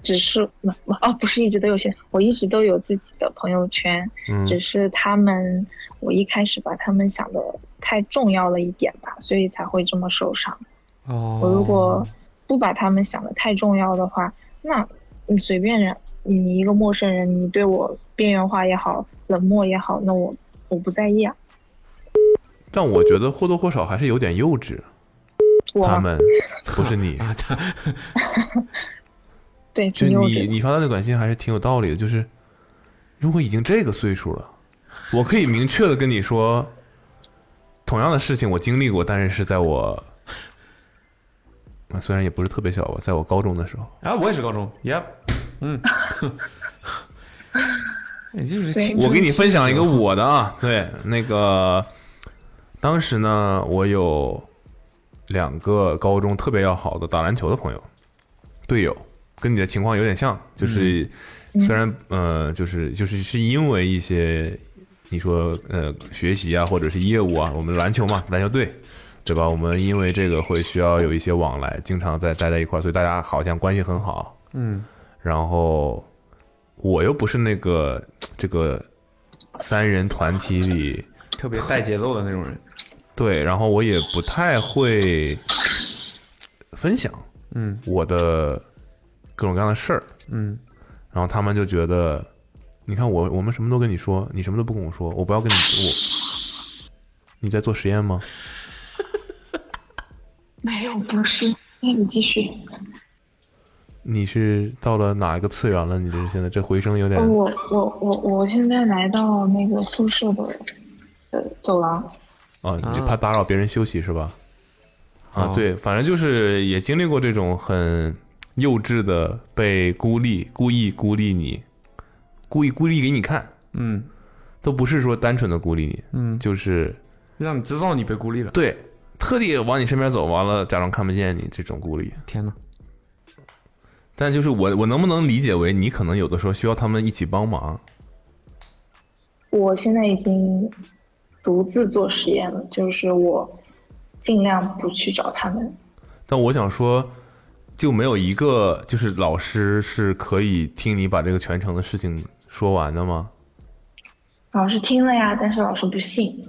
Speaker 11: 只是哦，不是一直都有新，我一直都有自己的朋友圈，
Speaker 3: 嗯
Speaker 11: 只是他们，我一开始把他们想的太重要了一点吧，所以才会这么受伤。
Speaker 5: 哦
Speaker 11: 我如
Speaker 3: 哦
Speaker 11: 果不把他们想的太重要的话，那你随便人，你一个陌生人，你对我边缘化也好，冷漠也好，那我我不在意啊。
Speaker 3: 但我觉得或多或少还是有点幼稚，
Speaker 11: 我
Speaker 3: 他
Speaker 11: 吗
Speaker 3: 们不是你，
Speaker 5: 啊
Speaker 11: 对，
Speaker 3: 就
Speaker 11: 挺
Speaker 3: 你
Speaker 11: 幼稚的。
Speaker 3: 你发的那短信还是挺有道理的，就是如果已经这个岁数了，我可以明确的跟你说，同样的事情我经历过，但是是在我，啊虽然也不是特别小吧，在我高中的时候，
Speaker 5: 啊，我也是高中，Yep，嗯， 也哎就是青春
Speaker 3: 我给你
Speaker 5: 期
Speaker 3: 分享一个
Speaker 5: 的时候
Speaker 3: 我的啊，对，那个当时呢，我有两个高中特别要好的打篮球的朋友，队友，跟你的情况有点像，就是、
Speaker 2: 嗯
Speaker 3: 虽然呃，就是就是是因为一些你说呃学习啊，或者是业务啊，我们篮球嘛，篮球队。对吧？我们因为这个会需要有一些往来，经常在待在一块儿，所以大家好像关系很好。
Speaker 5: 嗯
Speaker 3: 然后我又不是那个这个三人团体里
Speaker 5: 特别带节奏的那种人，
Speaker 3: 对，然后我也不太会分享
Speaker 5: 嗯
Speaker 3: 我的各种各样的事儿，
Speaker 5: 嗯
Speaker 3: 然后他们就觉得，你看我我们什么都跟你说，你什么都不跟我说，我不要跟你我，你在做实验吗？
Speaker 11: 没有，不是。那你继续。
Speaker 3: 你是到了哪一个次元了？你这现在这回声有点
Speaker 11: 哦，我我我我现在来到那个宿舍的呃走廊，
Speaker 3: 啊，你就怕打扰别人休息是吧？啊，
Speaker 5: 哦
Speaker 3: 对，反正就是也经历过这种很幼稚的被孤立、故意孤立你、故意孤立给你看，
Speaker 5: 嗯，
Speaker 3: 都不是说单纯的孤立你，
Speaker 5: 嗯
Speaker 3: 就是
Speaker 5: 让你知道你被孤立了。
Speaker 3: 对，特地往你身边走，完了假装看不见你这种孤立。
Speaker 5: 天哪！
Speaker 3: 但就是我，我能不能理解为你可能有的时候需要他们一起帮忙？
Speaker 11: 我现在已经独自做实验了，就是我尽量不去找他们。
Speaker 3: 但我想说，就没有一个就是老师是可以听你把这个全程的事情说完的吗？
Speaker 11: 老师听了呀，但是老师不信，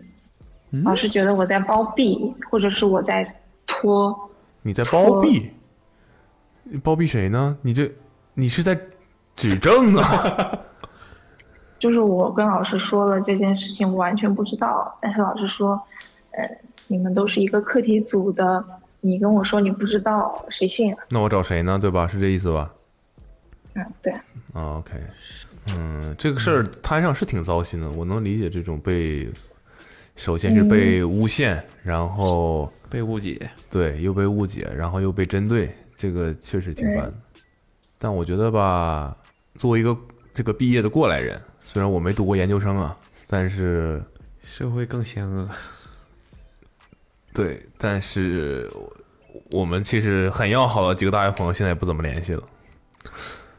Speaker 3: 嗯
Speaker 11: 老师觉得我在包庇，或者是我在拖。
Speaker 3: 你在包庇，你包庇谁呢？你这你是在指证啊？
Speaker 11: 就是我跟老师说了这件事情，我完全不知道，但是老师说，呃，你们都是一个课题组的，你跟我说你不知道，谁信啊？
Speaker 3: 那我找谁呢？对吧？是这意思吧？
Speaker 11: 嗯，对啊，
Speaker 3: 啊，OK，嗯，这个事儿摊上是挺糟心的，我能理解这种被，首先是被诬陷，然后
Speaker 5: 被误解，
Speaker 3: 对，又被误解，然后又被针对，这个确实挺烦的。但我觉得吧，作为一个这个毕业的过来人，虽然我没读过研究生啊，但是
Speaker 5: 社会更险恶。
Speaker 3: 对，但是我我们其实很要好的几个大学朋友，现在也不怎么联系了。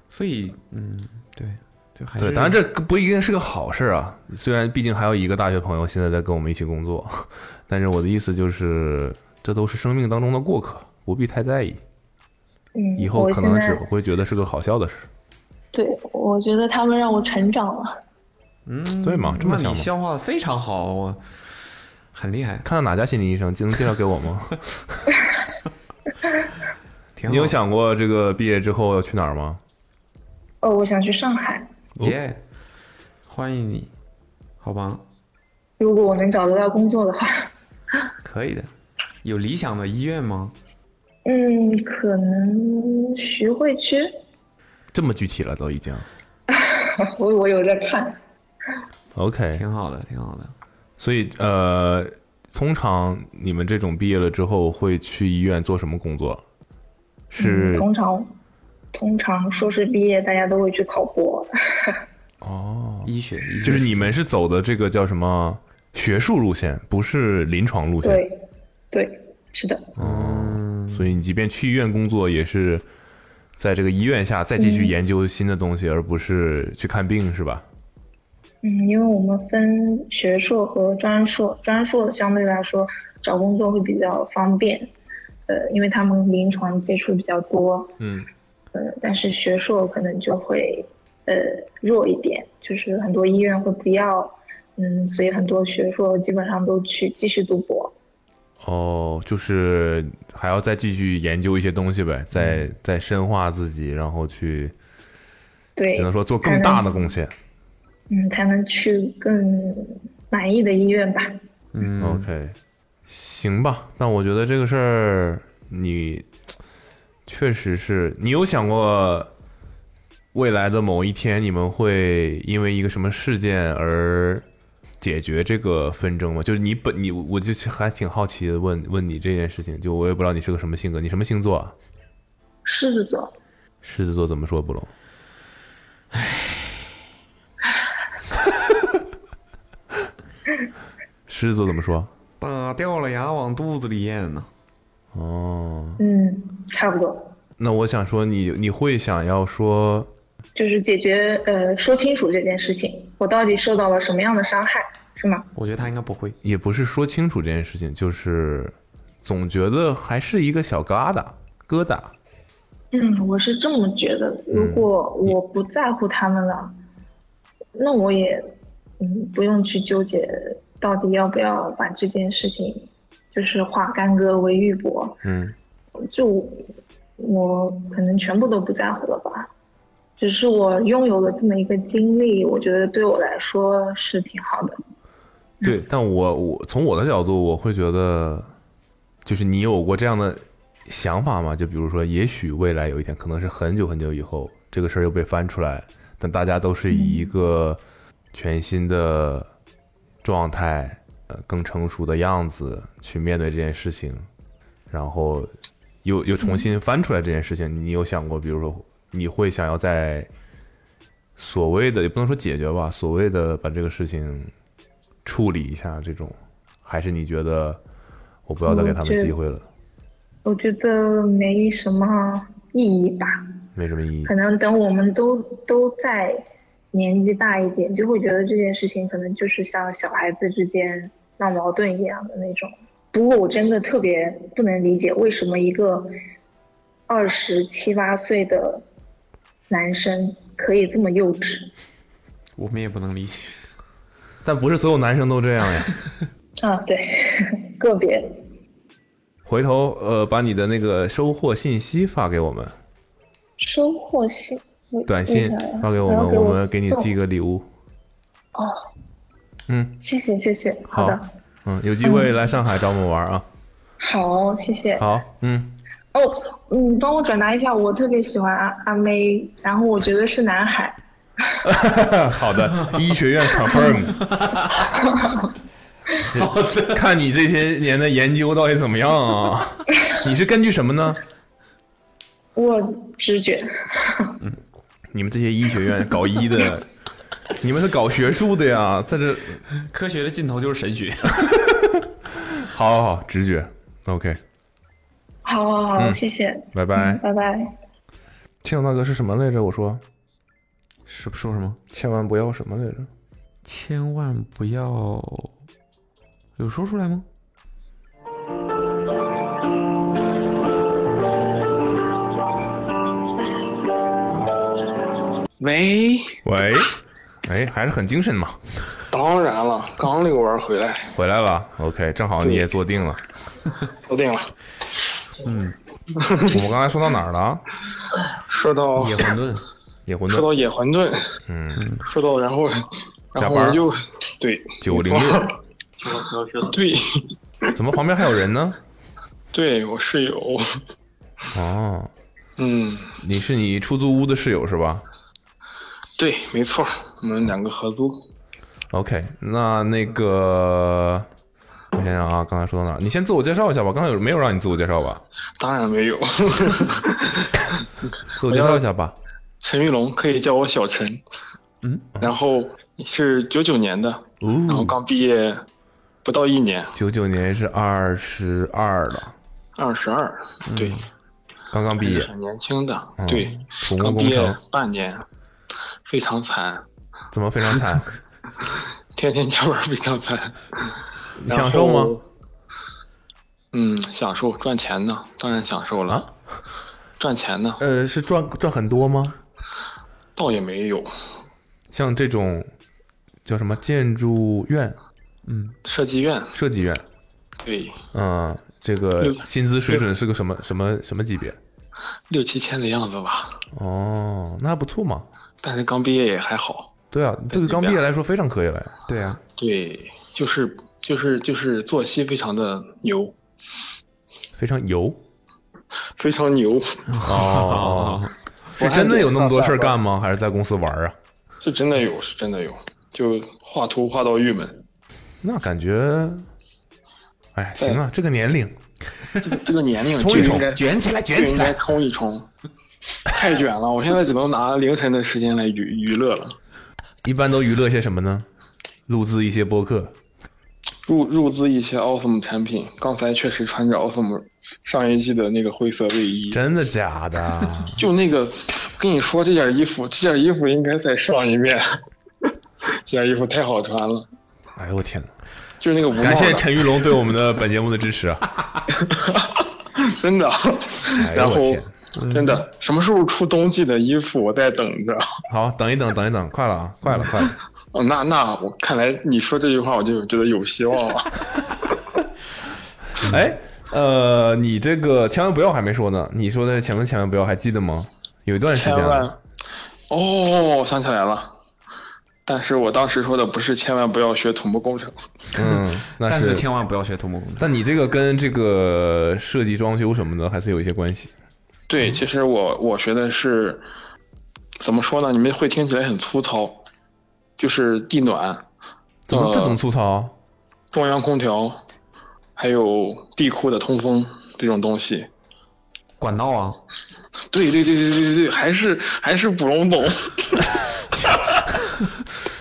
Speaker 5: 所以，嗯，对，就还是
Speaker 3: 对，当然这不一定是个好事啊。虽然毕竟还有一个大学朋友现在在跟我们一起工作，但是我的意思就是，这都是生命当中的过客，不必太在意。
Speaker 11: 嗯，
Speaker 3: 以后
Speaker 11: 我
Speaker 3: 可
Speaker 11: 现
Speaker 3: 能
Speaker 11: 在
Speaker 3: 只会觉得是个好笑的事。
Speaker 11: 对，我觉得他们让我成长了。
Speaker 5: 嗯，
Speaker 3: 对嘛这么
Speaker 5: 那
Speaker 3: 想嘛
Speaker 5: 你消化的非常好，我很厉害。
Speaker 3: 看到哪家心理医生，能介绍给我吗？
Speaker 5: 挺
Speaker 3: 你有想过这个毕业之后要去哪儿吗？
Speaker 11: 哦，我想去上海，
Speaker 3: 哦
Speaker 5: 耶、欢迎你，好吧，
Speaker 11: 如果我能找得到工作的话，
Speaker 5: 可以的。有理想的医院吗？
Speaker 11: 嗯，可能徐汇区，
Speaker 3: 这么具体了都已经。
Speaker 11: 我我有在看。
Speaker 3: OK，
Speaker 5: 挺好的，挺好的。
Speaker 3: 所以呃，通常你们这种毕业了之后会去医院做什么工作？是
Speaker 11: 嗯、通常，通常硕士毕业大家都会去考博，
Speaker 3: 哦，
Speaker 5: 医学，
Speaker 3: 就是你们是走的这个叫什么学术路线，不是临床路线。
Speaker 11: 对，对，是的，
Speaker 3: 哦，所以你即便去医院工作，也是在这个医院下再继续
Speaker 11: 嗯
Speaker 3: 研究新的东西，而不是去看病，是吧？
Speaker 11: 嗯，因为我们分学硕和专硕，专硕相对来说找工作会比较方便，呃，因为他们临床接触比较多，
Speaker 3: 嗯
Speaker 11: 呃，但是学硕可能就会呃弱一点，就是很多医院会不要，嗯，所以很多学硕基本上都去继续读博，
Speaker 3: 哦，就是还要再继续研究一些东西呗，再
Speaker 11: 嗯
Speaker 3: 再深化自己，然后去，
Speaker 11: 对，
Speaker 3: 只能说做
Speaker 11: 才
Speaker 3: 更
Speaker 11: 能
Speaker 3: 大的贡献。
Speaker 11: 嗯，才能去更满意的医院吧。
Speaker 5: 嗯
Speaker 3: ，OK，行吧。但我觉得这个事儿，你确实是你有想过未来的某一天，你们会因为一个什么事件而解决这个纷争吗？就是你本你，我就还挺好奇的问问你这件事情。就我也不知道你是个什么性格，你什么星座啊？
Speaker 11: 狮子座，
Speaker 3: 狮子座怎么说不拢？狮子座怎么说？
Speaker 5: 打掉了牙往肚子里咽呢。
Speaker 3: 哦，
Speaker 11: 嗯，差不多，
Speaker 3: 那我想说你，你会想要说，
Speaker 11: 就是解决呃说清楚这件事情，我到底受到了什么样的伤害，是吗？
Speaker 5: 我觉得他应该不会。
Speaker 3: 也不是说清楚这件事情，就是总觉得还是一个小疙瘩，疙瘩。
Speaker 11: 嗯，我是这么觉得。如果我不在乎他们了，那我也嗯不用去纠结到底要不要把这件事情就是化干戈为玉帛，
Speaker 3: 嗯
Speaker 11: 就我可能全部都不在乎了吧，只是我拥有了这么一个经历，我觉得对我来说是挺好的。
Speaker 3: 对，但我我从我的角度，我会觉得，就是你有过这样的想法吗？就比如说，也许未来有一天，可能是很久很久以后，这个事儿又被翻出来，但大家都是以一个全新的状态，呃，更成熟的样子去面对这件事情，然后又又重新翻出来这件事情，你有想过，比如说，你会想要在所谓的也不能说解决吧，所谓的把这个事情处理一下，这种，还是你觉得我不要再给他们机会了，
Speaker 11: 我觉得没什么意义吧，
Speaker 3: 没什么意义
Speaker 11: 可。能等我们都都在年纪大一点，就会觉得这件事情可能就是像小孩子之间闹矛盾一样的那种。不过我真的特别不能理解，为什么一个二十七八岁的男生可以这么幼稚。
Speaker 5: 我们也不能理解。
Speaker 3: 但不是所有男生都这样 呀。
Speaker 11: 啊，对， 个别。
Speaker 3: 回头呃，把你的那个收获信息发给我们，
Speaker 11: 收获信，我
Speaker 3: 短信
Speaker 11: 那个
Speaker 3: 发给我
Speaker 11: 还要
Speaker 3: 们，
Speaker 11: 给
Speaker 3: 我们给你
Speaker 11: 送
Speaker 3: 寄个礼物。
Speaker 11: 哦，
Speaker 3: 嗯，
Speaker 11: 谢谢谢谢，好
Speaker 3: 好
Speaker 11: 的，，
Speaker 3: 嗯，有机会来上海找我们玩啊。
Speaker 11: 好，谢谢。
Speaker 3: 好，嗯，
Speaker 11: 哦，你帮我转达一下，我特别喜欢阿阿妹，然后我觉得是男孩。
Speaker 3: 好的，医学院 confirm。好的，看你这些年的研究到底怎么样 啊？你是根据什么呢？
Speaker 11: 我直觉，
Speaker 3: 嗯你们这些医学院搞医的，你们是搞学术的呀，在这，
Speaker 5: 科学的尽头就是神学。
Speaker 3: 好好好，直觉，OK，
Speaker 13: 好好好，
Speaker 3: 嗯
Speaker 13: 谢谢，
Speaker 3: 拜拜。
Speaker 13: 拜拜。
Speaker 3: 青岛大哥是什么来着？我说，是说什么？千万不要什么来着？
Speaker 5: 千万不要，有说出来吗？
Speaker 2: 喂
Speaker 3: 喂，哎，还是很精神嘛。
Speaker 2: 当然了，刚遛弯儿回来，
Speaker 3: 回来了，OK，正好你也坐定了。
Speaker 2: 坐定了。
Speaker 3: 嗯，我们刚才说到哪儿了？
Speaker 2: 说到
Speaker 5: 野馄饨，
Speaker 3: 野馄
Speaker 2: 说到
Speaker 3: 饨，
Speaker 2: 野馄饨，
Speaker 3: 嗯，
Speaker 2: 说到然后，
Speaker 3: 加
Speaker 2: 然后我
Speaker 3: 班儿
Speaker 2: 就对
Speaker 3: 九零
Speaker 2: 没错
Speaker 3: 六，
Speaker 2: 对
Speaker 3: 怎么旁边还有人呢？
Speaker 2: 对，我室友，
Speaker 3: 哦，
Speaker 2: 嗯，
Speaker 3: 你是你出租屋的室友是吧
Speaker 2: 对，没错，我们两个合租。
Speaker 3: ？OK，那那个，我想想啊，刚才说到哪儿？你先自我介绍一下吧。刚才有没有让你自我介绍吧？
Speaker 2: 当然没有，
Speaker 3: 自我介绍一下吧。
Speaker 2: 陈玉龙可以叫我小陈，
Speaker 5: 嗯，
Speaker 2: 然后是九九年的，
Speaker 3: 呃
Speaker 2: 然后刚毕业不到一年，
Speaker 3: 哦九九年是二十二了，
Speaker 2: 二十二，对，
Speaker 3: 嗯刚刚毕
Speaker 2: 还
Speaker 3: 业
Speaker 2: 是，很年轻的，
Speaker 3: 嗯
Speaker 2: 对，
Speaker 3: 土木
Speaker 2: 刚毕
Speaker 3: 工
Speaker 2: 业
Speaker 3: 程
Speaker 2: 半年，非常惨，
Speaker 3: 怎么非常 惨？
Speaker 2: 天天加班非常惨。
Speaker 3: 你享受吗
Speaker 2: 然后？嗯，享受赚钱呢，当然享受了。
Speaker 3: 啊
Speaker 2: 赚钱呢，
Speaker 3: 呃，是赚赚很多吗？
Speaker 2: 倒也没有。
Speaker 3: 像这种叫什么建筑院、
Speaker 2: 设计院，
Speaker 3: 设计院，
Speaker 2: 对，
Speaker 3: 嗯，这个
Speaker 2: 六
Speaker 3: 薪资水准是个什么什么什么级别？
Speaker 2: 六七千的样子吧，
Speaker 3: 哦，那还不错嘛。
Speaker 2: 但是刚毕业也还好。
Speaker 3: 对啊，对于刚毕业来说非常可以了呀。
Speaker 5: 对啊呀、
Speaker 2: 对，就是就是就是作息非常的牛，
Speaker 3: 非常 油。
Speaker 2: 非常牛。
Speaker 3: 哦，是
Speaker 2: 我按
Speaker 3: 真的有那么多
Speaker 2: 点上
Speaker 3: 事儿
Speaker 2: 下班
Speaker 3: 干吗？还是在公司玩儿啊？
Speaker 2: 是真的有，是真的有，就画图画到郁闷。
Speaker 3: 那感觉，哎，行啊，这个年龄，
Speaker 2: 这个这个年龄
Speaker 3: 冲一
Speaker 2: 就
Speaker 3: 冲
Speaker 2: 应该
Speaker 5: 卷起来卷起
Speaker 2: 就应
Speaker 5: 来
Speaker 2: 该冲一冲，太卷了！我现在只能拿凌晨的时间来娱娱乐了。
Speaker 3: 一般都娱乐些什么呢？录制一些播客，
Speaker 2: 入入资一些 Awesome 产品，刚才确实穿着 Awesome 上一季的那个灰色卫衣，
Speaker 3: 真的假的？
Speaker 2: 就那个，跟你说这件衣服，这件衣服应该再上一遍， 这件衣服太好穿了，
Speaker 3: 哎呦 我天哪！
Speaker 2: 就是那个无帽的
Speaker 3: 感谢陈玉龙对我们的本节目的支 持啊！哎
Speaker 2: 真的，
Speaker 3: 呦
Speaker 2: 然
Speaker 3: 我
Speaker 2: 后
Speaker 3: 天
Speaker 2: 真的什么时候出冬季的衣服，我在等着。
Speaker 3: 好，等一等，等一等，快了啊，快了，快了！
Speaker 2: 哦，那那我看来你说这句话，我就觉得有希望了。
Speaker 3: 哎，呃，你这个千万不要还没说呢，你说的前面千万不要还记得吗？有一段时间
Speaker 2: 千
Speaker 3: 了，
Speaker 2: 万，哦，我想起来了，但是我当时说的不是千万不要学土木工程，
Speaker 3: 嗯，那
Speaker 5: 但是
Speaker 3: 是
Speaker 5: 千万不要学土木工程。
Speaker 3: 但你这个跟这个设计装修什么的还是有一些关系。
Speaker 2: 对，其实我我学的是怎么说呢？你们会听起来很粗糙，就是地暖，
Speaker 3: 怎么
Speaker 2: 呃
Speaker 3: 这种粗糙？啊
Speaker 2: 中央空调，还有地库的通风这种东西。
Speaker 5: 管道啊，
Speaker 2: 对对对对对对，还是还是不隆懂，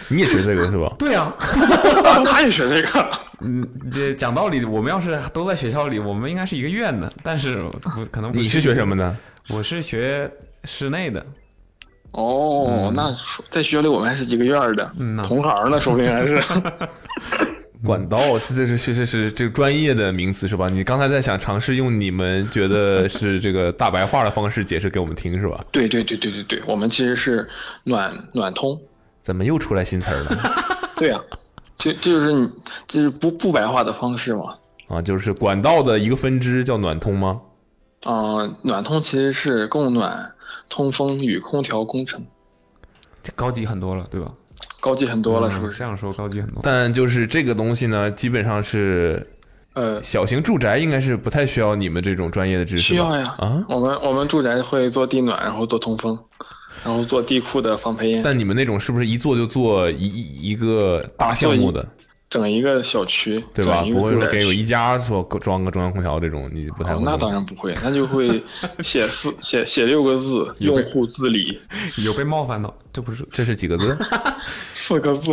Speaker 3: 你也学这个是吧？
Speaker 5: 对呀、
Speaker 2: 啊他也学这个。
Speaker 5: 嗯，这讲道理，我们要是都在学校里，我们应该是一个院的，但是不可能不
Speaker 3: 你是学什么的？
Speaker 5: 我是学室内的，
Speaker 2: 哦，那在学校里我们还是一个院儿的，
Speaker 5: 嗯呐
Speaker 2: 同行呢，说不定还是。
Speaker 3: 管道是这是是是是这个专业的名词是吧？你刚才在想尝试用你们觉得是这个大白话的方式解释给我们听是吧？
Speaker 2: 对对对对对对，我们其实是暖暖通。
Speaker 3: 怎么又出来新词儿了？
Speaker 2: 对呀、这这就是你这是不不白话的方式嘛。
Speaker 3: 啊，就是管道的一个分支叫暖通吗？
Speaker 2: 嗯、暖通其实是供暖、通风与空调工程，
Speaker 5: 这高级很多了，对吧？
Speaker 2: 高级很多了，
Speaker 5: 嗯
Speaker 2: 是不是？
Speaker 5: 这样说高级很多？
Speaker 3: 但就是这个东西呢，基本上是
Speaker 2: 呃，
Speaker 3: 小型住宅应该是不太需要你们这种专业的知识
Speaker 2: 需
Speaker 3: 吧？
Speaker 2: 要呀。
Speaker 3: 啊，
Speaker 2: 我们我们住宅会做地暖，然后做通风，然后做地库的防排烟。
Speaker 3: 但你们那种是不是一做就做一一一个大项目的？
Speaker 2: 整一个小区，
Speaker 3: 对吧？
Speaker 2: 整一个
Speaker 3: 不会
Speaker 2: 住
Speaker 3: 说
Speaker 2: 宅
Speaker 3: 给有
Speaker 2: 区
Speaker 3: 一家说装个中央空调这种，你不太
Speaker 2: 哦
Speaker 3: 会。
Speaker 2: 那当然不会，那就 会写四写写六个字，
Speaker 3: 有
Speaker 2: 用
Speaker 3: 被
Speaker 2: 户自理，
Speaker 5: 有被冒犯到，这 不是
Speaker 3: 这是几个 字？
Speaker 2: 四个字，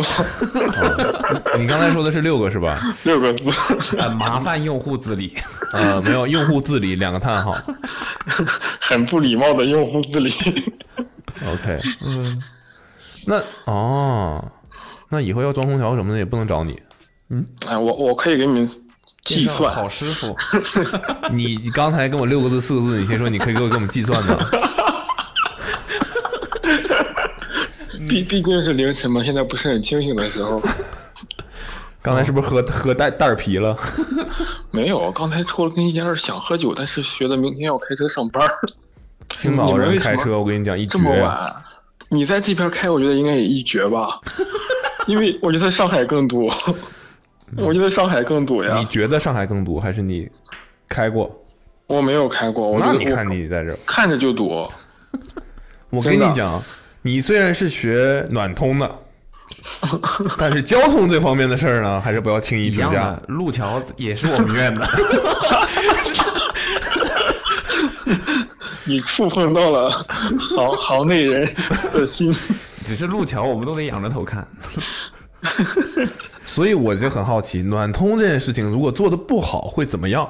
Speaker 3: 你刚才说的是六个是吧？
Speaker 2: 六个字。
Speaker 5: 呃，麻烦用户自理。
Speaker 3: 呃，没有，用户自理两个叹号。
Speaker 2: 很不礼貌的用户自理。
Speaker 3: OK，嗯，那哦，那以后要装空调什么的也不能找你。
Speaker 2: 哎，我我可以给你们计算，
Speaker 5: 好师傅，
Speaker 3: 你你刚才跟我六个字四个字，你先说你可以给我给我们计算的。
Speaker 2: 毕毕竟是凌晨嘛，现在不是很清醒的时候。
Speaker 3: 刚才是不是喝喝带带 皮了？
Speaker 2: 没有，刚才抽了根烟，想喝酒，但是觉得明天要开车上班儿。
Speaker 3: 青岛
Speaker 2: 你们
Speaker 3: 人
Speaker 2: 为什
Speaker 3: 开
Speaker 2: 么
Speaker 3: 车，我跟你讲一
Speaker 2: 这
Speaker 3: 绝
Speaker 2: 么
Speaker 3: 呀
Speaker 2: 晚，你在这边开，我觉得应该也一绝 吧，因为我觉得上海更堵，我觉得上海更堵
Speaker 3: 嗯你
Speaker 2: 呀。
Speaker 3: 觉得上海更堵，还是你开过？
Speaker 2: 我没有开过，我觉
Speaker 3: 那
Speaker 2: 得
Speaker 3: 你
Speaker 2: 我
Speaker 3: 看你在这儿，
Speaker 2: 看着就堵。
Speaker 3: 我跟
Speaker 2: 真
Speaker 3: 你
Speaker 2: 的
Speaker 3: 讲，你虽然是学暖 通的，但是交通这方面的事儿呢，还是不要轻易
Speaker 5: 一
Speaker 3: 评
Speaker 5: 样
Speaker 3: 价
Speaker 5: 的。，路桥也是我们院 的。
Speaker 2: 你触碰到了 行行内人的心。
Speaker 5: 只是路桥，我们都得仰着头 看。
Speaker 3: 所以我就很好奇，暖通这件事情如果做的不好会怎么样？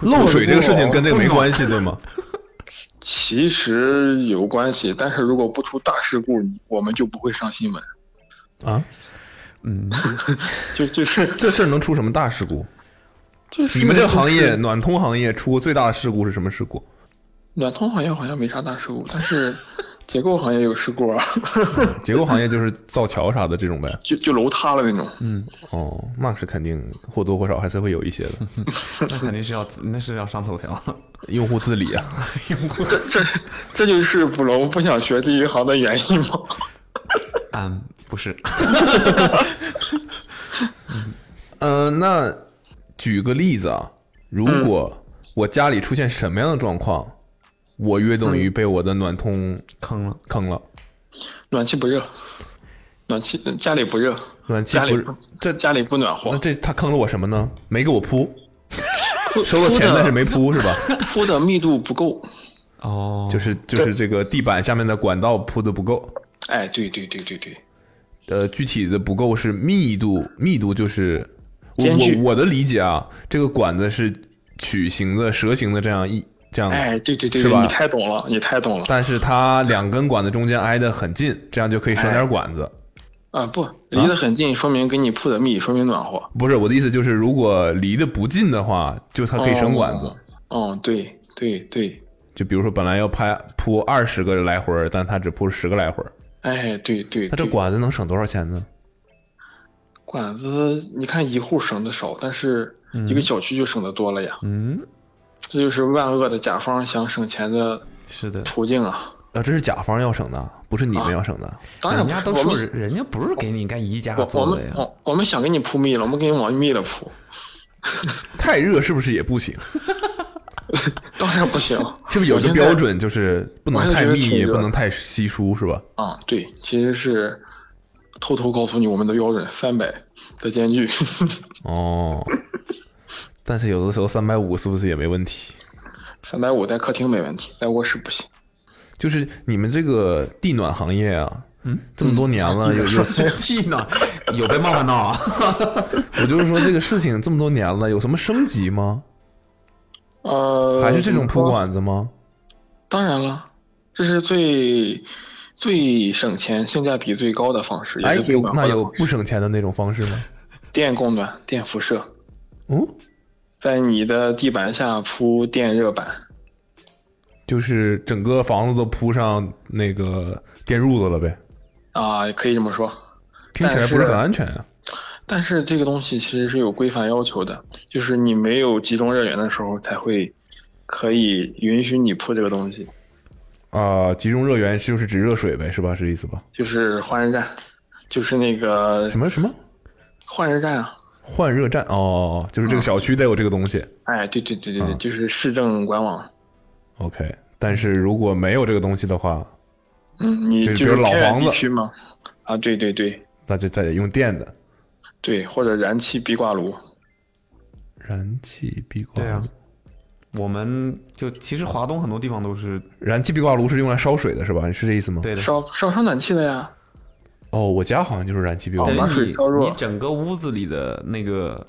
Speaker 3: 漏水这个事情跟这个没关系，对吗？
Speaker 2: 其实有关系，但是如果不出大事故，我们就不会上新闻。
Speaker 3: 啊，
Speaker 5: 嗯，
Speaker 2: 就就是
Speaker 3: 这事儿能出什么大事故？
Speaker 2: 就是
Speaker 3: 你们这个行
Speaker 2: 就
Speaker 3: 业，
Speaker 2: 是
Speaker 3: 暖通行业出过最大的事故是什么事故？
Speaker 2: 暖通行业好像没啥大事 故，但是结构行业有事故啊，
Speaker 3: 结构行业就是造桥啥的这种呗。
Speaker 2: 就就楼塌了那种。
Speaker 5: 嗯，
Speaker 3: 哦，那是肯定或多或少还是会有一些 的。
Speaker 5: 那肯定是要，那是要上头条了。
Speaker 3: 用户自理啊，
Speaker 2: 这这这就是捕龙不想学第一行的原因吗？
Speaker 5: 嗯，不是，
Speaker 3: 嗯、那举个例子啊，如
Speaker 2: 嗯
Speaker 3: 果我家里出现什么样的状况，我约等
Speaker 2: 嗯
Speaker 3: 于被我的暖通
Speaker 5: 坑了，
Speaker 3: 坑了。
Speaker 2: 暖气不热，暖气家里不热，
Speaker 3: 暖气
Speaker 2: 家里
Speaker 3: 不这
Speaker 2: 家里不暖
Speaker 3: 那
Speaker 2: 和，
Speaker 3: 这他坑了我什么呢？没给 我铺，收了
Speaker 2: 铺
Speaker 3: 钱
Speaker 2: 的
Speaker 3: 但是 没铺是吧？
Speaker 2: 铺的密度不够。
Speaker 5: 哦，
Speaker 3: 就是就是这个地板下面的管道铺的不够，
Speaker 2: 哎，对对对对对，
Speaker 3: 呃，具体的不够是密度，密度就是我
Speaker 2: 间距
Speaker 3: 我我的理解啊，这个管子是曲形的、蛇形的这样一这样的，
Speaker 2: 哎，对对对，
Speaker 3: 嗯是
Speaker 2: 对
Speaker 3: 吧？
Speaker 2: 你太懂了，你太懂 了。
Speaker 3: 但是它两根管子中间挨得很近，这样就可以省点管子。
Speaker 2: 啊，不，离得很近，说明给你铺的密，说明暖和。
Speaker 3: 不是我的意思，就是如果离得不近的话，就它可以省管子。
Speaker 2: 嗯，对对对，
Speaker 3: 就比如说本来要拍铺二十个来回儿，但它只铺十个来回儿，
Speaker 2: 哎，对对，
Speaker 3: 它这
Speaker 2: 对
Speaker 3: 管子能省多少钱呢？
Speaker 2: 管子，你看一户省的少，但是一
Speaker 3: 嗯
Speaker 2: 个小区就省的多了呀。
Speaker 5: 嗯，
Speaker 2: 这就是万恶的甲方想省钱的
Speaker 5: 是的，
Speaker 2: 途径啊！
Speaker 3: 啊，这是甲方要省的，不是你们
Speaker 2: 啊
Speaker 3: 要省的。
Speaker 2: 当然
Speaker 5: 人
Speaker 2: 不
Speaker 5: 家
Speaker 2: 是
Speaker 5: 都
Speaker 2: 我
Speaker 5: 说
Speaker 2: 们
Speaker 5: 人人家不是给你干宜家
Speaker 3: 啊
Speaker 2: 我我
Speaker 5: 做的
Speaker 2: 们哦
Speaker 5: 呀，
Speaker 2: 我我们想给你铺密了，我们给你往密了铺，
Speaker 3: 太热是不是也不行？
Speaker 2: 当然不行。
Speaker 3: 是不是有一个
Speaker 2: 我现在
Speaker 3: 标准，就是不能太
Speaker 2: 我现在觉得
Speaker 3: 密，
Speaker 2: 挺
Speaker 3: 也不
Speaker 2: 热
Speaker 3: 能太稀疏，是吧？
Speaker 2: 啊？对，其实是偷偷告诉你我们的标准，三百的间距。
Speaker 3: 哦，但是有的时候三百五是不是也没问题？
Speaker 2: 三百五在客厅没问题，在卧室不行。
Speaker 3: 就是你们这个地暖行业啊，嗯，这么多年了，有有，
Speaker 5: 气呢，有被冒犯到啊？
Speaker 3: 我就是说这个事情这么多年了，有什么升级吗？
Speaker 2: 呃，
Speaker 3: 还是这种
Speaker 2: 怎么
Speaker 3: 铺
Speaker 2: 说
Speaker 3: 管子吗？
Speaker 2: 当然了，这是最最省钱、性价比最高的方式，
Speaker 3: 哎，
Speaker 2: 也是最
Speaker 3: 有
Speaker 2: 暖
Speaker 3: 那
Speaker 2: 和的
Speaker 3: 有
Speaker 2: 方式
Speaker 3: 不省钱的那种方式吗？
Speaker 2: 电供暖、电辐射，
Speaker 3: 哦，
Speaker 2: 在你的地板下铺电热板。
Speaker 3: 就是整个房子都铺上那个电褥子了呗，
Speaker 2: 啊，可以这么说，
Speaker 3: 听起来不是
Speaker 2: 但
Speaker 3: 很安全啊。
Speaker 2: 但是这个东西其实是有规范要求的，就是你没有集中热源的时候才会可以允许你铺这个东西，
Speaker 3: 啊、集中热源就是指热水呗，是吧？是这意思吧？
Speaker 2: 就是换热站，就是那个
Speaker 3: 什么什么
Speaker 2: 换热站啊，
Speaker 3: 换热站？哦，就是这个小区得有这个东西。
Speaker 2: 哎，对对对对
Speaker 3: 啊
Speaker 2: 对，就是市政管网，
Speaker 3: OK，但是如果没有这个东西的话，
Speaker 2: 嗯，你
Speaker 3: 就是
Speaker 2: 就
Speaker 3: 比
Speaker 2: 是
Speaker 3: 如老
Speaker 2: 偏远
Speaker 3: 房
Speaker 2: 地
Speaker 3: 子
Speaker 2: 区嘛，啊，对对对，
Speaker 3: 那就再得用电的。
Speaker 2: 对，或者燃气壁挂炉。
Speaker 3: 燃气壁挂
Speaker 5: 对啊，我们就其实华东很多地方都是
Speaker 3: 燃气壁挂炉是用来烧水的，是吧？你是这意思吗？
Speaker 5: 对的。
Speaker 2: 烧烧烧暖气的呀。
Speaker 3: 哦，我家好像就是燃气
Speaker 2: 哦
Speaker 3: 壁挂
Speaker 5: 等
Speaker 3: 炉。
Speaker 5: 于你你整个屋子里的那个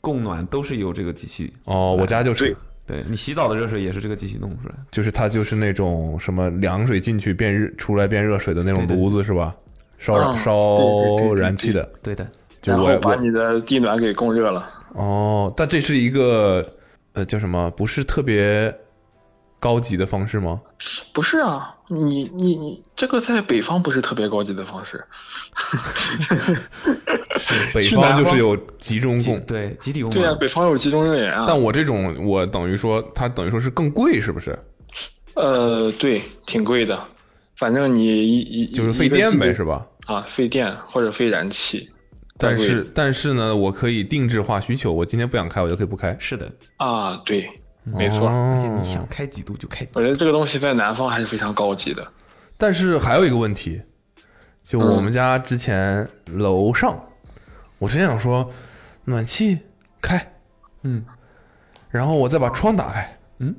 Speaker 5: 供暖都是由这个机器。
Speaker 3: 哦，我家就是，
Speaker 5: 对你洗澡的热水也是这个机器弄出来。
Speaker 3: 就是它就是那种什么凉水进去变热，出来变热水的那种炉子是吧？烧
Speaker 2: 嗯对对对
Speaker 3: 烧
Speaker 2: 对
Speaker 3: 燃气的，
Speaker 5: 对的。
Speaker 3: 就
Speaker 2: 然
Speaker 3: 我
Speaker 2: 后把
Speaker 3: 我
Speaker 2: 你的地暖给供热了。
Speaker 3: 哦，但这是一个呃叫什么？不是特别高级的方式吗？
Speaker 2: 不是啊，你你你这个在北方不是特别高级的方式。
Speaker 3: 北
Speaker 2: 是
Speaker 3: 方
Speaker 2: 南
Speaker 3: 就是
Speaker 2: 方
Speaker 3: 有集中供，
Speaker 5: 对集体供
Speaker 2: 对啊，北方有集中热源啊。
Speaker 3: 但我这种我等于说它等于说是更贵，是不是？
Speaker 2: 呃，对，挺贵的，反正你一一
Speaker 3: 就是费电呗，是？吧？
Speaker 2: 一个季度啊，费电或者费燃气。
Speaker 3: 但
Speaker 2: 怪贵
Speaker 3: 是但是呢，我可以定制化需求，我今天不想开，我就可以不开。
Speaker 5: 是的，
Speaker 2: 啊，对，没错。
Speaker 3: 而且你想
Speaker 5: 开几度就开几
Speaker 2: 度。我觉得这个东西在南方还是非常高级的。
Speaker 3: 但是还有一个问题，就我
Speaker 2: 嗯
Speaker 3: 们家之前楼上，我之前想说暖气开，
Speaker 5: 嗯，
Speaker 3: 然后我再把窗打开，
Speaker 5: 嗯，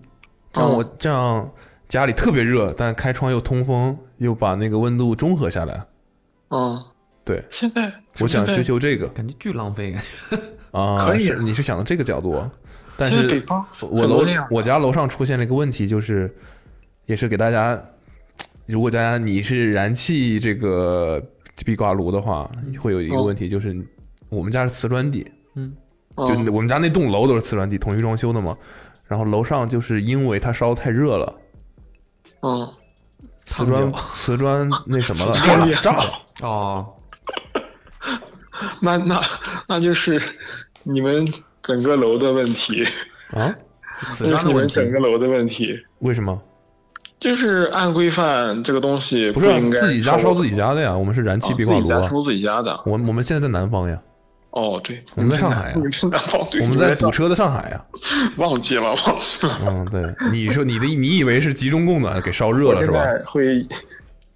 Speaker 3: 这样我这样家里特别热，但开窗又通风，又把那个温度中和下来。
Speaker 2: 嗯，
Speaker 3: 对，
Speaker 2: 现在
Speaker 3: 我想追求这个，
Speaker 5: 感觉巨浪费，感觉
Speaker 3: 啊，
Speaker 5: 可以
Speaker 3: 是你是想的这个角度，哦但
Speaker 5: 现在
Speaker 3: 是
Speaker 5: 北方
Speaker 3: 我
Speaker 5: 很
Speaker 3: 楼
Speaker 5: 多这样
Speaker 3: 我家楼上出现了一个问题，就是也是给大家，如果大家你是燃气这个壁挂炉的话，会有一个
Speaker 5: 哦
Speaker 3: 问题，就是我们家是瓷砖地，
Speaker 5: 嗯，
Speaker 3: 就我们家那栋楼都是瓷砖地，统一装修的嘛，然后楼上就是因为它烧得太热了，
Speaker 2: 嗯，
Speaker 3: 瓷砖
Speaker 5: 烫脚
Speaker 3: 瓷砖那什么了，
Speaker 2: 烫脚
Speaker 3: 炸了，
Speaker 5: 哦，
Speaker 2: 那那那就是你们整个楼的问题，
Speaker 3: 啊，
Speaker 2: 那就是你们整个楼的问题。
Speaker 3: 为什么？
Speaker 2: 就是按规范这个东西
Speaker 3: 不是啊
Speaker 2: 应该
Speaker 3: 自己家
Speaker 2: 烧
Speaker 3: 烧自己家的呀，我们是燃气
Speaker 2: 啊
Speaker 3: 壁挂炉
Speaker 2: 自己
Speaker 3: 啊
Speaker 2: 家，烧自己家的。
Speaker 3: 我我们现在在南方呀。
Speaker 2: 哦，对，
Speaker 3: 我们在上海呀啊
Speaker 2: 你们在南方，对
Speaker 3: 我们
Speaker 2: 你
Speaker 3: 在
Speaker 2: 上
Speaker 3: 堵车的上海呀、
Speaker 2: 忘记了，忘记 了。
Speaker 3: 嗯，对，你说你的你以为是集中供暖给烧热
Speaker 2: 我
Speaker 3: 了
Speaker 2: 现
Speaker 3: 是吧？
Speaker 2: 在会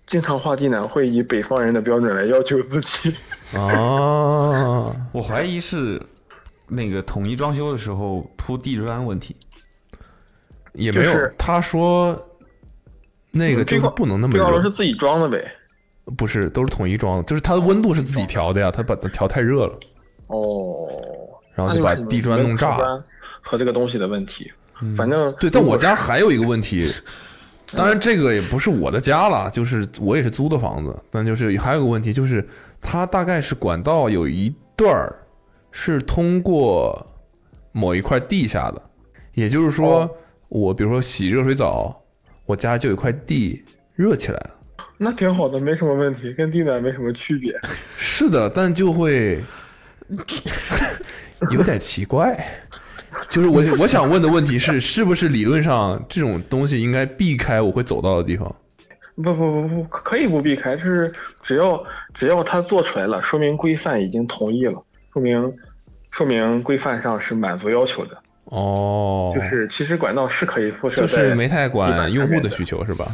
Speaker 2: 经常画地暖，会以北方人的标准来要求自己。
Speaker 3: 哦，
Speaker 5: 我怀疑是那个统一装修的时候铺地砖问题。
Speaker 3: 也没有，
Speaker 5: 就是
Speaker 3: 他说那个就是不能那
Speaker 2: 嗯
Speaker 3: 么
Speaker 2: 这
Speaker 3: 热，
Speaker 2: 个楼是自己装的呗。
Speaker 3: 不是都是统一装的，就是它的温度是自己调的呀，它把它调太热了，
Speaker 2: 哦，
Speaker 3: 然后就把地砖弄炸
Speaker 2: 那就是你们瓷
Speaker 3: 嗯
Speaker 2: 砖和这个东西的问题。反正
Speaker 3: 对，但我家还有一个问题，当然这个也不是我的家了，就是我也是租的房子，但就是还有个问题，就是它大概是管道有一段儿是通过某一块地下的，也就是说，我比如说洗热水澡，我家就有一块地热起来了。
Speaker 2: 那挺好的，没什么问题，跟地暖没什么区别。
Speaker 3: 是的，但 就会有点奇怪。就是我我想问的问题 是，是不是理论上这种东西应该避开我会走到的地方？
Speaker 2: 不不不不，可以不避开，就是只要只要它做出来了，说明规范已经同意了，说明说明规范上是满足要求的。
Speaker 3: 哦，
Speaker 2: 就是其实管道是可以辐射
Speaker 3: 就
Speaker 2: 在
Speaker 3: 是没
Speaker 2: 地
Speaker 3: 太
Speaker 2: 板
Speaker 3: 管
Speaker 2: 上
Speaker 3: 用户
Speaker 2: 面
Speaker 3: 的需求是吧？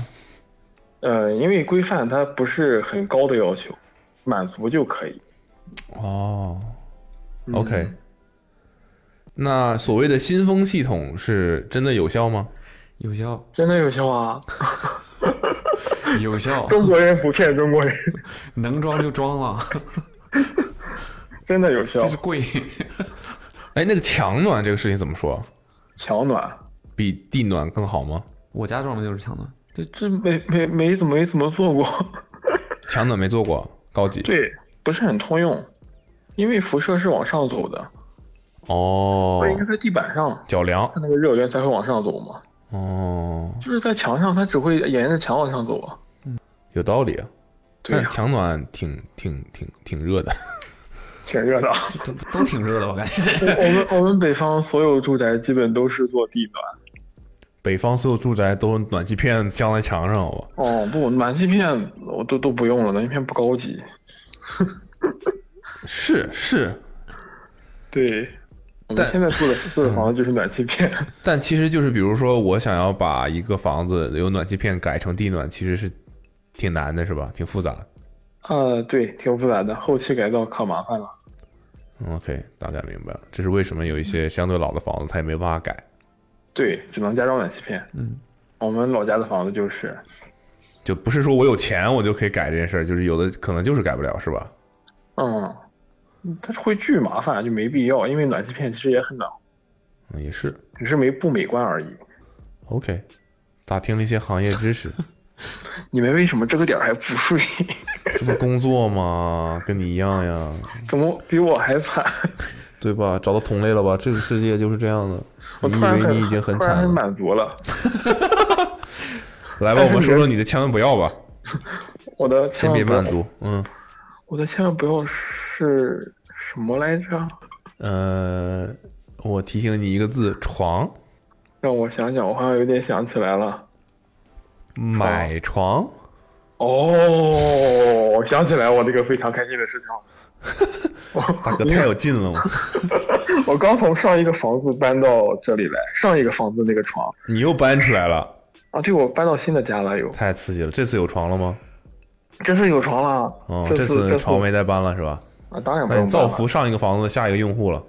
Speaker 2: 呃，因为规范它不是很高的要求，满足就可以。
Speaker 3: 哦，OK。那所谓的新风系统是真的有效吗？
Speaker 5: 有效，
Speaker 2: 真的有效啊！
Speaker 5: 有效，
Speaker 2: 中国人不骗中国人，
Speaker 5: 能装就装了，
Speaker 2: 真的有效
Speaker 5: 这。是贵。
Speaker 3: 哎，那个强暖这个事情怎么说？
Speaker 2: 强暖
Speaker 3: 比地暖更好吗？
Speaker 5: 我家装的就是强暖，
Speaker 2: 这这没没没怎么没怎么做过，
Speaker 3: 强暖没做过，高级。
Speaker 2: 对，不是很通用，因为辐射是往上走的，
Speaker 3: 哦
Speaker 2: 它，应该在地板上，
Speaker 3: 脚凉。
Speaker 2: 它那个热源才会往上走嘛。
Speaker 3: 哦，
Speaker 2: 就是在墙上，它只会沿着墙往上走 啊。
Speaker 3: 有道理啊。
Speaker 2: 对啊
Speaker 3: 但强暖挺挺挺挺热的。
Speaker 2: 挺热的，
Speaker 5: 都都挺热的，我感觉。
Speaker 2: 我我们我们北方所有住宅基本都是做地暖。
Speaker 3: 北方所有住宅都是暖气片镶在墙上，好吧？
Speaker 2: 哦不，暖气片我都都不用了，暖气片不高级。
Speaker 3: 是是，
Speaker 2: 对，我们
Speaker 3: 但
Speaker 2: 现在住的住的房子就是暖气 片。
Speaker 3: 但其实就是，比如说，我想要把一个房子由暖气片改成地暖，其实是挺难的，是吧？挺复杂的。
Speaker 2: 呃啊，对，挺复杂的，后期改造可麻烦了。
Speaker 3: OK，大概明白了，这是为什么有一些相对老的房子它也没有办法改，
Speaker 2: 对，只能加装暖气片。
Speaker 3: 嗯，
Speaker 2: 我们老家的房子就是，
Speaker 3: 就不是说我有钱我就可以改这件事儿，就是有的可能就是改不了，是吧？
Speaker 2: 嗯，它是会巨麻烦，就没必要，因为暖气片其实也很暖和，
Speaker 3: 嗯，也是。
Speaker 2: 只是没不美观而已。
Speaker 3: OK，打听了一些行业知识，
Speaker 2: 你们为什么这个点儿还不睡？
Speaker 3: 这不工作吗？跟你一样呀，
Speaker 2: 怎么比我还惨？
Speaker 3: 对吧？找到同类了吧？这个世界就是这样的。
Speaker 2: 我
Speaker 3: 你
Speaker 2: 突
Speaker 3: 以
Speaker 2: 然
Speaker 3: 为
Speaker 2: 很
Speaker 3: 你已经很
Speaker 2: 突然
Speaker 3: 惨
Speaker 2: 很
Speaker 3: 了？
Speaker 2: 满足了。
Speaker 3: 来吧，
Speaker 2: 但是
Speaker 3: 我们
Speaker 2: 你
Speaker 3: 说
Speaker 2: 的
Speaker 3: 说你的千万不要吧，
Speaker 2: 我的千
Speaker 3: 先
Speaker 2: 万
Speaker 3: 别
Speaker 2: 不要
Speaker 3: 满足，嗯。
Speaker 2: 我的千万不要是什么来着？
Speaker 3: 呃，我提醒你一个字：床，
Speaker 2: 让我想想，我好像有点想起来了。
Speaker 3: 买床。
Speaker 2: 哦，我想起来我这个非常开心的事情了。
Speaker 3: 大哥太有劲 了，我
Speaker 2: 我刚从上一个房子搬到这里来，上一个房子那个床
Speaker 3: 你又搬出来了，
Speaker 2: 啊，对，我搬到新的家了，有
Speaker 3: 太刺激了。这次有床了吗？
Speaker 2: 这次有床了。
Speaker 3: 哦，
Speaker 2: 这次
Speaker 3: 次
Speaker 2: 这
Speaker 3: 床没再搬了是吧？
Speaker 2: 啊，当然不
Speaker 3: 那
Speaker 2: 用
Speaker 3: 你造
Speaker 2: 搬了
Speaker 3: 福上一个房子下一个用户了。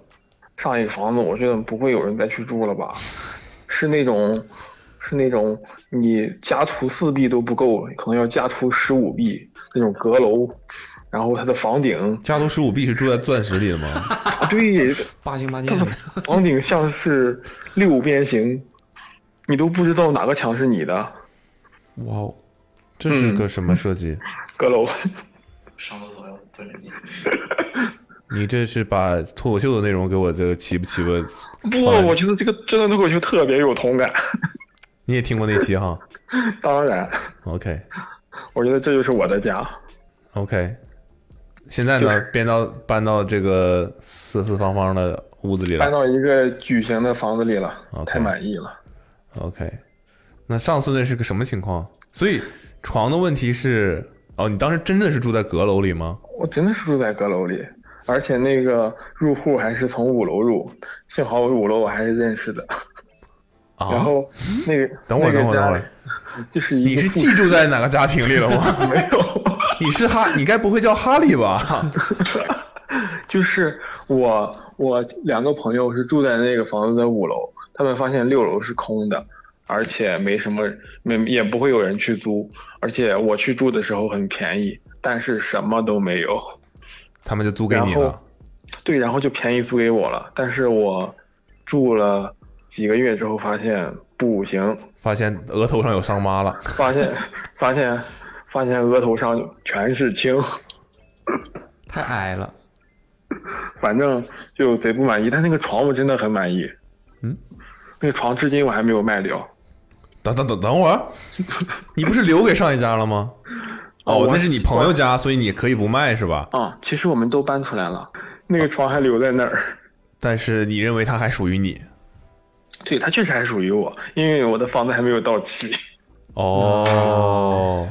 Speaker 2: 上一个房子，我觉得不会有人再去住了吧？是那种，是那种你家徒四壁都不够，可能要家徒十五壁那种阁楼，然后它的房顶，
Speaker 3: 家徒十五壁是住在钻石里 的吗？
Speaker 2: 啊对，
Speaker 5: 八星八
Speaker 2: 它的房顶像是六边形，你都不知道哪个墙是你的
Speaker 3: 哇哦，这是
Speaker 2: 嗯
Speaker 3: 个什么设计？
Speaker 2: 阁楼。
Speaker 14: 上厕所要蹲着进。
Speaker 3: 你这是把脱口秀的内容给我这个起不起不？
Speaker 2: 不，我觉得这个真的脱口秀特别有同感。
Speaker 3: 你也听过那期哈
Speaker 2: 当然，
Speaker 3: ？OK
Speaker 2: 我觉得这就是我的家。
Speaker 3: OK，现在呢，搬到搬到这个四四方方的屋子里
Speaker 2: 搬
Speaker 3: 了。
Speaker 2: 到一个矩形的房子里了
Speaker 3: OK
Speaker 2: 太满意了。
Speaker 3: OK，那上次那是个什么情况？所以床的问题是，哦，你当时真的是住在阁楼里吗？
Speaker 2: 我真的是住在阁楼里，而且那个入户还是从五楼入，幸好我五楼我还是认识的。
Speaker 3: 啊
Speaker 2: 然 后那个
Speaker 3: 等会儿
Speaker 2: 那
Speaker 3: 等
Speaker 2: 个
Speaker 3: 会儿
Speaker 2: 家
Speaker 3: 等会
Speaker 2: 里
Speaker 3: 儿
Speaker 2: 就是一
Speaker 3: 你
Speaker 2: 个
Speaker 3: 是
Speaker 2: 复
Speaker 3: 寄住在哪个家庭里 了吗？
Speaker 2: 没有，
Speaker 3: 你是哈，你该不会叫哈利吧？
Speaker 2: 就是我我两个朋友是住在那个房子的五楼，他们发现六楼是空的，而且没什么没也不会有人去租，而且我去住的时候很便宜，但是什么都没有。
Speaker 3: 他们就租给你
Speaker 2: 然
Speaker 3: 了
Speaker 2: 后。对，然后就便宜租给我了。但是我住了几个月之后，发现不行，
Speaker 3: 发现额头上有伤疤了，
Speaker 2: 发 现发现发现额头上全是青，
Speaker 5: 太矮了。
Speaker 2: 反正就贼不满意。但那个床我真的很满意，
Speaker 3: 嗯，
Speaker 2: 那个床至今我还没有卖掉。
Speaker 3: 等等等等会儿，你不是留给上一家了吗？
Speaker 2: 哦
Speaker 3: 哦，
Speaker 2: 我
Speaker 3: 那是你朋友家，所以你可以不卖是吧？
Speaker 2: 啊、其实我们都搬出来了，啊那个床还留在那儿。
Speaker 3: 但是你认为它还属于你
Speaker 2: 对，它确实还属于我，因为我的房子还没有到期。
Speaker 3: 哦，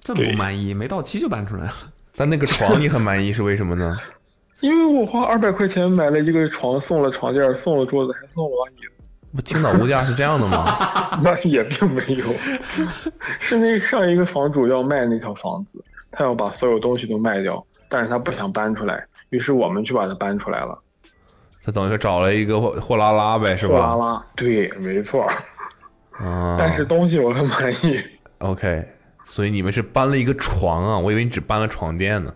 Speaker 5: 这么不满意，没到期就搬出来了。
Speaker 3: 但那个床你很满意是为什么呢？
Speaker 2: 因为我花二百块钱买了一个床，送了床垫，送了桌子，还送了网椅，
Speaker 3: 不， 青岛物价是这样的 吗？
Speaker 2: 那也并没有，是那上一个房主要卖那套房子，他要把所有东西都卖掉，但是他不想搬出来，于是我们去把它搬出来了。
Speaker 3: 他等于说找了一个货货拉拉呗，哎是吧？
Speaker 2: 货拉拉，对，没错。
Speaker 3: 啊，
Speaker 2: 但是东西我很满意。
Speaker 3: OK，所以你们是搬了一个床啊，我以为你只搬了床垫呢。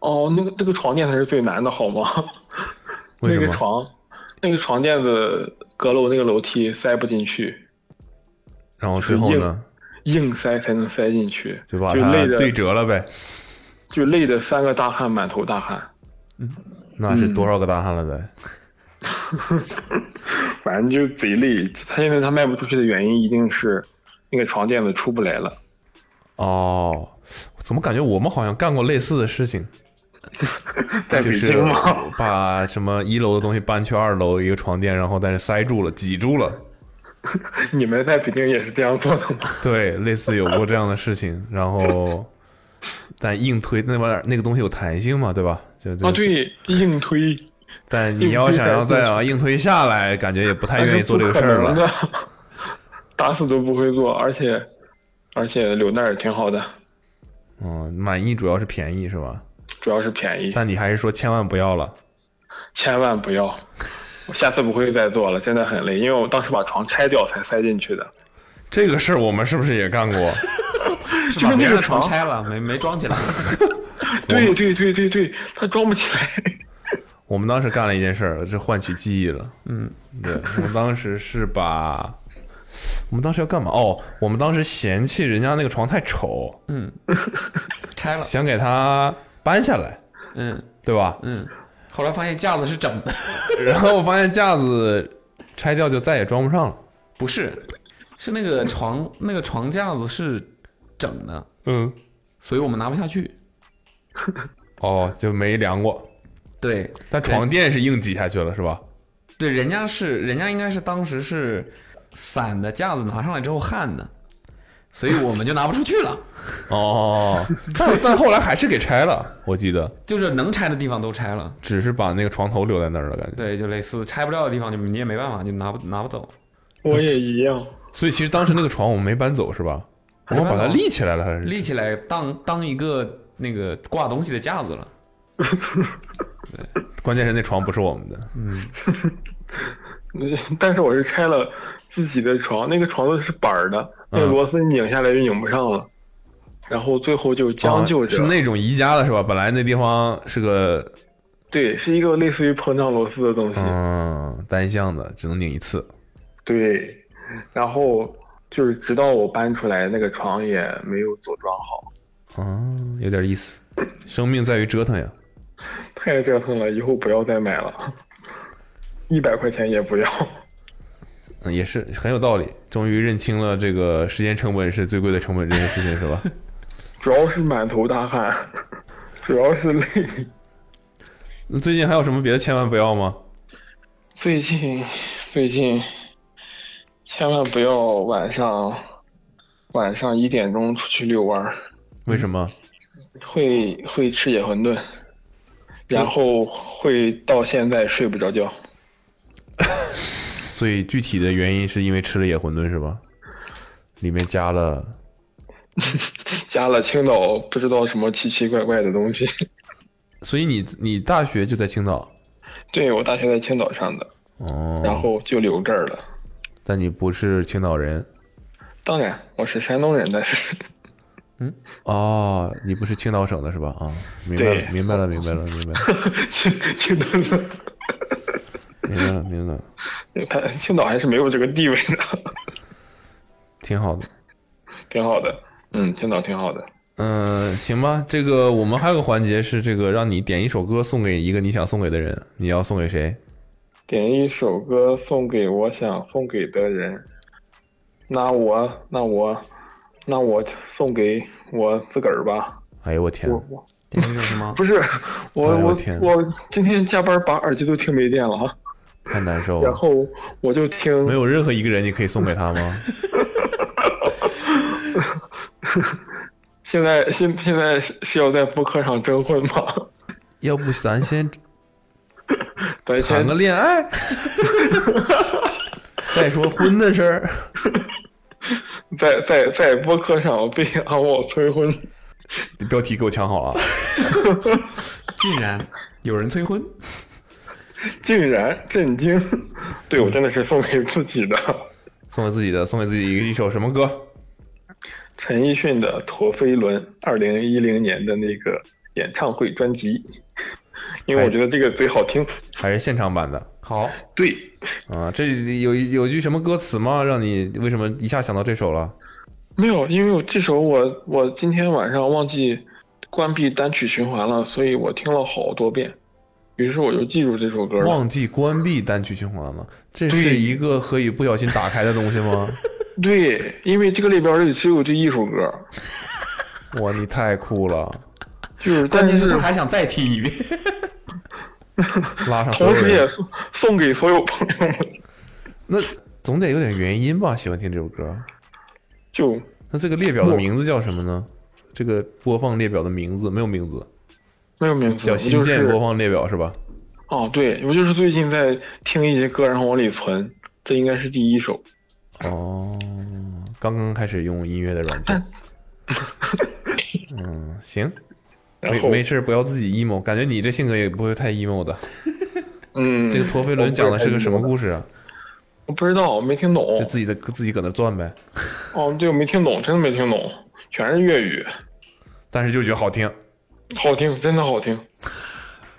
Speaker 2: 哦，那个那个床垫才是最难的，好吗？
Speaker 3: 为什
Speaker 2: 那
Speaker 3: 么
Speaker 2: 个床，那个床垫子阁楼那个楼梯塞不进去，
Speaker 3: 然后最后呢，
Speaker 2: 硬塞才能塞进去，
Speaker 3: 就把
Speaker 2: 就
Speaker 3: 它
Speaker 2: 累的
Speaker 3: 对折了呗，
Speaker 2: 就累得三个大汉满头大汗。
Speaker 3: 那是多少个大汉了呗？
Speaker 2: 反正就贼累。他现在他卖不出去的原因一定是那个床垫子出不来了。
Speaker 3: 啊哦，怎么感觉我们好像干过类似的事情？
Speaker 2: 在
Speaker 3: 就
Speaker 2: 北
Speaker 3: 是
Speaker 2: 京吗？
Speaker 3: 把什么一楼的东西搬去二楼一个床垫，然后但是塞住了、挤住了，
Speaker 2: 你们在北京也是这样做的吗？啊
Speaker 3: 对，类似有过这样的事情。然后，但硬推那玩意儿那个东西有弹性嘛，对吧？就
Speaker 2: 啊，。对，硬推。
Speaker 3: 但你要想要再啊硬推下来，感觉也不太愿意做这个事
Speaker 2: 那是
Speaker 3: 儿了。
Speaker 2: 不可能啊的，打死都不会做，而且而且柳那儿也挺好的，
Speaker 3: 嗯，满意主要是便宜是吧？
Speaker 2: 主要是便宜。
Speaker 3: 但你还是说千万不要了。
Speaker 2: 千万不要，我下次不会再做了，真的很累，因为我当时把床拆掉才塞进去的。
Speaker 3: 这个事儿我们是不是也干过？
Speaker 5: 是
Speaker 2: 就
Speaker 5: 把
Speaker 2: 是
Speaker 5: 别
Speaker 2: 那
Speaker 5: 人
Speaker 2: 个
Speaker 5: 的床
Speaker 2: 床，
Speaker 5: 拆了，没没装起来。
Speaker 2: 对对对对对，它装不起来。
Speaker 3: 我们当时干了一件事儿，这唤起记忆了。嗯，对，我们当时是把，我们当时要干嘛？哦，我们当时嫌弃人家那个床太丑，
Speaker 5: 嗯，
Speaker 2: 啊
Speaker 5: 拆了，
Speaker 3: 想给它搬下来，
Speaker 5: 嗯，
Speaker 3: 对吧？
Speaker 5: 嗯，后来发现架子是整的，
Speaker 3: 然后我发现架子拆掉就再也装不上了。
Speaker 5: 不是，是那个床那个床架子是整的，
Speaker 3: 嗯，
Speaker 5: 所以我们拿不下去。
Speaker 3: 哦，就没量过。
Speaker 5: 对，
Speaker 3: 但床垫是硬挤下去了，是吧？
Speaker 5: 对，人家是人家应该是当时是散的架子拿上来之后焊的，所以我们就拿不出去了。
Speaker 3: 哦，但但后来还是给拆了，我记得，
Speaker 5: 就是能拆的地方都拆了，
Speaker 3: 只是把那个床头留在那儿了，感觉。
Speaker 5: 对，就类似拆不掉的地方就你也没办法，就拿不拿不走。
Speaker 2: 我也一样。
Speaker 3: 所以其实当时那个床我们没搬走，是吧？我们把它立起来了，还是
Speaker 5: 立起来当当一个那个挂东西的架子了。
Speaker 3: 关键是那床不是我们的，
Speaker 5: 嗯，
Speaker 2: 但是我是拆了自己的床，那个床子是板儿的，那个
Speaker 3: 嗯
Speaker 2: 螺丝拧下来就拧不上了，然后最后就将就
Speaker 3: 啊
Speaker 2: 着。
Speaker 3: 是那种宜家的是吧？本来那地方是个
Speaker 2: 对，是一个类似于膨胀螺丝的东西。
Speaker 3: 嗯单向的，只能拧一次。
Speaker 2: 对，然后就是直到我搬出来，那个床也没有组装好，
Speaker 3: 哦，有点意思。生命在于折腾呀。
Speaker 2: 太折腾了，以后不要再买了，一百块钱也不要。
Speaker 3: 嗯，也是很有道理。终于认清了这个时间成本是最贵的成本这件事情，是吧？
Speaker 2: 主要是满头大汗， 主要是累。
Speaker 3: 那最近还有什么别的千万不要吗？
Speaker 2: 最近最近千万不要晚上晚上一点钟出去遛弯儿，
Speaker 3: 为什么？
Speaker 2: 会会吃野馄饨，然后会到现在睡不着觉。
Speaker 3: 所以具体的原因是因为吃了野馄饨是吧？里面加了
Speaker 2: 加了青岛不知道什么奇奇怪怪的东西。
Speaker 3: 所以你你大学就在青岛
Speaker 2: 对我大学在青岛上的，
Speaker 3: 哦，
Speaker 2: 然后就留这儿了。
Speaker 3: 但你不是青岛人
Speaker 2: 当然我是山东人，但是
Speaker 3: 哦，你不是青岛省的是吧？啊，明白了，
Speaker 2: 对
Speaker 3: 明白了，明白了，明白了，
Speaker 2: 青 岛
Speaker 3: 明白了，明白了，
Speaker 2: 人，青岛还是没有这个地位的，
Speaker 3: 挺好的。
Speaker 2: 挺好的。嗯，青岛挺好的。
Speaker 3: 嗯、行吧，这个我们还有个环节是这个让你点一首歌送给一个你想送给的人，你要送给谁？
Speaker 2: 点一首歌送给我想送给的人，那我那我那我送给我自个儿吧。
Speaker 3: 哎呦我天，
Speaker 2: 我我
Speaker 5: 点一首什 么？
Speaker 2: 不是我、
Speaker 3: 哎呦
Speaker 2: 我
Speaker 3: 天
Speaker 2: 我今天加班把耳机都听没电了啊，
Speaker 3: 太难受
Speaker 2: 然
Speaker 3: 了。
Speaker 2: 后我就听
Speaker 3: 哦没有任何一个人你可以送给他 吗？
Speaker 2: 现在现现在是是要在播客上征婚吗？
Speaker 3: 要不咱先
Speaker 2: 咱先
Speaker 3: 谈个 恋爱，再说婚的事儿。
Speaker 2: 在在在播客上被阿茂催婚，
Speaker 3: 标题给我抢好 啊！
Speaker 5: 竟然有人催婚，
Speaker 2: 竟然震惊！ 对
Speaker 3: 嗯
Speaker 2: 我真的是送给自己的
Speaker 3: 送给自己的，送给自己一首什么歌？
Speaker 2: 陈奕迅的《陀飞轮》，二零一零年的那个演唱会专辑，
Speaker 3: 哎
Speaker 2: 因为我觉得这个最好听。
Speaker 3: 还是现场版的？
Speaker 5: 好
Speaker 2: 对，
Speaker 3: 啊，这里有一有句什么歌词吗？让你为什么一下想到这首了？
Speaker 2: 没有，因为我这首我我今天晚上忘记关闭单曲循环了，所以我听了好多遍，于是我就记住这首歌了。
Speaker 3: 忘记关闭单曲循环了，这是
Speaker 2: 对
Speaker 3: 一个可以不小心打开的东西吗？
Speaker 2: 对，因为这个里边儿只有这一首歌，
Speaker 3: 哇，你太酷了！
Speaker 2: 就是
Speaker 5: 关
Speaker 2: 但
Speaker 5: 键
Speaker 2: 是
Speaker 5: 是他还想再听一遍。
Speaker 3: 拉上所有
Speaker 2: 同时也
Speaker 3: 人，
Speaker 2: 送送给所有朋友们，
Speaker 3: 那总得有点原因吧？喜欢听这首歌，
Speaker 2: 就
Speaker 3: 那这个列表的
Speaker 2: 我
Speaker 3: 名字叫什么呢？这个播放列表的名字没有名字，
Speaker 2: 没有名字，
Speaker 3: 叫
Speaker 2: 我
Speaker 3: 新建
Speaker 2: 就是
Speaker 3: 播放列表是吧？
Speaker 2: 哦，对，我就是最近在听一些歌，然后往里存，这应该是第一首。
Speaker 3: 哦，刚刚开始用音乐的软件。嗯，行，
Speaker 2: 然
Speaker 3: 没
Speaker 2: 后
Speaker 3: 没事，不要自己 emo，感觉你这性格也不会太 emo 的。
Speaker 2: 嗯，
Speaker 3: 这个陀飞轮讲的是个什么故事啊？
Speaker 2: 我不知道，我没听懂。
Speaker 3: 就自己的自己搁那转呗。
Speaker 2: 哦，对，我没听懂，真的没听懂，全是粤语，
Speaker 3: 但是就觉得好听。
Speaker 2: 好听，真的好听，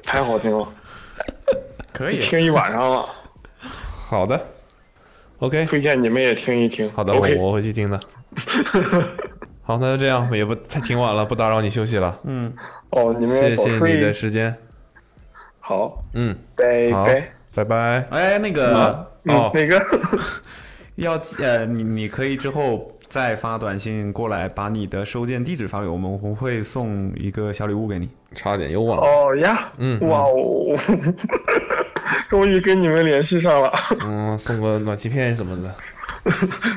Speaker 2: 太好听 了，
Speaker 7: 可
Speaker 3: 哎
Speaker 2: 听一晚上了。
Speaker 3: 好的，OK，
Speaker 2: 推荐你们也听一听。
Speaker 3: 好的，
Speaker 2: OK
Speaker 3: 我我回去听的。好，那就这样，也不太挺晚了，不打扰你休息了。嗯，
Speaker 2: 哦，你们
Speaker 3: 谢
Speaker 2: 也早
Speaker 3: 谢
Speaker 2: 睡
Speaker 3: 你的时间。
Speaker 2: 好，
Speaker 3: 嗯，
Speaker 2: 拜
Speaker 3: 好
Speaker 2: 拜。，
Speaker 3: 拜拜。
Speaker 5: 哎，那个，
Speaker 2: 嗯
Speaker 5: 哦，
Speaker 2: 哪个？
Speaker 5: 要呃，你你可以之后再发短信过来，把你的收件地址发给我们，我们会送一个小礼物给你。
Speaker 3: 差点又忘
Speaker 2: 哦呀，
Speaker 3: 嗯
Speaker 2: 哇哦，终于跟你们联系上了，
Speaker 3: 嗯，送个暖气片什么的。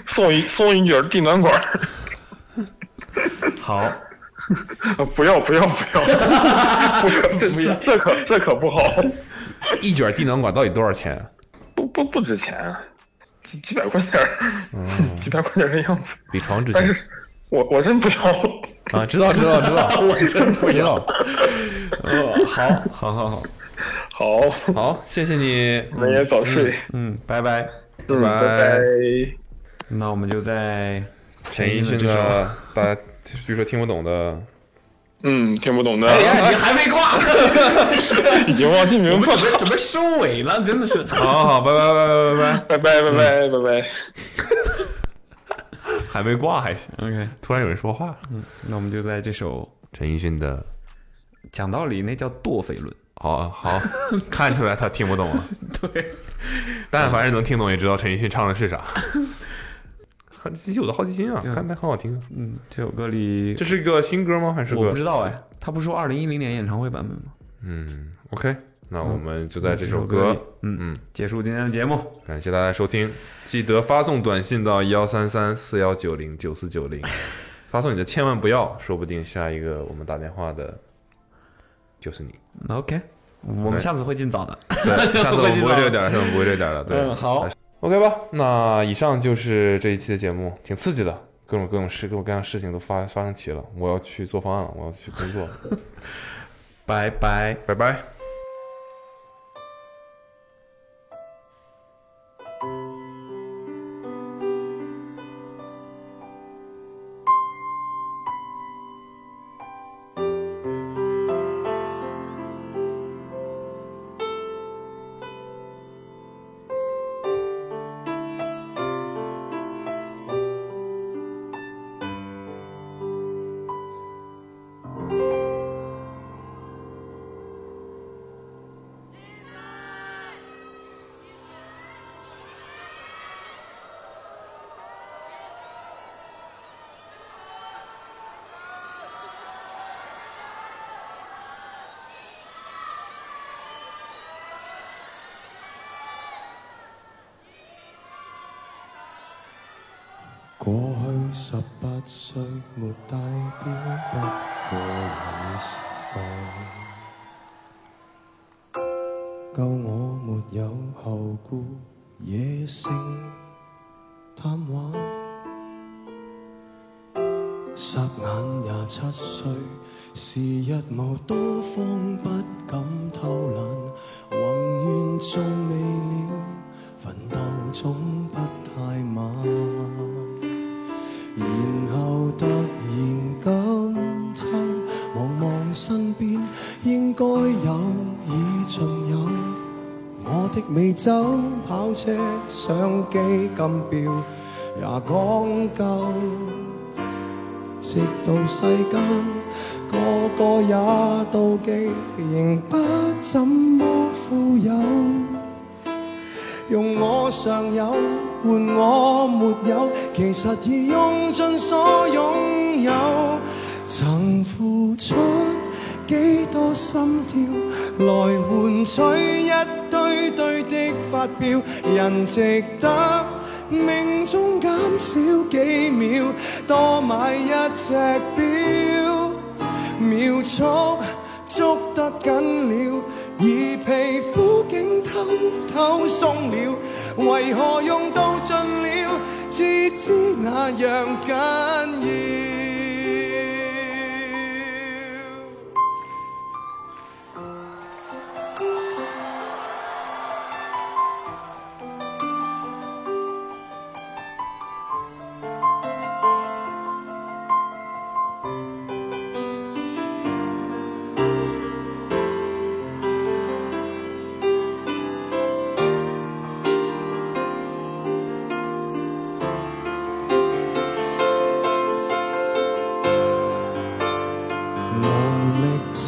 Speaker 2: 送一送一卷地暖管儿，
Speaker 5: 好，
Speaker 2: 不要不要不 要，不可这这这可这可不好，
Speaker 3: 一卷地暖管到底多少钱啊？
Speaker 2: 不不不值钱啊，几几百块钱儿，
Speaker 5: 嗯
Speaker 2: 几百块钱儿的样子，
Speaker 3: 比床值
Speaker 2: 但
Speaker 3: 钱
Speaker 2: 是我我真不要，
Speaker 3: 啊！知道知道知 道，
Speaker 2: 我真不
Speaker 3: 知
Speaker 2: 要
Speaker 3: 道。呃，好，好好好，
Speaker 2: 好，
Speaker 3: 好，谢谢你，
Speaker 2: 我们也早睡
Speaker 5: 嗯，拜拜，
Speaker 2: 嗯拜拜。
Speaker 5: 那我们就在
Speaker 3: 陈奕迅
Speaker 5: 这首
Speaker 3: 的，大家据说听不懂的，
Speaker 2: 嗯，听不懂的，
Speaker 5: 哎呀，你还没 挂，
Speaker 2: 已经忘记
Speaker 5: 我
Speaker 2: 名
Speaker 5: 们
Speaker 2: 字
Speaker 5: 准备
Speaker 2: 了，
Speaker 5: 准备收尾了，真的是。
Speaker 3: 好好，拜拜拜
Speaker 2: 拜
Speaker 3: 拜拜拜，
Speaker 2: 拜拜拜拜拜。
Speaker 3: 还没挂还行。
Speaker 5: OK，
Speaker 3: 突然有人说话，
Speaker 5: 嗯，那我们就在这首
Speaker 3: 陈奕迅的，
Speaker 5: 讲道理那叫堕飞轮。
Speaker 3: 好 好，看出来他听不懂了。
Speaker 5: 对，
Speaker 3: 但凡是能听懂，也知道陈奕迅唱的是 啥。很激起我的好奇心啊，
Speaker 5: 这样
Speaker 3: 看来很好听。
Speaker 5: 嗯，这首歌里
Speaker 3: 这是个新歌吗？还是个
Speaker 5: 我不知道哎，他不是说二零一零年演唱会版本吗？
Speaker 3: 嗯，OK，那我们就在
Speaker 5: 那
Speaker 3: 这
Speaker 5: 这
Speaker 3: 首
Speaker 5: 首
Speaker 3: 歌
Speaker 5: 歌里，嗯
Speaker 3: 嗯，
Speaker 5: 结束今天的节目。
Speaker 3: 感谢大家收听，记得发送短信到幺三三四幺九零九四九 零，发送你的千万不要，说不定下一个我们打电话的就是 你。
Speaker 5: OK，我们下次会尽早的。
Speaker 3: 对，下次我们不会这个点儿，下次我们不会这个点儿了。对，
Speaker 5: 嗯好
Speaker 3: ，OK 吧。那以上就是这一期的节目，挺刺激的，各种各种事，各种各样的事情都发发生齐了。我要去做方案了，我要去工作了。
Speaker 5: 拜拜，
Speaker 3: 拜拜。
Speaker 15: 過去十八歲沒帶錶，不過有時間，夠我沒有後顧，野性貪玩。霎眼廿七歲，時日無多方，不敢偷懶，宏願仲未了，奮鬥總不太晚。然後突然感秋，望望身邊，應該有已盡有。我的美酒、跑車、相機、金錶也講究，直到世間個個也妒忌，仍不怎麼富有。用我尚有換我沒有，其實已用盡所擁有。曾付出幾多心跳，來換取一堆堆的發表，人值得。命中減少幾秒，多買一隻表，秒速捉得緊了，而皮膚竟偷偷鬆了，為何用到盡了，至知那樣緊要。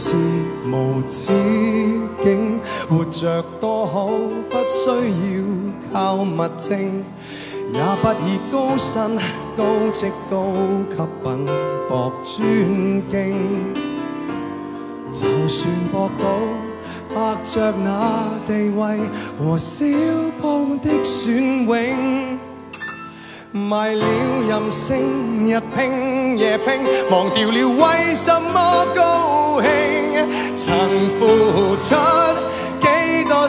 Speaker 5: 此境，活着多好，不需要靠物證，也不以高薪、高職、高級品博尊敬。就算博到伯爵那地位和小邦的選永。卖了任性，日拼夜拼，忘掉了為什麼高興。曾付出幾多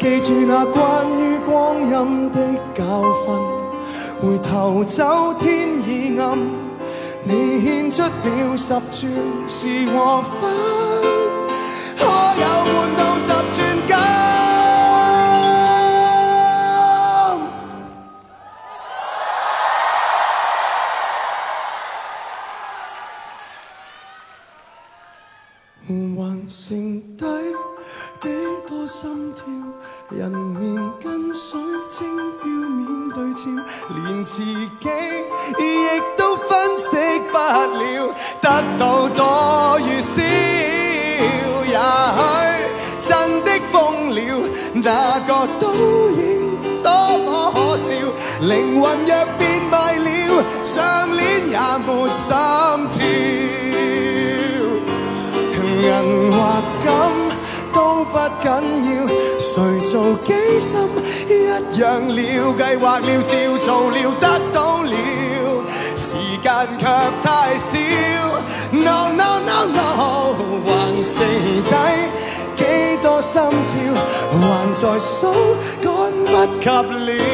Speaker 5: 記住
Speaker 15: à,
Speaker 5: 那關於光陰的教訓，回頭走天已暗，你獻出了十轉是和分，可有換到十轉金？還剩低幾多心跳？人面跟水晶表面對照，連自己亦都分析不了，得到多與少，也許真的瘋了，那個都應多麼可笑。靈魂若變賣了，上鏈也沒心跳。銀或金都不緊要，誰做機心一樣了，計劃了照做了得到了，時間卻太少。No no no no，還剩低幾多心跳，還在數，趕不及了，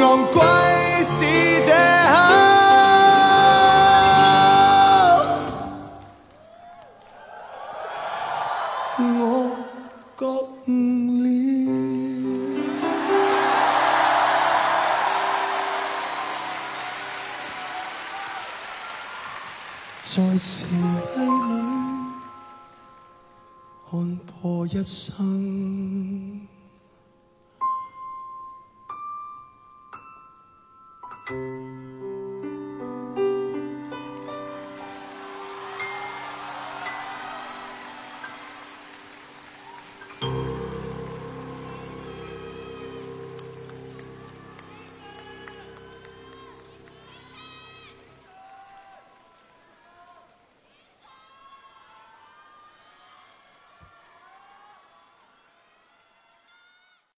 Speaker 5: 昂貴是這刻。我覺悟了。在前世裏看破一生。